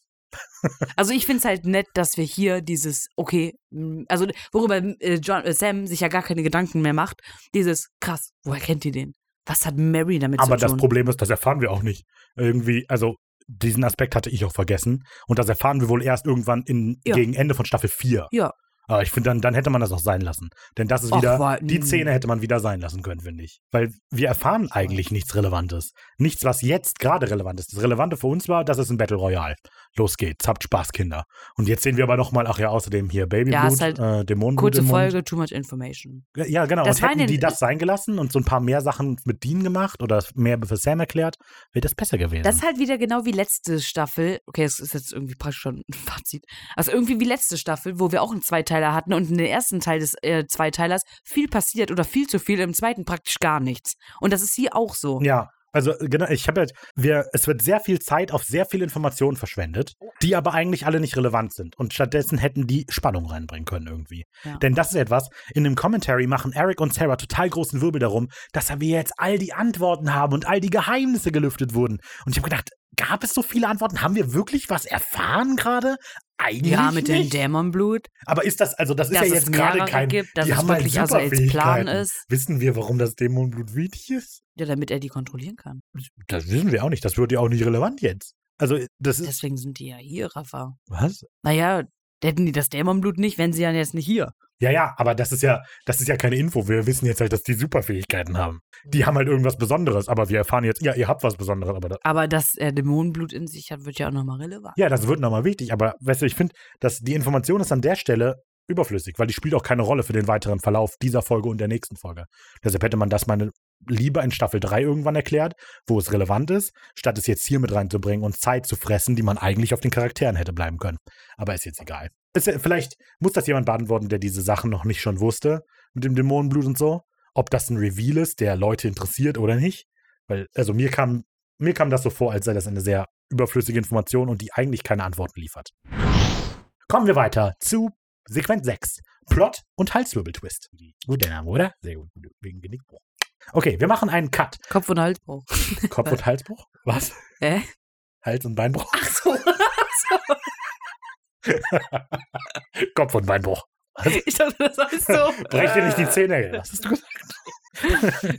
S2: Also ich find's halt nett, dass wir hier dieses okay, mm, also worüber äh, John, äh, Sam sich ja gar keine Gedanken mehr macht, dieses krass. Woher kennt ihr den? Was hat Mary damit
S1: Aber
S2: zu
S1: das
S2: tun?
S1: Problem ist, das erfahren wir auch nicht. Irgendwie, also diesen Aspekt hatte ich auch vergessen. Und das erfahren wir wohl erst irgendwann in,
S2: Ja.
S1: gegen Ende von Staffel 4.
S2: Ja.
S1: Aber ich finde, dann, dann hätte man das auch sein lassen. Denn das ist
S2: Ach,
S1: wieder,
S2: wa-
S1: die
S2: mm.
S1: Szene hätte man wieder sein lassen können, finde ich. Weil wir erfahren eigentlich nichts Relevantes. Nichts, was jetzt gerade relevant ist. Das Relevante für uns war, das ist ein Battle Royale. Los geht's, habt Spaß, Kinder. Und jetzt sehen wir aber nochmal, ach ja, außerdem hier Babyblut,
S2: Ja, ist halt
S1: äh, Dämonenblut
S2: Kurze
S1: im Mund.
S2: Folge, too much information.
S1: Ja, genau.
S2: Das
S1: und
S2: war
S1: hätten
S2: in den-
S1: die das sein gelassen und so ein paar mehr Sachen mit Dean gemacht oder mehr für Sam erklärt, wäre das besser gewesen.
S2: Das ist halt wieder genau wie letzte Staffel. Okay, das ist jetzt irgendwie praktisch schon ein Fazit. Also irgendwie wie letzte Staffel, wo wir auch einen Zweiteiler hatten und in den ersten Teil des äh, Zweiteilers viel passiert oder viel zu viel, im zweiten praktisch gar nichts. Und das ist hier auch so.
S1: ja. Also genau, ich habe halt, wir, es wird sehr viel Zeit auf sehr viel Information verschwendet, die aber eigentlich alle nicht relevant sind. Und stattdessen hätten die Spannung reinbringen können irgendwie.
S2: Ja.
S1: Denn das ist etwas, in dem Commentary machen Eric und Sarah total großen Wirbel darum, dass wir jetzt all die Antworten haben und all die Geheimnisse gelüftet wurden. Und ich habe gedacht, gab es so viele Antworten? Haben wir wirklich was erfahren gerade? Eigentlich
S2: Ja, mit dem
S1: nicht.
S2: Dämonblut,
S1: Aber ist das, also das ist
S2: dass
S1: ja
S2: es
S1: jetzt gerade
S2: mehrere
S1: kein,
S2: gibt, dass
S1: die
S2: es
S1: haben halt
S2: wirklich also als Plan
S1: Superfähigkeiten.
S2: ist,
S1: Wissen wir, warum das Dämonenblut wichtig ist?
S2: ja, damit er die kontrollieren kann.
S1: Das wissen wir auch nicht. Das wird ja auch nicht relevant jetzt. Also, das ist.
S2: Deswegen sind die ja hier, Rafa.
S1: Was?
S2: Naja, hätten die das Dämonblut nicht, wären sie ja jetzt nicht hier.
S1: Ja, ja, aber das ist ja, das ist ja keine Info. Wir wissen jetzt halt, dass die Superfähigkeiten haben.
S2: Mhm.
S1: Die haben halt irgendwas Besonderes, aber wir erfahren jetzt, ja, ihr habt was Besonderes, aber da,
S2: Aber dass er Dämonenblut in sich hat, wird ja auch nochmal relevant.
S1: Ja, das wird nochmal wichtig, aber weißt du, ich finde, dass die Information ist an der Stelle überflüssig, weil die spielt auch keine Rolle für den weiteren Verlauf dieser Folge und der nächsten Folge. Deshalb hätte man das meine lieber in Staffel 3 irgendwann erklärt, wo es relevant ist, statt es jetzt hier mit reinzubringen und Zeit zu fressen, die man eigentlich auf den Charakteren hätte bleiben können. Aber ist jetzt egal. Ist, ja- vielleicht muss das jemand beantworten, der diese Sachen noch nicht schon wusste, mit dem Dämonenblut und so. Ob das ein Reveal ist, der Leute interessiert oder nicht. Weil, also mir kam mir kam das so vor, als sei das eine sehr überflüssige Information und die eigentlich keine Antworten liefert. Kommen wir weiter zu Sequenz 6. Plot und Halswirbeltwist. Guter Name, oder? Sehr gut. Wegen Genickbruch. Okay, wir machen einen Cut.
S2: Kopf und Halsbruch.
S1: Kopf- und Halsbruch? Was?
S2: Hä?
S1: Hals- und Beinbruch?
S2: Ach so.
S1: Kopf- und Beinbruch.
S2: Ich dachte, das heißt so. Äh,
S1: Brech dir nicht die Zähne. Was hast du gesagt?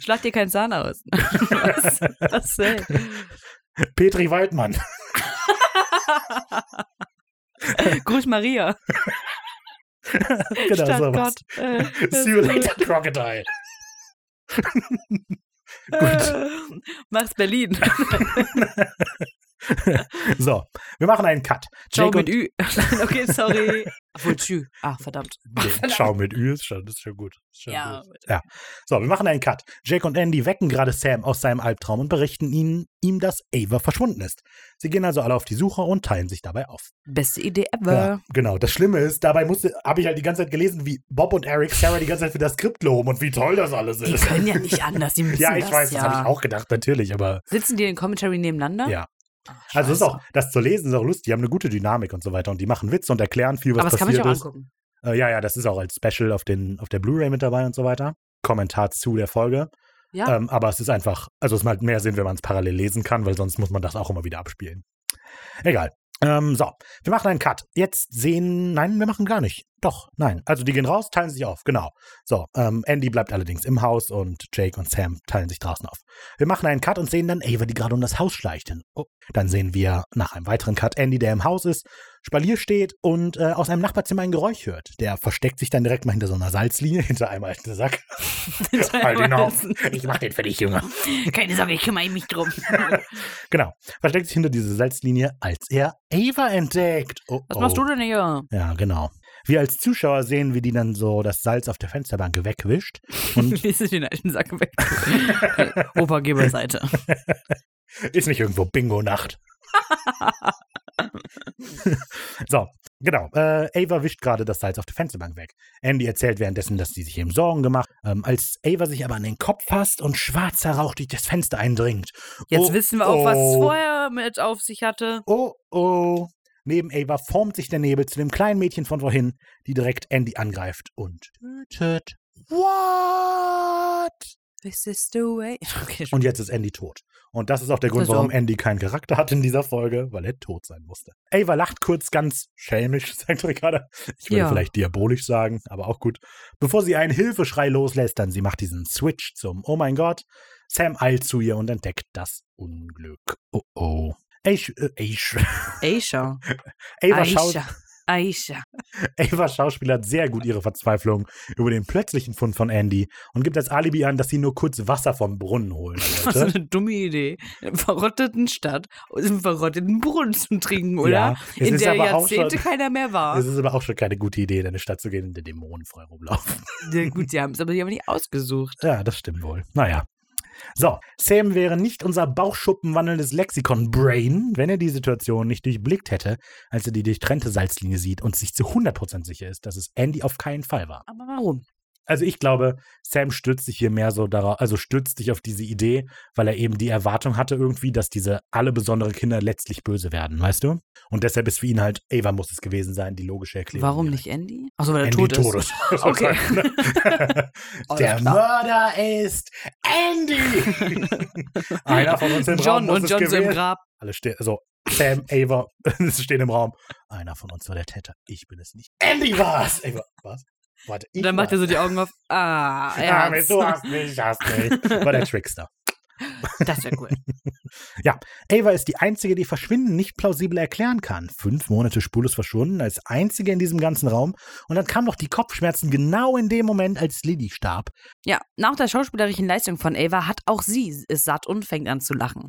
S2: Schlag dir keinen Zahn aus. Was? Was denn?
S1: Petri Waldmann.
S2: Grüß Maria.
S1: genau
S2: Statt
S1: sowas.
S2: Gott. Äh,
S1: See you later, Crocodile. Gut.
S2: Äh, mach's Berlin.
S1: So, wir machen einen Cut.
S2: Ciao
S1: Jake
S2: mit Ü. okay, sorry. Obwohl, tschü. Ah, verdammt.
S1: Nee, Schau mit Ü ist schon, ist schon gut. Ist schon
S2: Ja.
S1: gut. ja. So, wir machen einen Cut. Jake und Andy wecken gerade Sam aus seinem Albtraum und berichten ihnen, ihm, dass Ava verschwunden ist. Sie gehen also alle auf die Suche und teilen sich dabei auf.
S2: Beste Idee
S1: Ja,
S2: ever.
S1: genau. Das Schlimme ist, dabei musste, habe ich halt die ganze Zeit gelesen, wie Bob und Eric Sarah die ganze Zeit für das Skript loben und wie toll das alles
S2: Die
S1: ist.
S2: können ja nicht anders. Die müssen
S1: Ja, ich
S2: das,
S1: weiß,
S2: ja.
S1: das habe ich auch gedacht, natürlich, aber
S2: Sitzen die in Commentary nebeneinander?
S1: Ja. also es ist auch, das zu lesen ist auch lustig, die haben eine gute Dynamik und so weiter und die machen Witze und erklären viel, was
S2: Aber das kann man
S1: passiert
S2: sich auch
S1: ist.
S2: angucken.
S1: Äh, ja, ja, das ist auch als Special auf, den, auf der Blu-ray mit dabei und so weiter. Kommentar zu der Folge.
S2: Ja.
S1: Ähm, aber es ist einfach, also es macht mehr Sinn, wenn man es parallel lesen kann, weil sonst muss man das auch immer wieder abspielen. Egal. Ähm, so, wir machen einen Cut. Jetzt sehen, nein, wir machen gar nicht. Doch, nein. Also die gehen raus, teilen sich auf, genau. So, ähm, Andy bleibt allerdings im Haus und Jake und Sam teilen sich draußen auf. Wir machen einen Cut und sehen dann Ava, die gerade um das Haus schleicht. Oh. Dann sehen wir nach einem weiteren Cut Andy, der im Haus ist, Spalier steht und äh, aus einem Nachbarzimmer ein Geräusch hört. Der versteckt sich dann direkt mal hinter so einer Salzlinie, hinter einem alten Sack. halt ihn auf. Ich mach den für dich, Junge.
S2: Keine Sorge, ich kümmere mich drum.
S1: Genau. Versteckt sich hinter dieser Salzlinie, als er Ava entdeckt. Oh,
S2: Was
S1: oh.
S2: machst du denn hier?
S1: Ja, genau. Wir als Zuschauer sehen, wie die dann so das Salz auf der Fensterbank wegwischt. Und
S2: Wie ist denn den alten Sack weg? Opa, geh beiseite.
S1: ist nicht irgendwo Bingo-Nacht. so, genau. Äh, Ava wischt gerade das Salz auf der Fensterbank weg. Andy erzählt währenddessen, dass sie sich eben Sorgen gemacht. Ähm, als Ava sich aber an den Kopf fasst und schwarzer Rauch durch das Fenster eindringt.
S2: Jetzt
S1: Oh,
S2: wissen wir auch, was es
S1: oh.
S2: vorher mit auf sich hatte.
S1: Oh, oh. Neben Ava formt sich der Nebel zu dem kleinen Mädchen von vorhin, die direkt Andy angreift und tötet. What?
S2: This is the way. Okay,
S1: Und jetzt ist Andy tot. Und das ist auch der Grund,
S2: Also-
S1: warum Andy keinen Charakter hat in dieser Folge, weil er tot sein musste. Ava lacht kurz ganz schelmisch, sagt Ricarda. Ich würde
S2: Ja.
S1: vielleicht diabolisch sagen, aber auch gut. Bevor sie einen Hilfeschrei loslässt, dann sie macht diesen Switch zum Oh mein Gott. Sam eilt zu ihr und entdeckt das Unglück. Oh oh. Aish, äh, Aish.
S2: Aisha.
S1: Ava schaut,
S2: Aisha. Aisha.
S1: Ava schauspielert sehr gut ihre Verzweiflung über den plötzlichen Fund von Andy und gibt als Alibi an, dass sie nur kurz Wasser vom Brunnen holen
S2: Was für
S1: wollte.
S2: eine dumme Idee. In einer verrotteten Stadt und im verrotteten Brunnen zu trinken, oder?
S1: Ja, es
S2: in
S1: ist
S2: der
S1: aber auch
S2: Jahrzehnte
S1: schon-
S2: keiner mehr
S1: Es
S2: war.
S1: ist aber auch schon keine gute Idee, in eine Stadt zu gehen, in der Dämonen frei rumlaufen.
S2: Ja, gut, sie haben es aber die haben nicht ausgesucht.
S1: Ja, das stimmt wohl. Naja. So, Sam wäre nicht unser bauchschuppenwandelndes Lexikon-Brain, wenn er die Situation nicht durchblickt hätte, als er die durchtrennte Salzlinie sieht und sich zu 100% sicher ist, dass es Andy auf keinen Fall war.
S2: Aber warum?
S1: also ich glaube, Sam stützt sich hier mehr so darauf, also stützt sich auf diese Idee, weil er eben die Erwartung hatte irgendwie, dass diese alle besondere Kinder letztlich böse werden, weißt du? Und deshalb ist für ihn halt, Ava muss es gewesen sein, die logische Erklärung.
S2: Warum nicht Andy? Achso, weil er
S1: Andy
S2: Äh, tot ist.
S1: Todes.
S2: Okay. Alles
S1: Der Mörder ist Andy. Einer von uns im Raum
S2: John
S1: muss
S2: und
S1: es
S2: John so im
S1: gewesen-
S2: Grab.
S1: Alle stehen, also Sam, Ava stehen im Raum. Einer von uns war der Täter. Ich bin es nicht. Andy war's. Ava, was? Warte, ich
S2: Und dann macht
S1: war's.
S2: er so die Augen auf. Ah,
S1: Ja,
S2: er
S1: aber
S2: hat's.
S1: du hast mich, hast mich. War der Trickster.
S2: Das wäre cool.
S1: Ava ist die einzige, die Verschwinden nicht plausibel erklären kann. Fünf Monate spurlos verschwunden, als einzige in diesem ganzen Raum. Und dann kamen noch die Kopfschmerzen genau in dem Moment, als Lily starb.
S2: Ja, nach der schauspielerischen Leistung von Ava hat auch sie es satt und fängt an zu lachen.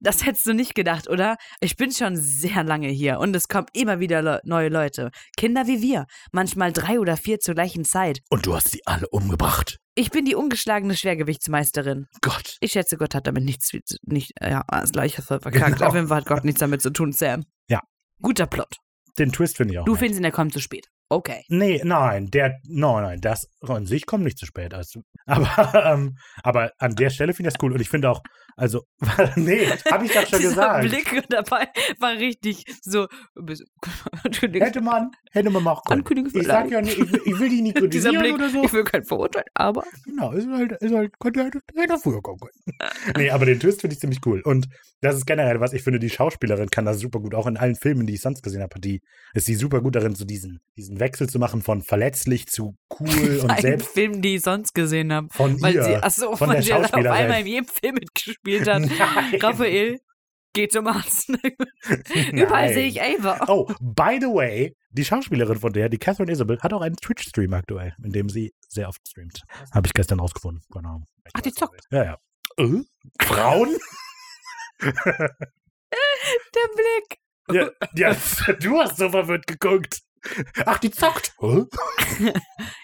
S2: Das hättest du nicht gedacht, oder? Ich bin schon sehr lange hier und es kommen immer wieder Le neue Leute. Kinder wie wir. Manchmal drei oder vier zur gleichen Zeit.
S1: Und du hast sie alle umgebracht.
S2: Ich bin die ungeschlagene Schwergewichtsmeisterin.
S1: Gott.
S2: Ich schätze, Gott hat damit nichts, viel zu- nicht, ja, das gleiche verkackt.
S1: Genau.
S2: Auf jeden Fall hat Gott nichts damit zu tun, Sam.
S1: Ja.
S2: Guter Plot.
S1: Den Twist finde ich auch.
S2: Du
S1: nett.
S2: findest ihn, er kommt zu spät. Okay.
S1: Nee, nein, der, nein, nein, das an sich kommt nicht zu spät. Also, aber, ähm, aber an der Stelle finde ich das cool und ich finde auch, also, nee, habe ich doch schon
S2: Dieser
S1: gesagt.
S2: Blick dabei war richtig so. Entschuldigung.
S1: Hätte man, hätte man machen können.
S2: Ankündigung
S1: Ich sag ja nicht, ich, will- ich will die nicht
S2: Dieser
S1: kritisieren
S2: Blick,
S1: oder so.
S2: ich will kein verurteilen, aber
S1: Genau, ist halt, ist halt, könnte halt, hätte früher kommen können. nee, aber den Twist finde ich ziemlich cool. Und das ist generell was, ich finde, die Schauspielerin kann das super gut, auch in allen Filmen, die ich sonst gesehen habe, die ist sie super gut darin, so diesen, diesen Wechsel zu machen von verletzlich zu cool und
S2: ein
S1: selbst
S2: Film, die ich sonst gesehen habe.
S1: von
S2: Weil sie,
S1: ihr.
S2: achso,
S1: von
S2: weil
S1: der
S2: sie auf
S1: Schauspielerin.
S2: einmal in jedem Film mitgespielt hat.
S1: Nein.
S2: Raphael, geh zum Arzt. Überall
S1: Nein.
S2: sehe ich Ava.
S1: Oh, by the way, die Schauspielerin von der, die Catherine Isabel, hat auch einen Twitch-Stream aktuell, in dem sie sehr oft streamt. Habe ich gestern rausgefunden. Keine Ahnung.
S2: Ach, die zockt.
S1: Ja, ja. Äh? Frauen?
S2: Der Blick.
S1: Ja, ja, du hast so verwirrt geguckt. Ach, die zockt. Hä?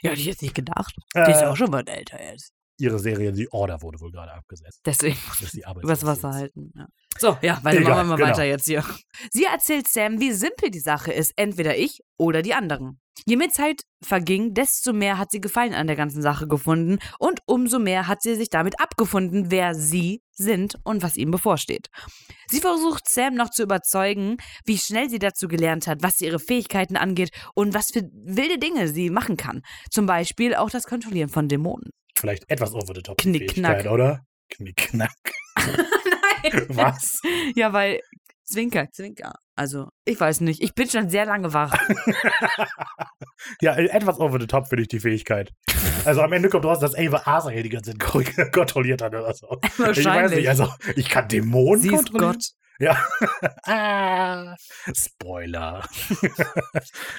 S2: Ja, die hätte ich gedacht. Die ist
S1: Äh,
S2: auch schon mal älter jetzt.
S1: ihre Serie The Order wurde wohl gerade abgesetzt.
S2: Deswegen
S1: Das ist die
S2: übers Wasser
S1: halt.
S2: halten. Ja. So, ja, weiter,
S1: Egal,
S2: machen wir mal
S1: genau.
S2: weiter jetzt hier. Sie erzählt Sam, wie simpel die Sache ist, entweder ich oder die anderen. Je mehr Zeit verging, desto mehr hat sie Gefallen an der ganzen Sache gefunden und umso mehr hat sie sich damit abgefunden, wer sie sind und was ihm bevorsteht. Sie versucht Sam noch zu überzeugen, wie schnell sie dazu gelernt hat, was ihre Fähigkeiten angeht und was für wilde Dinge sie machen kann. Zum Beispiel auch das Kontrollieren von Dämonen.
S1: Vielleicht etwas over the top. die
S2: Knickknack.
S1: Fähigkeit, Oder? Knickknack.
S2: Nein.
S1: Was?
S2: Ja, weil Zwinker, Zwinker. Also, ich weiß nicht. Ich bin schon sehr lange wach.
S1: Ja, äh, etwas over the top finde ich die Fähigkeit. Also am Ende kommt raus, dass Ava Azrael die ganze Zeit ko- kontrolliert hat oder so. Ich weiß nicht,
S2: Wahrscheinlich.
S1: also ich kann Dämonen
S2: Sie ist
S1: kontrollieren.
S2: Gott.
S1: Ah, Spoiler.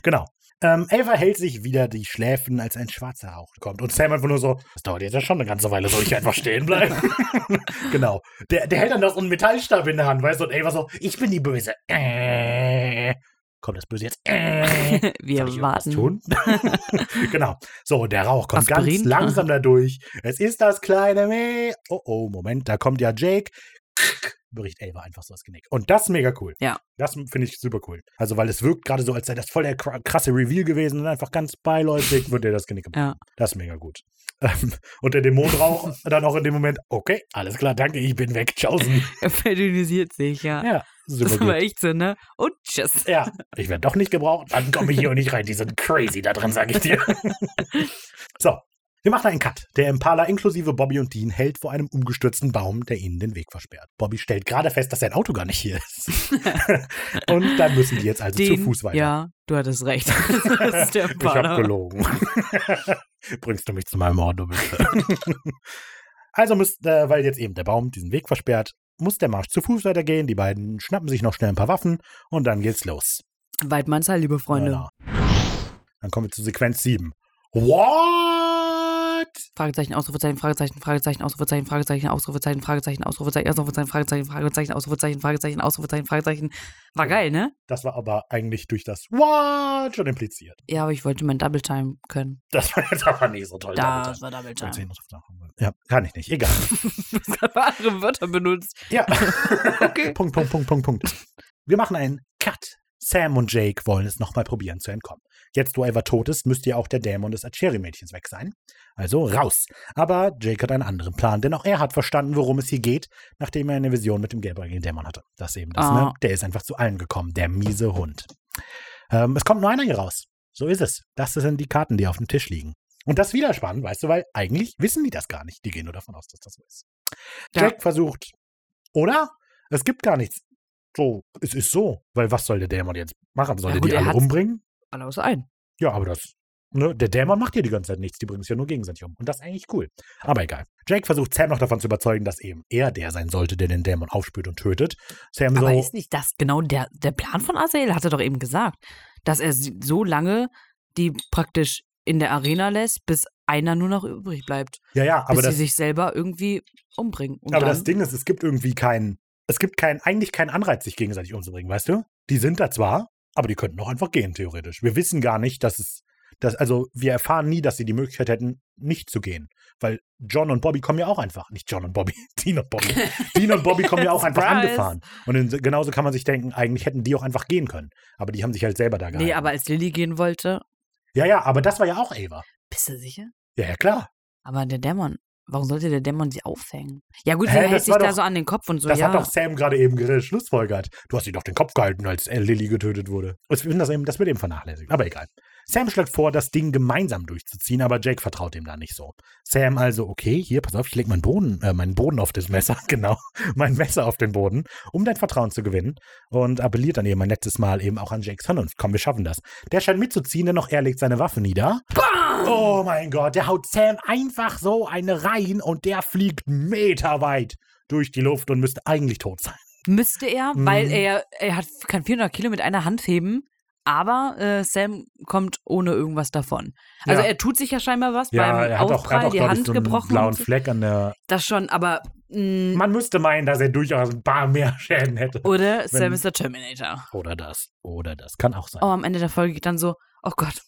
S1: genau. Ähm, Ava hält sich wieder die Schläfen, als ein schwarzer Hauch kommt. Und Sam einfach nur so, das dauert jetzt ja schon eine ganze Weile, soll ich hier einfach stehen bleiben? genau. Der, der hält dann noch so einen Metallstab in der Hand, weißt du? Und Ava so, ich bin die Böse. Äh. Kommt das Böse jetzt? Äh.
S2: Wir
S1: Soll ich irgendwas
S2: warten.
S1: Tun? genau. So, der Rauch kommt ganz
S2: Aspirin?
S1: langsam da durch. Es ist das kleine Mäh. Oh, oh, Moment, da kommt ja Jake. Bericht Ava einfach so das Genick. Und das ist mega cool.
S2: Ja.
S1: Das finde ich super cool. Also, weil es wirkt gerade so, als sei das voll der kra- krasse Reveal gewesen und einfach ganz beiläufig wird dir das Genick gebrochen. Das ist mega gut. Ähm, Und der Dämonenrauch dann auch in dem Moment, okay, alles klar, danke, ich bin weg. Tschaußen.
S2: Er verdünnisiert sich, ja.
S1: Ja,
S2: das
S1: super
S2: war
S1: gut.
S2: echt so, ne? Und tschüss.
S1: Ja, ich werde doch nicht gebraucht, dann komme ich hier auch nicht rein. Die sind crazy da drin, sage ich dir. so, wir machen einen Cut. Der Impala inklusive Bobby und Dean hält vor einem umgestürzten Baum, der ihnen den Weg versperrt. Bobby stellt gerade fest, dass sein Auto gar nicht hier ist. und dann müssen die jetzt also zu
S2: Den-
S1: Fuß weiter.
S2: Ja, du hattest recht. das ist der
S1: Ich hab
S2: Baller.
S1: gelogen. Bringst du mich zu meinem Auto, bitte. also müsst, äh, weil jetzt eben der Baum diesen Weg versperrt, muss der Marsch zu Fuß weitergehen. Die beiden schnappen sich noch schnell ein paar Waffen und dann geht's los.
S2: Weidmanns Heil, liebe Freunde.
S1: Genau. Dann kommen wir zu Sequenz 7. What?
S2: Fragezeichen, Ausrufezeichen, Fragezeichen, Fragezeichen, Ausrufezeichen, Fragezeichen, Ausrufezeichen, Fragezeichen, Ausrufezeichen, Ausrufezeichen, Fragezeichen, Fragezeichen, Ausrufezeichen, Fragezeichen, Ausrufezeichen, Fragezeichen. War geil, ne?
S1: Das war aber eigentlich durch das What schon impliziert.
S2: Ja, aber ich wollte mein Double Time können.
S1: Das war jetzt aber nicht so toll.
S2: Das war Double
S1: Damit
S2: Time.
S1: dann- Ja, kann ich nicht. Egal.
S2: Du hast aber andere Wörter benutzt.
S1: Ja.
S2: Okay.
S1: Punkt, Punkt, Punkt, Punkt, Punkt. Wir machen einen Cut. Sam und Jake wollen es nochmal probieren zu entkommen. Jetzt, wo Eva tot ist, müsste ja auch der Dämon des Acheri-Mädchens weg sein. Also raus. Aber Jake hat einen anderen Plan, denn auch er hat verstanden, worum es hier geht, nachdem er eine Vision mit dem gelbäugigen Dämon hatte. Das ist eben das,
S2: Ah.
S1: ne? Der ist einfach zu allen gekommen, der miese Hund. Ähm, es kommt nur einer hier raus. So ist es. Das sind die Karten, die auf dem Tisch liegen. Und das ist wieder spannend, weißt du, weil eigentlich wissen die das gar nicht. Die gehen nur davon aus, dass das so ist.
S2: Ja.
S1: Jack versucht, oder? Es gibt gar nichts. So, es ist so. Weil was soll der Dämon jetzt machen? Soll
S2: Ja,
S1: er
S2: gut,
S1: die
S2: er
S1: alle
S2: hat's-
S1: umbringen?
S2: Alle außer ein.
S1: Ja, aber das Ne, der Dämon macht hier die ganze Zeit nichts, die bringen sich ja nur gegenseitig um. Und das ist eigentlich cool. Aber egal. Jake versucht Sam noch davon zu überzeugen, dass eben er der sein sollte, der den Dämon aufspürt und tötet. Sam
S2: Aber
S1: so,
S2: ist nicht das genau der, der Plan von Azael? Hat er doch eben gesagt, dass er sie so lange die praktisch in der Arena lässt, bis einer nur noch übrig bleibt.
S1: ja, ja, aber
S2: bis
S1: das
S2: sie sich selber irgendwie umbringen. Und
S1: Aber
S2: dann,
S1: das Ding ist, es gibt irgendwie keinen, es gibt keinen, eigentlich keinen Anreiz, sich gegenseitig umzubringen, weißt du? Die sind da zwar, aber die könnten auch einfach gehen, theoretisch. Wir wissen gar nicht, dass es, dass, also wir erfahren nie, dass sie die Möglichkeit hätten, nicht zu gehen. Weil John und Bobby kommen ja auch einfach, nicht John und Bobby, Dean und Bobby. Dean und Bobby kommen ja auch einfach
S2: Surprise.
S1: angefahren. Und in, genauso kann man sich denken, eigentlich hätten die auch einfach gehen können. Aber die haben sich halt selber da gehalten.
S2: Nee, aber als Lilly gehen wollte,
S1: ja, ja, aber das war ja auch Ava.
S2: bist du sicher?
S1: Ja, ja, klar.
S2: Aber der Dämon, warum sollte der Dämon sie aufhängen? Ja gut,
S1: Hä,
S2: er hält
S1: das
S2: sich
S1: war
S2: da
S1: doch-
S2: so an den Kopf und so,
S1: Das
S2: ja.
S1: hat doch Sam gerade eben ger- schlussfolgert. Du hast dir doch den Kopf gehalten, als äh, Lilly getötet wurde. Das, das, eben, das wird eben vernachlässigt. Aber egal. Sam schlägt vor, das Ding gemeinsam durchzuziehen, aber Jake vertraut ihm da nicht so. Sam also, okay, hier, pass auf, ich leg meinen Boden, äh, meinen Boden auf das Messer, genau, mein Messer auf den Boden, um dein Vertrauen zu gewinnen und appelliert dann eben ein letztes Mal eben auch an Jakes Vernunft. Komm, wir schaffen das. Der scheint mitzuziehen, dennoch er legt seine Waffe nieder Oh mein Gott, der haut Sam einfach so eine rein und der fliegt meterweit durch die Luft und müsste eigentlich tot sein.
S2: Müsste er, weil
S1: Mhm.
S2: er, er hat, kann 400 Kilo mit einer Hand heben, aber äh, Sam kommt ohne irgendwas davon. Also
S1: Ja.
S2: er tut sich ja scheinbar was beim Aufprall, die
S1: glaub ich,
S2: Hand
S1: so einen
S2: gebrochen.
S1: blauen
S2: und so.
S1: Fleck an der.
S2: Das schon, aber mm, mh,
S1: Man müsste meinen, dass er durchaus ein paar mehr Schäden hätte.
S2: oder Sam
S1: wenn-
S2: ist der Terminator.
S1: Oder das. Oder das. Kann auch sein.
S2: Oh, am Ende der Folge geht dann so, oh Gott,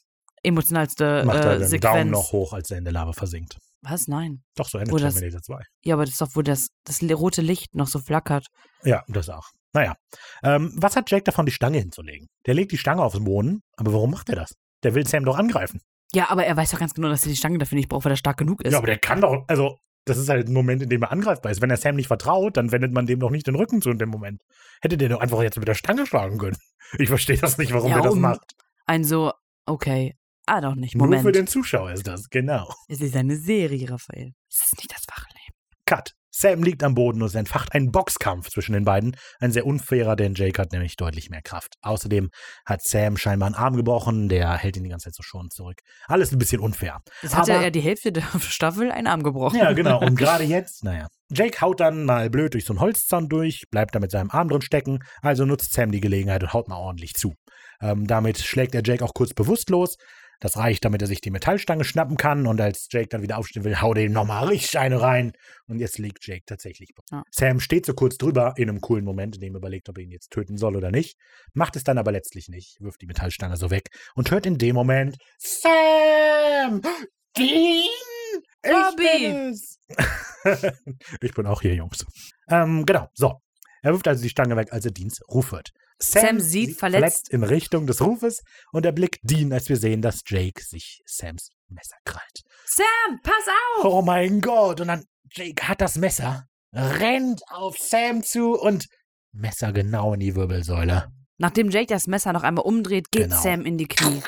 S2: emotionalste
S1: Macht er
S2: äh,
S1: den
S2: Sequenz.
S1: Daumen noch hoch, als er in der Lava versinkt.
S2: Was? Nein.
S1: Doch, so endet
S2: Wo das-
S1: Terminator 2.
S2: Ja, aber das ist doch, wo das, das rote Licht noch so flackert.
S1: Ja, das auch. Naja. Ähm, was hat Jake davon, die Stange hinzulegen? Der legt die Stange auf den Boden, aber warum macht er das? Der will Sam doch angreifen.
S2: Ja, aber er weiß doch ganz genau, dass er die Stange dafür nicht braucht, weil er stark genug ist.
S1: Ja, aber der kann doch, also das ist halt ein Moment, in dem er angreifbar ist. Wenn er Sam nicht vertraut, dann wendet man dem doch nicht den Rücken zu in dem Moment. Hätte der doch einfach jetzt mit der Stange schlagen können. Ich verstehe das nicht, warum
S2: Ja,
S1: er das
S2: um-
S1: macht.
S2: Ein so, okay, ah, doch nicht,
S1: Nur
S2: Moment.
S1: für den Zuschauer ist das, genau.
S2: Es ist eine Serie, Raphael. Es ist nicht das wahre Leben.
S1: Cut. Sam liegt am Boden und es entfacht ein Boxkampf zwischen den beiden. Ein sehr unfairer, denn Jake hat nämlich deutlich mehr Kraft. Außerdem hat Sam scheinbar einen Arm gebrochen, der hält ihn die ganze Zeit so schonend zurück. Alles ein bisschen unfair.
S2: Jetzt hatte
S1: Aber-
S2: er die Hälfte der Staffel einen Arm gebrochen.
S1: Ja, genau. Und gerade jetzt, naja. Jake haut dann mal blöd durch so einen Holzzaun durch, bleibt da mit seinem Arm drin stecken, also nutzt Sam die Gelegenheit und haut mal ordentlich zu. Ähm, damit schlägt er Jake auch kurz bewusstlos. Das reicht, damit er sich die Metallstange schnappen kann und als Jake dann wieder aufstehen will, haut er ihm nochmal richtig eine rein. Und jetzt liegt Jake tatsächlich.
S2: Ja.
S1: Sam steht so kurz drüber in einem coolen Moment, in dem er überlegt, ob er ihn jetzt töten soll oder nicht, macht es dann aber letztlich nicht, wirft die Metallstange so weg und hört in dem Moment Sam! Dean! Ich
S2: Bobby!
S1: bin es! ich bin auch hier, Jungs. Ähm, genau, so. Er wirft also die Stange weg, als er Deans Ruf hört.
S2: Sam sieht verletzt-
S1: in Richtung des Rufes und erblickt Dean, als wir sehen, dass Jake sich Sams Messer krallt.
S2: Sam, pass auf!
S1: Oh mein Gott! Und dann Jake hat das Messer, rennt auf Sam zu und Messer genau in die Wirbelsäule.
S2: Nachdem Jake das Messer noch einmal umdreht, geht
S1: Genau.
S2: Sam in die Knie.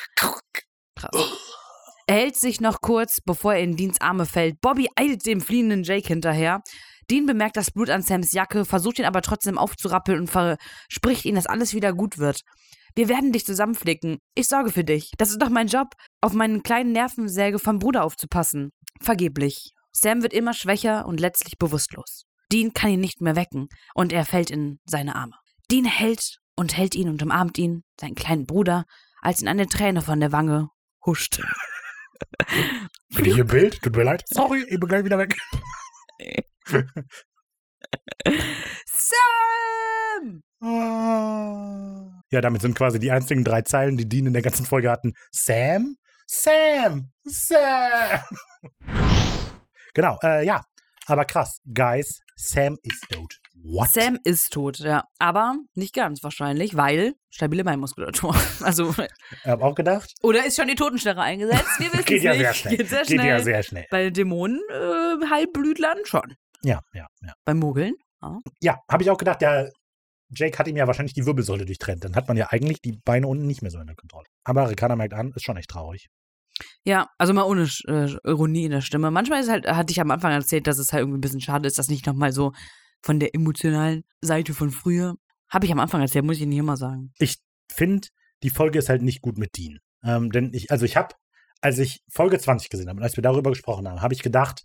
S2: Krass. Er hält sich noch kurz, bevor er in Deans Arme fällt. Bobby eilt dem fliehenden Jake hinterher. Dean bemerkt das Blut an Sams Jacke, versucht ihn aber trotzdem aufzurappeln und verspricht ihm, dass alles wieder gut wird. Wir werden dich zusammenflicken. Ich sorge für dich. Das ist doch mein Job, auf meinen kleinen Nervensäge vom Bruder aufzupassen. Vergeblich. Sam wird immer schwächer und letztlich bewusstlos. Dean kann ihn nicht mehr wecken und er fällt in seine Arme. Dean hält und hält ihn und umarmt ihn, seinen kleinen Bruder, als ihn eine Träne von der Wange huscht.
S1: Bin ich im Bild? Tut mir leid. Sorry, ich bin gleich wieder weg.
S2: Sam!
S1: Ja, damit sind quasi die einzigen drei Zeilen, die Dean in der ganzen Folge hatten. Sam? Sam! Sam! genau, äh, ja. Aber krass. Guys, Sam ist tot. What?
S2: Sam ist tot, ja. Aber nicht ganz wahrscheinlich, weil stabile Beinmuskulatur. Also,
S1: Ich hab auch gedacht.
S2: oder ist schon die Totenstarre eingesetzt? Wir wissen
S1: Geht
S2: es
S1: ja
S2: nicht.
S1: sehr schnell.
S2: Geht sehr
S1: Geht ja
S2: schnell.
S1: sehr schnell.
S2: Bei Dämonen, äh, Halbblütlern schon.
S1: Ja, ja, ja.
S2: Bei Mogeln.
S1: Ja, habe ich auch gedacht, der Jake hat ihm ja wahrscheinlich die Wirbelsäule durchtrennt. Dann hat man ja eigentlich die Beine unten nicht mehr so in der Kontrolle. Aber Ricarda merkt an, ist schon echt traurig.
S2: Ja, also mal ohne Sch- äh, Ironie in der Stimme. Manchmal ist halt, hatte ich am Anfang erzählt, dass es halt irgendwie ein bisschen schade ist, dass nicht nochmal so von der emotionalen Seite von früher. Habe ich am Anfang erzählt, muss ich Ihnen hier mal sagen.
S1: Ich finde, die Folge ist halt nicht gut mit Dean. Ähm, denn ich, also ich habe als ich Folge 20 gesehen habe und als wir darüber gesprochen haben, habe ich gedacht,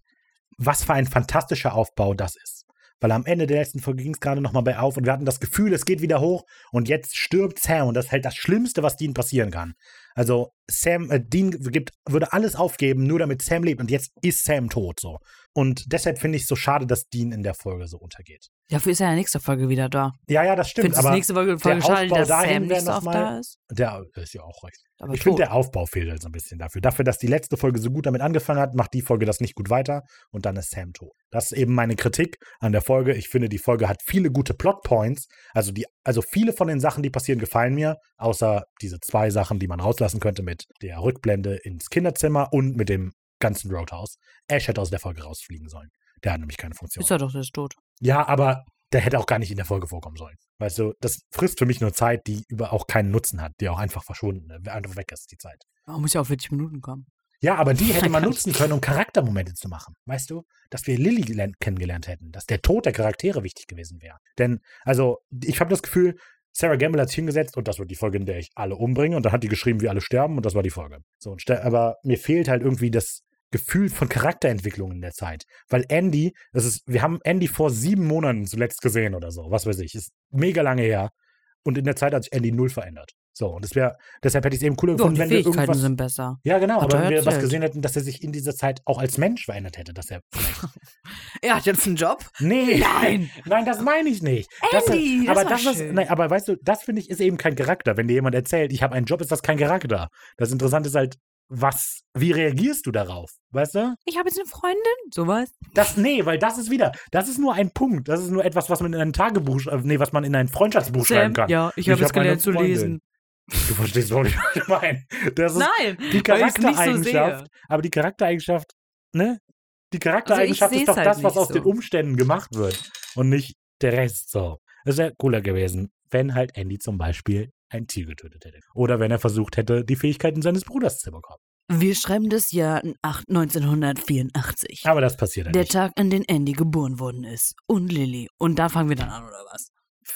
S1: was für ein fantastischer Aufbau das ist. Weil am Ende der letzten Folge ging es gerade nochmal bei auf und wir hatten das Gefühl, es geht wieder hoch und jetzt stirbt Sam und das ist halt das Schlimmste, was Dean passieren kann. Also Sam, äh, Dean gibt, würde alles aufgeben, nur damit Sam lebt und jetzt ist Sam tot so. Und deshalb finde ich es so schade, dass Dean in der Folge so untergeht.
S2: Dafür ist er in der nächsten Folge wieder da.
S1: Ja, ja, das stimmt,
S2: Findest du
S1: aber
S2: nächste Folge, Folge
S1: der
S2: schade,
S1: Aufbau
S2: dass
S1: dahin
S2: Sam
S1: wär
S2: nicht so
S1: noch
S2: oft
S1: mal-
S2: da ist?
S1: der ist ja auch recht.
S2: Aber
S1: ich finde,
S2: tot.
S1: der Aufbau fehlt jetzt ein bisschen dafür. Dafür, dass die letzte Folge so gut damit angefangen hat, macht die Folge das nicht gut weiter und dann ist Sam tot. Das ist eben meine Kritik an der Folge. Ich finde, die Folge hat viele gute Plotpoints. Also, die, also viele von den Sachen, die passieren, gefallen mir, außer diese zwei Sachen, die man rauslassen könnte mit der Rückblende ins Kinderzimmer und mit dem ganzen Roadhouse. Ash hätte aus der Folge rausfliegen sollen. Der hat nämlich keine Funktion.
S2: Ist er doch, der ist tot.
S1: Ja, aber der hätte auch gar nicht in der Folge vorkommen sollen. Weißt du, das frisst für mich nur Zeit, die über auch keinen Nutzen hat, die auch einfach verschwunden, äh, einfach weg ist, die Zeit.
S2: Man muss ja auf 40 Minuten kommen.
S1: Ja, aber die hätte man
S2: Kann-
S1: nutzen können, um Charaktermomente zu machen. Weißt du, dass wir Lilly gelernt- kennengelernt hätten, dass der Tod der Charaktere wichtig gewesen wäre. Denn, also, ich habe das Gefühl, Sarah Gamble hat sich hingesetzt und das wird die Folge, in der ich alle umbringe. Und dann hat die geschrieben, wie alle sterben und das war die Folge. So, und ste- aber mir fehlt halt irgendwie das Gefühl von Charakterentwicklung in der Zeit. Weil Andy, das ist, wir haben Andy vor sieben Monaten zuletzt gesehen oder so, was weiß ich, ist mega lange her. Und in der Zeit hat sich Andy null verändert. So, und es wäre, deshalb hätte ich es eben cooler
S2: Ja,
S1: gefunden,
S2: und die
S1: wenn wir
S2: Fähigkeiten
S1: irgendwas
S2: sind besser.
S1: ja, genau,
S2: Hat
S1: aber
S2: er
S1: wenn wir was
S2: erzählt.
S1: gesehen hätten, dass er sich in dieser Zeit auch als Mensch verändert hätte, dass er vielleicht.
S2: Er hat jetzt einen Job?
S1: Nee,
S2: Nein!
S1: nein, das meine ich nicht. Das
S2: Andy,
S1: ist,
S2: das
S1: aber
S2: war
S1: das ist,
S2: schön.
S1: nein, aber weißt du, das finde ich ist eben kein Charakter. Wenn dir jemand erzählt, ich habe einen Job, ist das kein Charakter. Das Interessante ist halt, was, wie reagierst du darauf? Weißt du?
S2: Ich habe jetzt eine Freundin? Sowas?
S1: Das, nee, weil das ist wieder, das ist nur ein Punkt. Das ist nur etwas, was man in ein Tagebuch, sch- äh, nee, was man in ein Freundschaftsbuch schreiben kann.
S2: ja, ich
S1: Ich
S2: habe jetzt
S1: hab meine
S2: gelernt zu
S1: Freundin.
S2: lesen.
S1: Du verstehst, warum ich was ich meine. Das ist
S2: Nein!
S1: die
S2: weil ich's nicht so
S1: Charaktereigenschaft, aber die Charaktereigenschaft, ne? Die Charaktereigenschaft
S2: Also, seh's
S1: ist doch
S2: halt
S1: das, was
S2: nicht
S1: aus
S2: so.
S1: den Umständen gemacht wird und nicht der Rest so. Es wäre cooler gewesen, wenn halt Andy zum Beispiel ein Tier getötet hätte. Oder wenn er versucht hätte, die Fähigkeiten seines Bruders zu bekommen.
S2: Wir schreiben das Jahr acht- 1984.
S1: Aber das passiert ja
S2: Der
S1: nicht.
S2: Tag, an den Andy geboren worden ist. Und Lilly. Und da fangen wir dann an, oder was?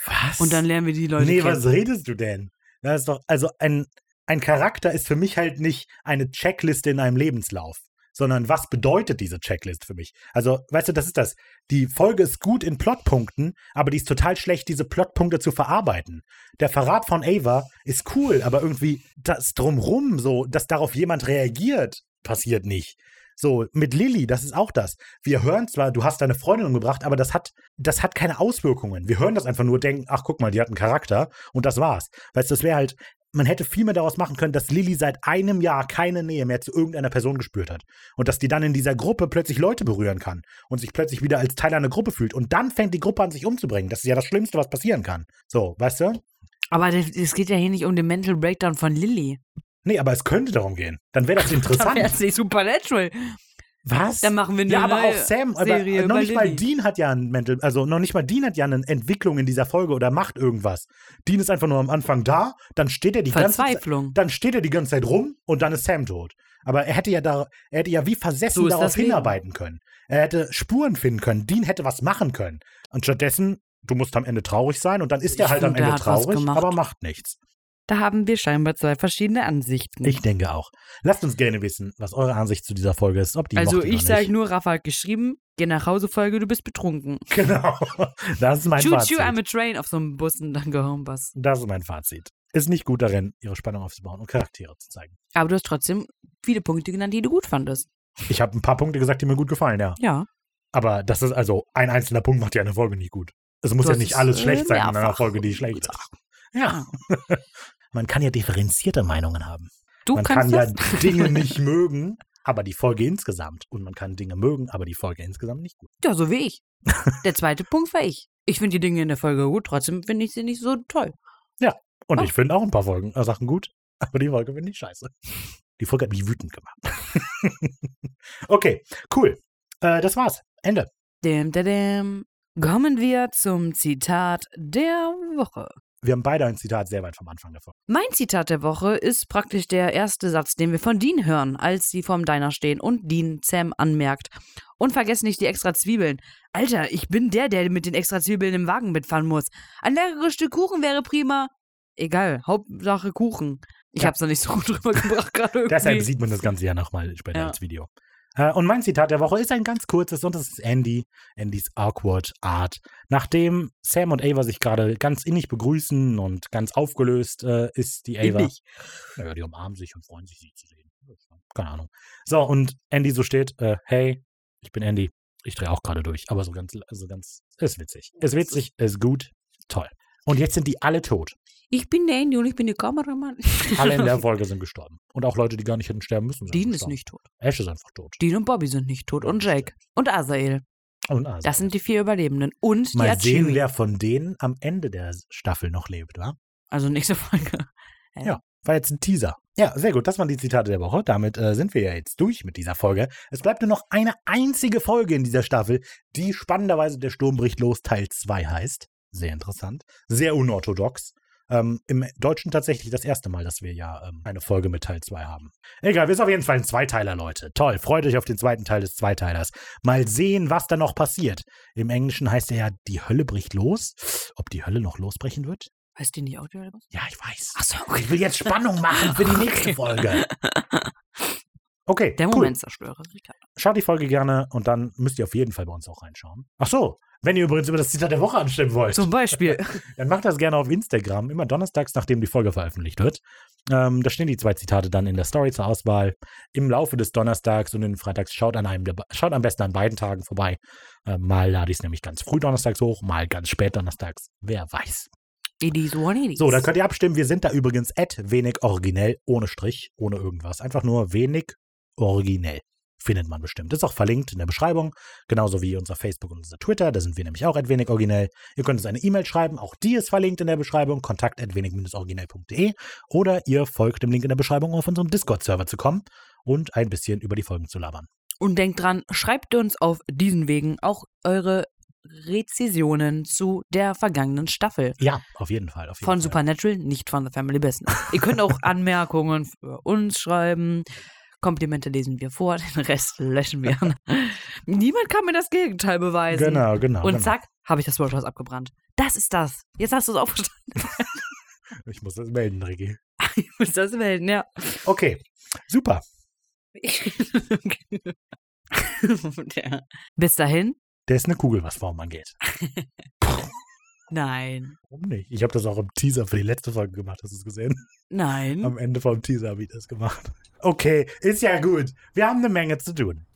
S1: Was?
S2: Und dann lernen wir die Leute
S1: nee,
S2: kennen.
S1: was redest du denn? Das ist doch, also ein, ein Charakter ist für mich halt nicht eine Checkliste in einem Lebenslauf, sondern was bedeutet diese Checklist für mich? Also, weißt du, das ist das. Die Folge ist gut in Plotpunkten, aber die ist total schlecht, diese Plotpunkte zu verarbeiten. Der Verrat von Ava ist cool, aber irgendwie das drumrum, so, dass darauf jemand reagiert, passiert nicht. So, mit Lilly, das ist auch das. Wir hören zwar, du hast deine Freundin umgebracht, aber das hat, das hat keine Auswirkungen. Wir hören das einfach nur, denken, ach guck mal, die hat einen Charakter und das war's. Weißt du, das wäre halt, man hätte viel mehr daraus machen können, dass Lilly seit einem Jahr keine Nähe mehr zu irgendeiner Person gespürt hat. Und dass die dann in dieser Gruppe plötzlich Leute berühren kann und sich plötzlich wieder als Teil einer Gruppe fühlt. Und dann fängt die Gruppe an, sich umzubringen. Das ist ja das Schlimmste, was passieren kann. So, weißt du?
S2: Aber das- es geht ja hier nicht um den Mental Breakdown von Lilly.
S1: Nee, aber es könnte darum gehen. Dann wäre das
S2: Da wäre
S1: interessant.
S2: es nicht supernatural.
S1: Was?
S2: Dann machen wir eine
S1: Ja, aber
S2: neue
S1: auch Sam, aber
S2: Serie
S1: noch
S2: über
S1: nicht mal
S2: Lilly.
S1: Dean hat ja ein Mental, also noch nicht mal Dean hat ja eine Entwicklung in dieser Folge oder macht irgendwas. Dean ist einfach nur am Anfang da, dann steht er die ganze Zeit,
S2: Verzweiflung.
S1: dann steht er die ganze Zeit rum und dann ist Sam tot. Aber er hätte ja da, er hätte ja wie versessen
S2: So ist
S1: darauf
S2: das Leben.
S1: hinarbeiten können. Er hätte Spuren finden können. Dean hätte was machen können. Und stattdessen, du musst am Ende traurig sein und dann ist
S2: Ich
S1: er halt am
S2: finde, er
S1: Ende
S2: hat was
S1: traurig,
S2: gemacht.
S1: aber macht nichts.
S2: Da haben wir scheinbar zwei verschiedene Ansichten.
S1: Ich denke auch. Lasst uns gerne wissen, was eure Ansicht zu dieser Folge ist, ob die
S2: also
S1: mocht ihr
S2: ich
S1: oder nicht.
S2: sage nur, Rafa hat geschrieben, geh nach Hause, Folge, du bist betrunken.
S1: Genau. Das ist mein
S2: Choo
S1: Fazit.
S2: choo, I'm a train auf so einem Bus und dann gehören was.
S1: Das ist mein Fazit. Ist nicht gut darin, ihre Spannung aufzubauen und Charaktere zu zeigen.
S2: Aber du hast trotzdem viele Punkte genannt, die du gut fandest.
S1: Ich habe ein paar Punkte gesagt, die mir gut gefallen, ja.
S2: Ja.
S1: Aber das ist also, ein einzelner Punkt macht ja eine Folge nicht gut. Es muss
S2: Du
S1: ja
S2: hast
S1: nicht
S2: es,
S1: alles
S2: äh,
S1: schlecht sein in einer
S2: mehrfach
S1: Folge, die schlecht ist.
S2: gesagt.
S1: Ja. Man kann ja differenzierte Meinungen haben.
S2: Du
S1: man kann
S2: kannst
S1: ja
S2: das.
S1: Dinge nicht mögen, aber die Folge insgesamt. Und man kann Dinge mögen, aber die Folge insgesamt nicht gut.
S2: Ja, so wie ich. Der zweite Punkt war ich. Ich finde die Dinge in der Folge gut, trotzdem finde ich sie nicht so toll.
S1: Und
S2: Oh.
S1: ich finde auch ein paar Folgen, äh, Sachen gut, aber die Folge finde ich scheiße. Die Folge hat mich wütend gemacht. okay, cool. Äh, das war's. Ende.
S2: Dim, dim, dim. Kommen wir zum Zitat der Woche.
S1: Wir haben beide ein Zitat sehr weit vom Anfang der Folge.
S2: Mein Zitat der Woche ist praktisch der erste Satz, den wir von Dean hören, als sie vorm Diner stehen und Dean Sam anmerkt. Und vergesst nicht die extra Zwiebeln. Alter, ich bin der, der mit den extra Zwiebeln im Wagen mitfahren muss. Ein leckeres Stück Kuchen wäre prima. Egal, Hauptsache Kuchen. Ich
S1: Ja.
S2: hab's da nicht so gut drüber gebracht gerade irgendwie.
S1: Deshalb sieht man das Ganze ja nochmal später
S2: Ja.
S1: als Video. Äh, Und mein Zitat der Woche ist ein ganz kurzes und das ist Andy, Andys awkward Art. Nachdem Sam und Ava sich gerade ganz innig begrüßen und ganz aufgelöst äh, ist die Ava.
S2: Innig.
S1: Naja, die umarmen sich und freuen sich, sie zu sehen. Keine Ahnung. So, und Andy so steht, äh, hey, ich bin Andy. Ich drehe auch gerade durch, aber so ganz, so ganz, ist witzig. Ist witzig, ist gut, toll. Und jetzt sind die alle tot.
S2: Ich bin der Andy und ich bin der Kameramann.
S1: Alle in der Folge sind gestorben. Und auch Leute, die gar nicht hätten sterben müssen. sind
S2: Dean ist
S1: gestorben.
S2: nicht tot.
S1: Ash ist einfach tot.
S2: Dean und Bobby sind nicht tot. Und Jake. Und Azael.
S1: Und also,
S2: Das sind die vier Überlebenden. Und die
S1: mal sehen,
S2: Achiri.
S1: wer von denen am Ende der Staffel noch lebt, wa?
S2: Also nächste Folge.
S1: War jetzt ein Teaser. Ja, sehr gut. Das waren die Zitate der Woche. Damit äh, sind wir ja jetzt durch mit dieser Folge. Es bleibt nur noch eine einzige Folge in dieser Staffel, die spannenderweise Der Sturm bricht los Teil 2 heißt. Sehr interessant. Sehr unorthodox. Ähm, Im Deutschen tatsächlich das erste Mal, dass wir ja ähm, eine Folge mit Teil 2 haben. Egal, ist auf jeden Fall ein Zweiteiler, Leute. Toll, freut euch auf den zweiten Teil des Zweiteilers. Mal sehen, was da noch passiert. Im Englischen heißt er ja, die Hölle bricht los. Ob die Hölle noch losbrechen wird?
S2: Heißt die nicht Audioalbum?
S1: Ja, ich weiß.
S2: Achso,
S1: Ich
S2: okay.
S1: will jetzt Spannung machen für die nächste
S2: Okay.
S1: Folge. Okay,
S2: Der
S1: cool.
S2: Momentzerstörer.
S1: Schaut die Folge gerne und dann müsst ihr auf jeden Fall bei uns auch reinschauen. Ach so, wenn ihr übrigens über das Zitat der Woche anstimmen wollt,
S2: Zum Beispiel.
S1: dann macht das gerne auf Instagram, immer donnerstags, nachdem die Folge veröffentlicht wird. Ähm, da stehen die zwei Zitate dann in der Story zur Auswahl. Im Laufe des Donnerstags und den Freitags schaut, an einem, der be- schaut am besten an beiden Tagen vorbei. Äh, mal lade ich es nämlich ganz früh donnerstags hoch, mal ganz spät donnerstags. Wer weiß.
S2: It is one it is.
S1: So, dann könnt ihr abstimmen. Wir sind da übrigens at wenig originell, ohne Strich, ohne irgendwas. Einfach nur wenig originell. Findet man bestimmt. Ist auch verlinkt in der Beschreibung. Genauso wie unser Facebook und unser Twitter. Da sind wir nämlich auch at wenig originell. Ihr könnt uns eine E-Mail schreiben. Auch die ist verlinkt in der Beschreibung. Kontakt at wenig-originell.de. Oder ihr folgt dem Link in der Beschreibung, um auf unserem Discord-Server zu kommen und ein bisschen über die Folgen zu labern.
S2: Und denkt dran, schreibt uns auf diesen Wegen auch eure Rezessionen zu der vergangenen Staffel.
S1: Ja, auf jeden Fall. Auf jeden
S2: Von
S1: Fall.
S2: Supernatural, nicht von The Family Business. Ihr könnt auch Anmerkungen für uns schreiben. Komplimente lesen wir vor, den Rest löschen wir. Niemand kann mir das Gegenteil beweisen.
S1: Genau, genau.
S2: Und
S1: genau.
S2: zack, habe ich das Wortschloss abgebrannt. Das ist das. Jetzt hast du es aufgestanden.
S1: Ich muss das melden, Ricky.
S2: Ich muss das melden, ja.
S1: Okay, super.
S2: ja. Bis dahin?
S1: Der ist eine Kugel, was Form angeht.
S2: Nein.
S1: Warum nicht? Ich habe das auch im Teaser für die letzte Folge gemacht, hast du es gesehen?
S2: Nein.
S1: Mhm. Am Ende vom Teaser habe ich das gemacht. Okay, ist ja gut. Wir haben eine Menge zu tun.